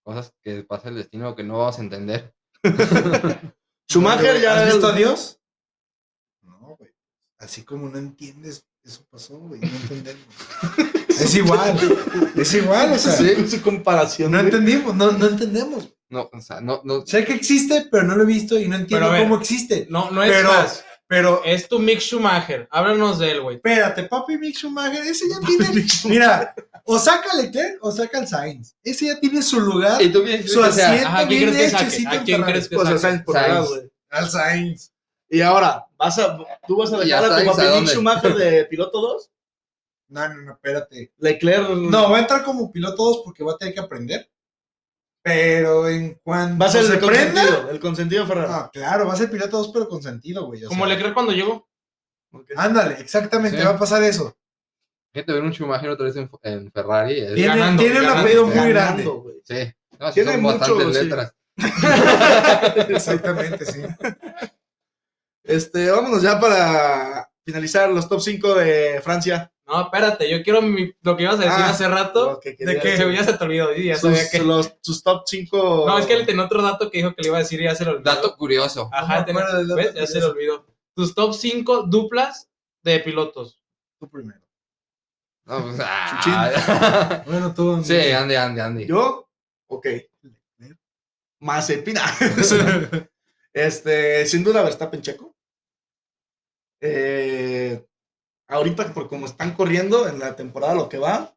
Speaker 4: Cosas que pasa el destino que no vamos a entender.
Speaker 2: Schumacher ya.
Speaker 5: ¿Has visto a Dios? No, güey. Así como no entiendes, eso pasó, güey. No entendemos. es igual. Es igual, o sea.
Speaker 2: Sí, su comparación.
Speaker 5: No
Speaker 2: güey.
Speaker 5: entendimos, no, no entendemos.
Speaker 4: No, o sea, no, no.
Speaker 5: Sé que existe, pero no lo he visto y no
Speaker 3: Pero
Speaker 5: entiendo
Speaker 3: a ver.
Speaker 5: cómo existe.
Speaker 3: No, no es
Speaker 5: Pero-
Speaker 3: más.
Speaker 5: Pero
Speaker 3: Es tu Mick Schumacher. Háblanos de él, güey.
Speaker 5: espérate, papi Mick Schumacher, ese ya tiene. Mira, o saca el Leclerc o saca el Sainz. Ese ya tiene su lugar.
Speaker 4: ¿Y tú qué crees
Speaker 5: Su
Speaker 4: que sea?
Speaker 5: asiento
Speaker 3: Ajá, ¿quién
Speaker 5: bien
Speaker 3: crees que
Speaker 5: hecho.
Speaker 3: saque?
Speaker 5: sí,
Speaker 3: ¿A
Speaker 5: con
Speaker 3: quién
Speaker 5: Ferrari.
Speaker 3: crees que
Speaker 2: Pues, O sea,
Speaker 3: saque?
Speaker 2: Sainz por
Speaker 4: Sainz.
Speaker 2: lado, güey.
Speaker 5: Al Sainz.
Speaker 2: Y ahora, vas a, tú vas a
Speaker 4: Y ya
Speaker 2: dejar a tu
Speaker 4: Sainz, ¿a
Speaker 2: papá Nick
Speaker 4: dónde?
Speaker 2: Schumacher de piloto 2.
Speaker 5: No, no, no, espérate.
Speaker 2: Leclerc.
Speaker 5: No, va a entrar como piloto 2 porque va a tener que aprender. Pero en cuanto
Speaker 2: Va a ser
Speaker 5: se
Speaker 2: el
Speaker 5: prenda.
Speaker 2: consentido. El consentido Ferrari.
Speaker 5: No, claro, va a ser piloto 2, pero con sentido, güey. o
Speaker 3: Como
Speaker 5: sea,
Speaker 3: le creo cuando llegó.
Speaker 2: Ok.
Speaker 5: Ándale, exactamente,
Speaker 4: Sí.
Speaker 5: va a pasar eso.
Speaker 4: Gente, ver un Schumacher otra vez en, en Ferrari. es-
Speaker 5: Tiene,
Speaker 3: ganando,
Speaker 5: tiene un
Speaker 3: ganando,
Speaker 5: apellido muy
Speaker 2: Ganando,
Speaker 5: grande.
Speaker 2: güey.
Speaker 4: Sí. No, sí
Speaker 2: Tiene
Speaker 4: son
Speaker 2: mucho,
Speaker 4: bastantes
Speaker 2: sí.
Speaker 4: letras.
Speaker 5: Exactamente, sí.
Speaker 2: Este, vámonos ya para finalizar los top 5 de Francia.
Speaker 3: No, espérate, yo quiero mi- lo que ibas a decir
Speaker 2: Ah,
Speaker 3: hace rato.
Speaker 2: Lo que
Speaker 3: ¿De
Speaker 2: quería-
Speaker 3: que se- Ya se te olvidó, y ya sabía
Speaker 2: Sus,
Speaker 3: que.
Speaker 2: los- sus top 5.
Speaker 3: No, es que él tenía otro dato que dijo que le iba a decir y ya se lo olvidó.
Speaker 4: Dato curioso.
Speaker 3: Ajá,
Speaker 5: No me
Speaker 3: tenía-
Speaker 5: acuerdo del dato
Speaker 3: ¿ves? Ya
Speaker 5: curioso.
Speaker 3: se le olvidó. Tus top 5 duplas de pilotos.
Speaker 5: Tú primero.
Speaker 4: No, pues, ah.
Speaker 5: Bueno, tú. Andy.
Speaker 4: sí, Andy, Andy, Andy.
Speaker 2: Yo, ok. Mazepina. este, sin duda Verstappen Checo. Eh, ahorita, por como están corriendo en la temporada lo que va,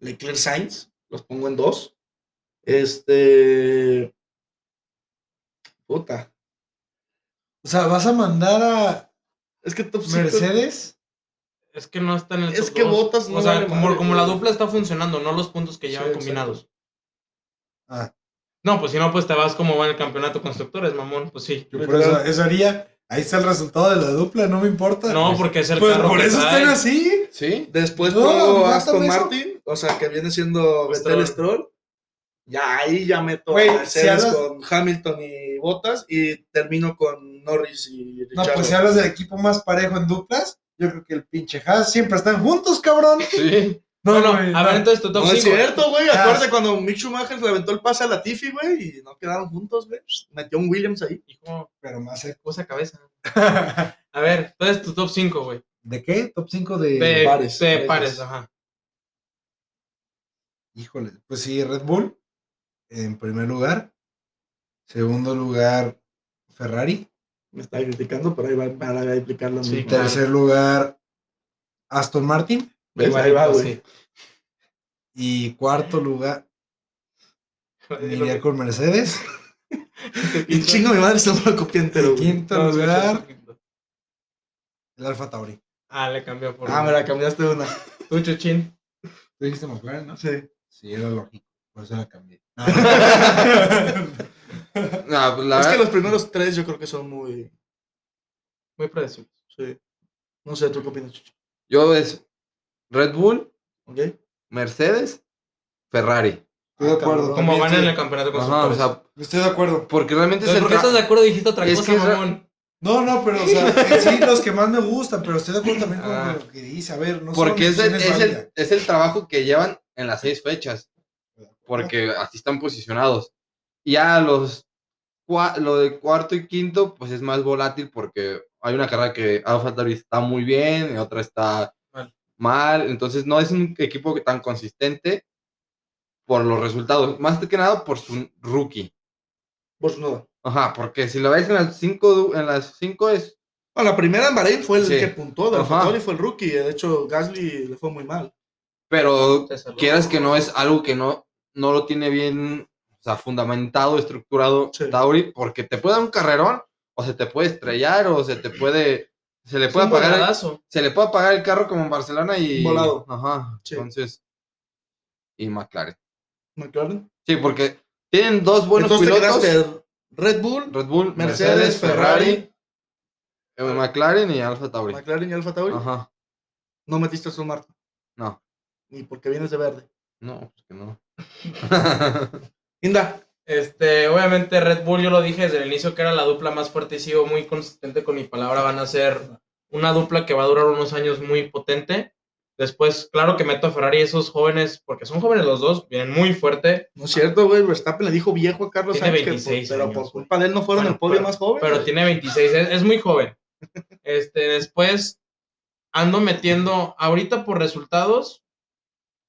Speaker 2: Leclerc Sainz, los pongo en dos. Este. Puta.
Speaker 5: O sea, vas a mandar a
Speaker 2: Es que top cinco-
Speaker 5: Mercedes.
Speaker 3: Es que no están en el
Speaker 2: Es
Speaker 3: top
Speaker 2: que
Speaker 3: dos.
Speaker 2: Bottas no
Speaker 3: O sea,
Speaker 2: vale
Speaker 3: como,
Speaker 2: madre,
Speaker 3: como la
Speaker 2: güey.
Speaker 3: dupla está funcionando, no los puntos que
Speaker 2: Sí,
Speaker 3: llevan
Speaker 2: exacto.
Speaker 3: combinados.
Speaker 5: Ah,
Speaker 3: No, pues si no, pues te vas como va en el campeonato constructores, mamón. Pues sí.
Speaker 5: yo por eso, eso haría. Ahí está el resultado de la dupla, no me importa.
Speaker 3: No, porque es el
Speaker 5: Pues
Speaker 3: carro
Speaker 5: por
Speaker 3: que
Speaker 5: eso
Speaker 3: trae.
Speaker 5: están así.
Speaker 4: Sí.
Speaker 2: Después
Speaker 5: No,
Speaker 2: pongo
Speaker 5: mátame
Speaker 2: Aston
Speaker 5: eso.
Speaker 2: Martin, o sea, que viene siendo
Speaker 3: Stroll.
Speaker 2: Vettel Stroll. Ya ahí ya meto
Speaker 5: Güey,
Speaker 2: a Mercedes
Speaker 5: si hablas-
Speaker 2: con Hamilton y Bottas y termino con Norris y
Speaker 5: No,
Speaker 2: Richardo.
Speaker 5: pues si hablas del equipo más parejo en duplas, yo creo que el pinche Haas siempre están juntos, cabrón.
Speaker 4: Sí.
Speaker 3: No, no,
Speaker 5: güey,
Speaker 3: a ver, entonces tu
Speaker 2: No
Speaker 3: top
Speaker 2: es
Speaker 3: 5.
Speaker 2: cierto, güey.
Speaker 5: Ah.
Speaker 2: Acuérdate cuando Mick Schumacher le aventó el pase a Latifi, güey, y no quedaron juntos, güey. Metió un Williams ahí.
Speaker 3: Hijo,
Speaker 5: Pero más cerca.
Speaker 3: cosa cabeza. A ver, entonces tu top 5, güey.
Speaker 5: ¿De qué? Top 5 de.
Speaker 3: De
Speaker 2: pares,
Speaker 3: pares. De
Speaker 2: pares.
Speaker 3: pares, ajá.
Speaker 5: Híjole, pues sí, Red Bull en primer lugar. Segundo lugar, Ferrari.
Speaker 2: Me está criticando, pero ahí va, ahora voy a explicar lo
Speaker 3: Sí,
Speaker 2: mismo.
Speaker 3: claro.
Speaker 5: Tercer lugar, Aston Martin.
Speaker 2: ¿Ves? Ahí
Speaker 3: Igualito,
Speaker 2: va, güey.
Speaker 3: sí.
Speaker 5: Y cuarto lugar, me iría con Mercedes.
Speaker 2: Y chingo mi madre se lo copié entero, güey.
Speaker 5: Quinto
Speaker 3: No,
Speaker 5: lugar,
Speaker 3: escucha.
Speaker 5: el Alfa Tauri.
Speaker 3: Ah, le cambió por.
Speaker 2: Ah, me la cambiaste una.
Speaker 3: Tú, Chuchín.
Speaker 5: ¿Tú dijiste McLaren, no?
Speaker 2: Sí.
Speaker 5: Sí, era lógico. Por eso la cambié. Ah,
Speaker 4: No, pues, la
Speaker 2: es que
Speaker 4: verdad-
Speaker 2: los primeros tres yo creo que son muy.
Speaker 3: Muy predecible.
Speaker 2: Sí. No sé, ¿tú qué opinas, Chucho?
Speaker 4: Yo es Red Bull,
Speaker 2: ¿Ok?
Speaker 4: Mercedes, Ferrari.
Speaker 5: Estoy de acuerdo.
Speaker 2: Cabrón.
Speaker 3: Como van en
Speaker 5: estoy-
Speaker 3: el campeonato
Speaker 4: Ajá, o
Speaker 3: constructores.
Speaker 4: sea,
Speaker 5: Estoy de acuerdo.
Speaker 4: porque realmente es
Speaker 3: Entonces,
Speaker 4: el
Speaker 3: ¿por qué
Speaker 4: tra-
Speaker 3: estás de acuerdo? Dijiste otra
Speaker 4: Es
Speaker 3: cosa,
Speaker 4: que es ra-
Speaker 3: mamón.
Speaker 5: No, no, pero o sea, en sí, los que más me gustan, pero estoy de acuerdo también con
Speaker 4: Ah.
Speaker 5: lo que dice. A ver, no son
Speaker 4: porque es el,
Speaker 5: decisiones
Speaker 4: es el-
Speaker 5: válidas.
Speaker 4: es el trabajo que llevan en las seis fechas. Porque así están posicionados. Y ya los cua- lo de cuarto y quinto, pues es más volátil porque hay una carrera que Alfa Tauri está muy bien, y otra está
Speaker 3: Mal.
Speaker 4: mal. Entonces no es un equipo que tan consistente por los resultados. Más que nada por su rookie.
Speaker 2: Pues no.
Speaker 4: Ajá, porque si lo ves en las cinco, du- en las cinco es
Speaker 2: Ah, la primera en Bahrein fue el
Speaker 4: Sí.
Speaker 2: que puntó, del
Speaker 4: Ajá.
Speaker 2: factor y fue el rookie. De hecho, Gasly le fue muy mal.
Speaker 4: pero
Speaker 3: Te saludo.
Speaker 4: quieras que no es algo que no, no lo tiene bien, o sea, fundamentado, estructurado
Speaker 2: Sí.
Speaker 4: Tauri, porque te puede dar un carrerón, o se te puede estrellar, o se te puede, se le puede
Speaker 3: un
Speaker 4: apagar, el-
Speaker 3: voladazo.
Speaker 4: se le puede apagar el carro como en Barcelona y
Speaker 2: Volado.
Speaker 4: ajá,
Speaker 2: Sí.
Speaker 4: entonces y McLaren.
Speaker 2: ¿McLaren?
Speaker 4: Sí, porque tienen dos buenos
Speaker 2: Entonces
Speaker 4: pilotos,
Speaker 2: te quedaste Red Bull,
Speaker 4: Red Bull,
Speaker 2: Mercedes,
Speaker 4: Mercedes,
Speaker 2: Ferrari,
Speaker 4: Ferrari, eh, McLaren y Alfa Tauri.
Speaker 2: McLaren y Alfa Tauri.
Speaker 4: Ajá.
Speaker 2: No metiste a Aston Martin.
Speaker 4: No.
Speaker 2: Ni porque vienes de verde.
Speaker 4: No, pues que no.
Speaker 2: Inda.
Speaker 3: Este, obviamente Red Bull, yo lo dije desde el inicio que era la dupla más fuerte y sigo muy consistente con mi palabra. Van a ser una dupla que va a durar unos años muy potente. Después, claro que meto a Ferrari y esos jóvenes, porque son jóvenes los dos, vienen muy fuerte,
Speaker 2: No es cierto, güey. Verstappen le dijo viejo a Carlos
Speaker 3: Tiene
Speaker 2: Sainz, que
Speaker 3: 26
Speaker 2: por- pero
Speaker 3: años,
Speaker 2: por
Speaker 3: güey.
Speaker 2: culpa de él no fueron
Speaker 3: Bueno,
Speaker 2: el podio más joven.
Speaker 3: pero
Speaker 2: güey.
Speaker 3: tiene 26, es, es muy joven. Este, después ando metiendo ahorita por resultados,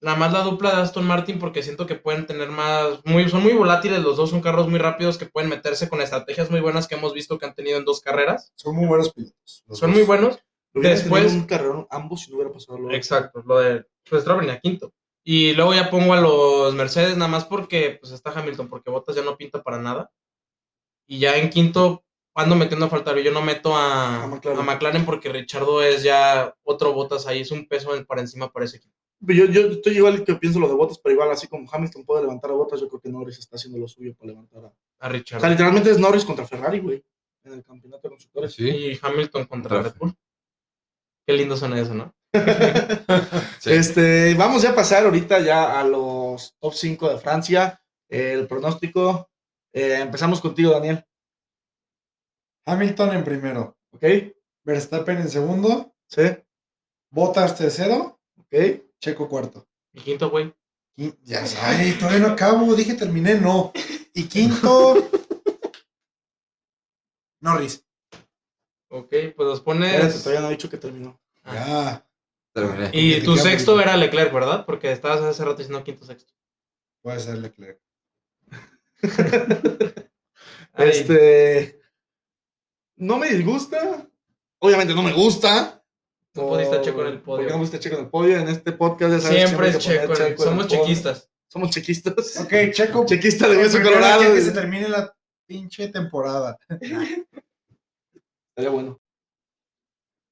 Speaker 3: nada más la dupla de Aston Martin, porque siento que pueden tener más, muy, son muy volátiles los dos, son carros muy rápidos que pueden meterse con estrategias muy buenas que hemos visto que han tenido en dos carreras.
Speaker 5: Son muy buenos pilotos. los
Speaker 3: Son
Speaker 5: dos.
Speaker 3: muy buenos.
Speaker 2: Hubieran tenido
Speaker 3: después-
Speaker 2: un carrerón ambos si no hubiera pasado lo
Speaker 3: Exacto, lo de pues Stroll venía quinto. Y luego ya pongo a los Mercedes nada más porque pues está Hamilton, porque Bottas ya no pinta para nada. Y ya en quinto ando metiendo a Faltaro. Yo no meto a,
Speaker 2: A
Speaker 3: a
Speaker 2: McLaren.
Speaker 3: McLaren. porque Richardo es ya otro Bottas ahí, es un peso en- para encima para ese equipo.
Speaker 2: Yo, yo estoy igual que pienso lo de Bottas, pero igual así como Hamilton puede levantar a Bottas, yo creo que Norris está haciendo lo suyo para levantar a...
Speaker 3: A
Speaker 2: O
Speaker 3: Richardo.
Speaker 2: sea, literalmente es Norris contra Ferrari, güey, en el campeonato de constructores.
Speaker 4: sí.
Speaker 3: Y Hamilton contra
Speaker 4: Perfecto.
Speaker 3: Red Bull. Qué lindo suena eso, ¿no?
Speaker 4: Sí.
Speaker 2: Este, vamos ya a pasar ahorita ya a los top 5 de Francia. El pronóstico. eh, empezamos contigo, Daniel.
Speaker 5: Hamilton en primero,
Speaker 2: ¿Ok?
Speaker 5: Verstappen en segundo,
Speaker 2: ¿Sí?
Speaker 5: Bottas tercero,
Speaker 2: ¿Ok?
Speaker 5: Checo cuarto.
Speaker 3: Y quinto, güey.
Speaker 5: Qui- Ya sabes, todavía no acabo, dije terminé, no. Y quinto, Norris.
Speaker 3: Ok, pues los
Speaker 2: Espérate,
Speaker 3: pones.
Speaker 2: todavía no he dicho que terminó.
Speaker 5: Ah. Ya,
Speaker 4: Terminé.
Speaker 3: Y
Speaker 5: te
Speaker 3: tu
Speaker 5: queda
Speaker 3: sexto
Speaker 5: poquito.
Speaker 3: era Leclerc, ¿verdad? Porque estabas hace rato diciendo quinto, sexto.
Speaker 5: puede ser Leclerc.
Speaker 3: Ay,
Speaker 2: Este. No me disgusta. Obviamente no me gusta.
Speaker 3: No pusiste a Checo en el
Speaker 2: ¿Por qué
Speaker 3: podio.
Speaker 2: no pusiste a Checo en el podio? En este podcast ya sabes,
Speaker 3: Siempre
Speaker 2: hay
Speaker 3: es
Speaker 2: que poner
Speaker 3: Checo.
Speaker 2: a
Speaker 3: el-
Speaker 2: en el
Speaker 3: Somos
Speaker 2: podio.
Speaker 3: chequistas.
Speaker 2: Somos chequistas.
Speaker 5: Ok, Checo.
Speaker 2: Chequista de
Speaker 5: por
Speaker 2: hueso
Speaker 5: primera
Speaker 2: colorado.
Speaker 5: vez que se
Speaker 2: güey.
Speaker 5: termine la pinche temporada.
Speaker 2: Estaría bueno.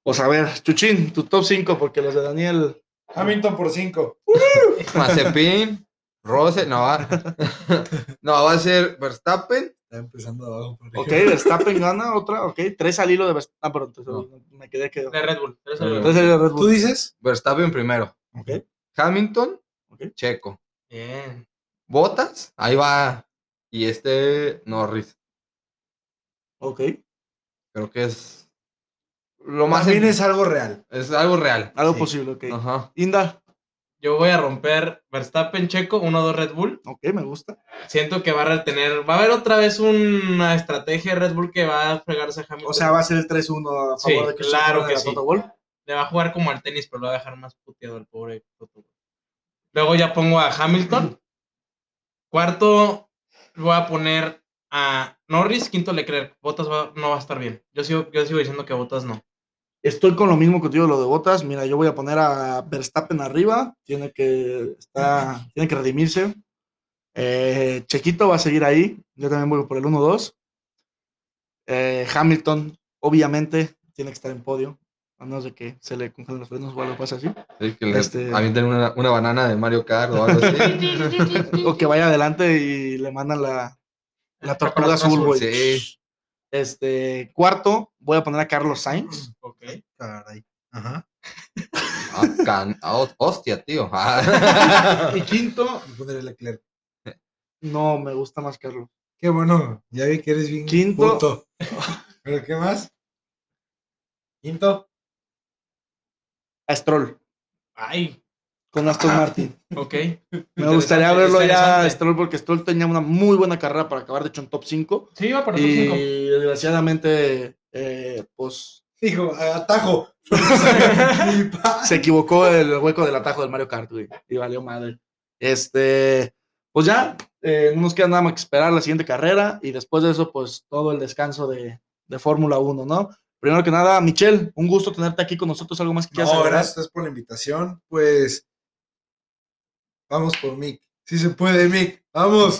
Speaker 2: Pues a ver, Chuchín, tu top 5, porque los de Daniel.
Speaker 5: Hamilton por cinco.
Speaker 4: Mazepin, Rose, no va. no, va a ser Verstappen.
Speaker 5: Está empezando abajo. por
Speaker 2: Ok,
Speaker 5: ejemplo.
Speaker 2: Verstappen gana otra, ok. Tres al hilo de Verstappen. Ah, perdón, tres al hilo, me quedé que.
Speaker 3: De Red Bull. tres
Speaker 4: De
Speaker 3: al
Speaker 4: Red
Speaker 3: Bull.
Speaker 2: Tres al hilo de Red
Speaker 5: ¿Tú
Speaker 2: Bull.
Speaker 5: dices?
Speaker 4: Verstappen primero.
Speaker 2: Ok.
Speaker 4: Hamilton,
Speaker 2: Ok.
Speaker 4: Checo.
Speaker 3: Bien.
Speaker 4: Botas, ahí va. Y este Norris.
Speaker 2: Ok.
Speaker 4: Creo que es lo más
Speaker 5: También
Speaker 4: en-
Speaker 5: es algo real.
Speaker 4: es algo real.
Speaker 2: Algo
Speaker 5: Sí.
Speaker 2: posible, Ah, ok.
Speaker 4: Ajá.
Speaker 2: Inda,
Speaker 3: Yo voy a romper Verstappen, Checo, 1-2 Red Bull.
Speaker 2: ok, me gusta.
Speaker 3: Siento que va a retener. Va a haber otra vez una estrategia de Red Bull que va a fregarse a Hamilton.
Speaker 2: O sea, va a ser el 3-1 a favor
Speaker 3: Sí,
Speaker 2: de Christian
Speaker 3: claro
Speaker 2: Horner
Speaker 3: que
Speaker 2: a
Speaker 3: sí.
Speaker 2: Toto Wolff.
Speaker 3: le va a jugar como al tenis, pero lo va a dejar más puteado el pobre Toto. Luego ya pongo a Hamilton. Cuarto, voy a poner a Norris. Quinto, Leclerc. Botas va- no va a estar bien. Yo sigo, yo sigo diciendo que Botas no.
Speaker 2: Estoy con lo mismo contigo de lo de Botas. Mira, yo voy a poner a Verstappen arriba. Tiene que, está, tiene que redimirse. Eh, Chequito va a seguir ahí. Yo también voy por el 1-2. Eh, Hamilton, obviamente, tiene que estar en podio. A menos de que se le congelen los frenos o algo pasa así.
Speaker 4: Sí, que le
Speaker 2: Este-
Speaker 4: avienten una, una banana de Mario Kart o algo así.
Speaker 2: O que vaya adelante y le mandan la, la tortuga
Speaker 3: Caparazón
Speaker 2: azul,
Speaker 3: azul,
Speaker 2: güey.
Speaker 4: sí.
Speaker 2: Este, cuarto, voy a poner a Carlos Sainz.
Speaker 3: Ok.
Speaker 5: Caray. Ajá.
Speaker 4: Ah, can- ah, hostia, tío. Ah.
Speaker 2: Y quinto,
Speaker 5: Y pondré Leclerc.
Speaker 2: no, me gusta más Carlos.
Speaker 5: Qué bueno. Ya vi que eres bien
Speaker 2: Quinto.
Speaker 5: puto. ¿Pero qué más? Quinto.
Speaker 2: A Stroll,
Speaker 3: Ay,
Speaker 2: con Aston Martin.
Speaker 3: ok.
Speaker 2: Me gustaría verlo ya a
Speaker 3: Interesante.
Speaker 2: Stroll porque Stroll tenía una muy buena carrera para acabar, de hecho, en top 5.
Speaker 3: Sí, va por el top
Speaker 2: Y
Speaker 3: cinco.
Speaker 2: desgraciadamente, eh, pues
Speaker 5: Dijo, atajo. Y pa-
Speaker 2: se equivocó el hueco del atajo del Mario Kart, güey. Y valió madre. Este, pues ya, eh, no nos queda nada más que esperar la siguiente carrera y después de eso, pues todo el descanso de, de Fórmula 1, ¿no? Primero que nada, Michelle, un gusto tenerte aquí con nosotros. ¿Algo más que quieras
Speaker 5: No,
Speaker 2: agregar?
Speaker 5: gracias a ustedes por la invitación. Pues vamos por Mick. Si se puede, Mick. Vamos.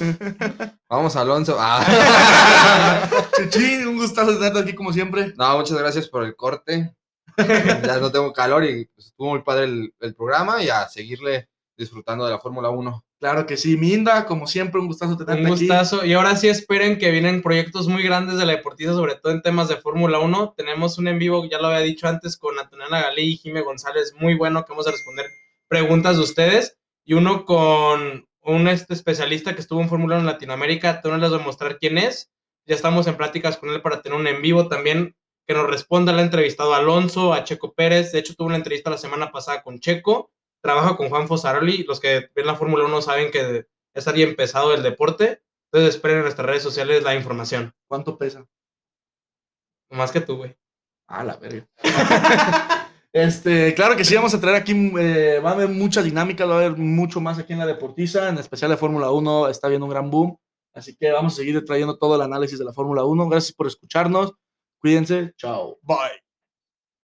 Speaker 4: Vamos, Alonso. Ah.
Speaker 2: Chuchín, un gustazo tenerte aquí como siempre.
Speaker 4: No, muchas gracias por el corte. ya no tengo calor y pues, estuvo muy padre el, el programa y a seguirle disfrutando de la Fórmula 1.
Speaker 2: Claro que sí, Minda, como siempre, un gustazo tenerte
Speaker 3: Un
Speaker 2: aquí.
Speaker 3: gustazo. Y ahora sí esperen que vienen proyectos muy grandes de la deportiva, sobre todo en temas de Fórmula 1. Tenemos un en vivo, ya lo había dicho antes, con Antonella Galí y Jime González, muy bueno, que vamos a responder preguntas de ustedes. Y uno con un este, especialista que estuvo en Fórmula 1 en Latinoamérica. Tú no les voy a mostrar quién es. Ya estamos en pláticas con él para tener un en vivo también que nos responda. Le ha entrevistado a Alonso, a Checo Pérez. De hecho, tuvo una entrevista la semana pasada con Checo. Trabaja con Juan Fosaroli. Los que ven la Fórmula 1 saben que está bien pesado el deporte. Entonces esperen en nuestras redes sociales la información.
Speaker 2: ¿Cuánto pesa?
Speaker 3: Más que tú, güey.
Speaker 2: Ah, la verga. este, claro que sí, vamos a traer aquí, eh, va a haber mucha dinámica, va a haber mucho más aquí en la deportiza, en especial de Fórmula 1, está viendo un gran boom. Así que vamos a seguir trayendo todo el análisis de la Fórmula 1. Gracias por escucharnos. Cuídense. Chao. Bye.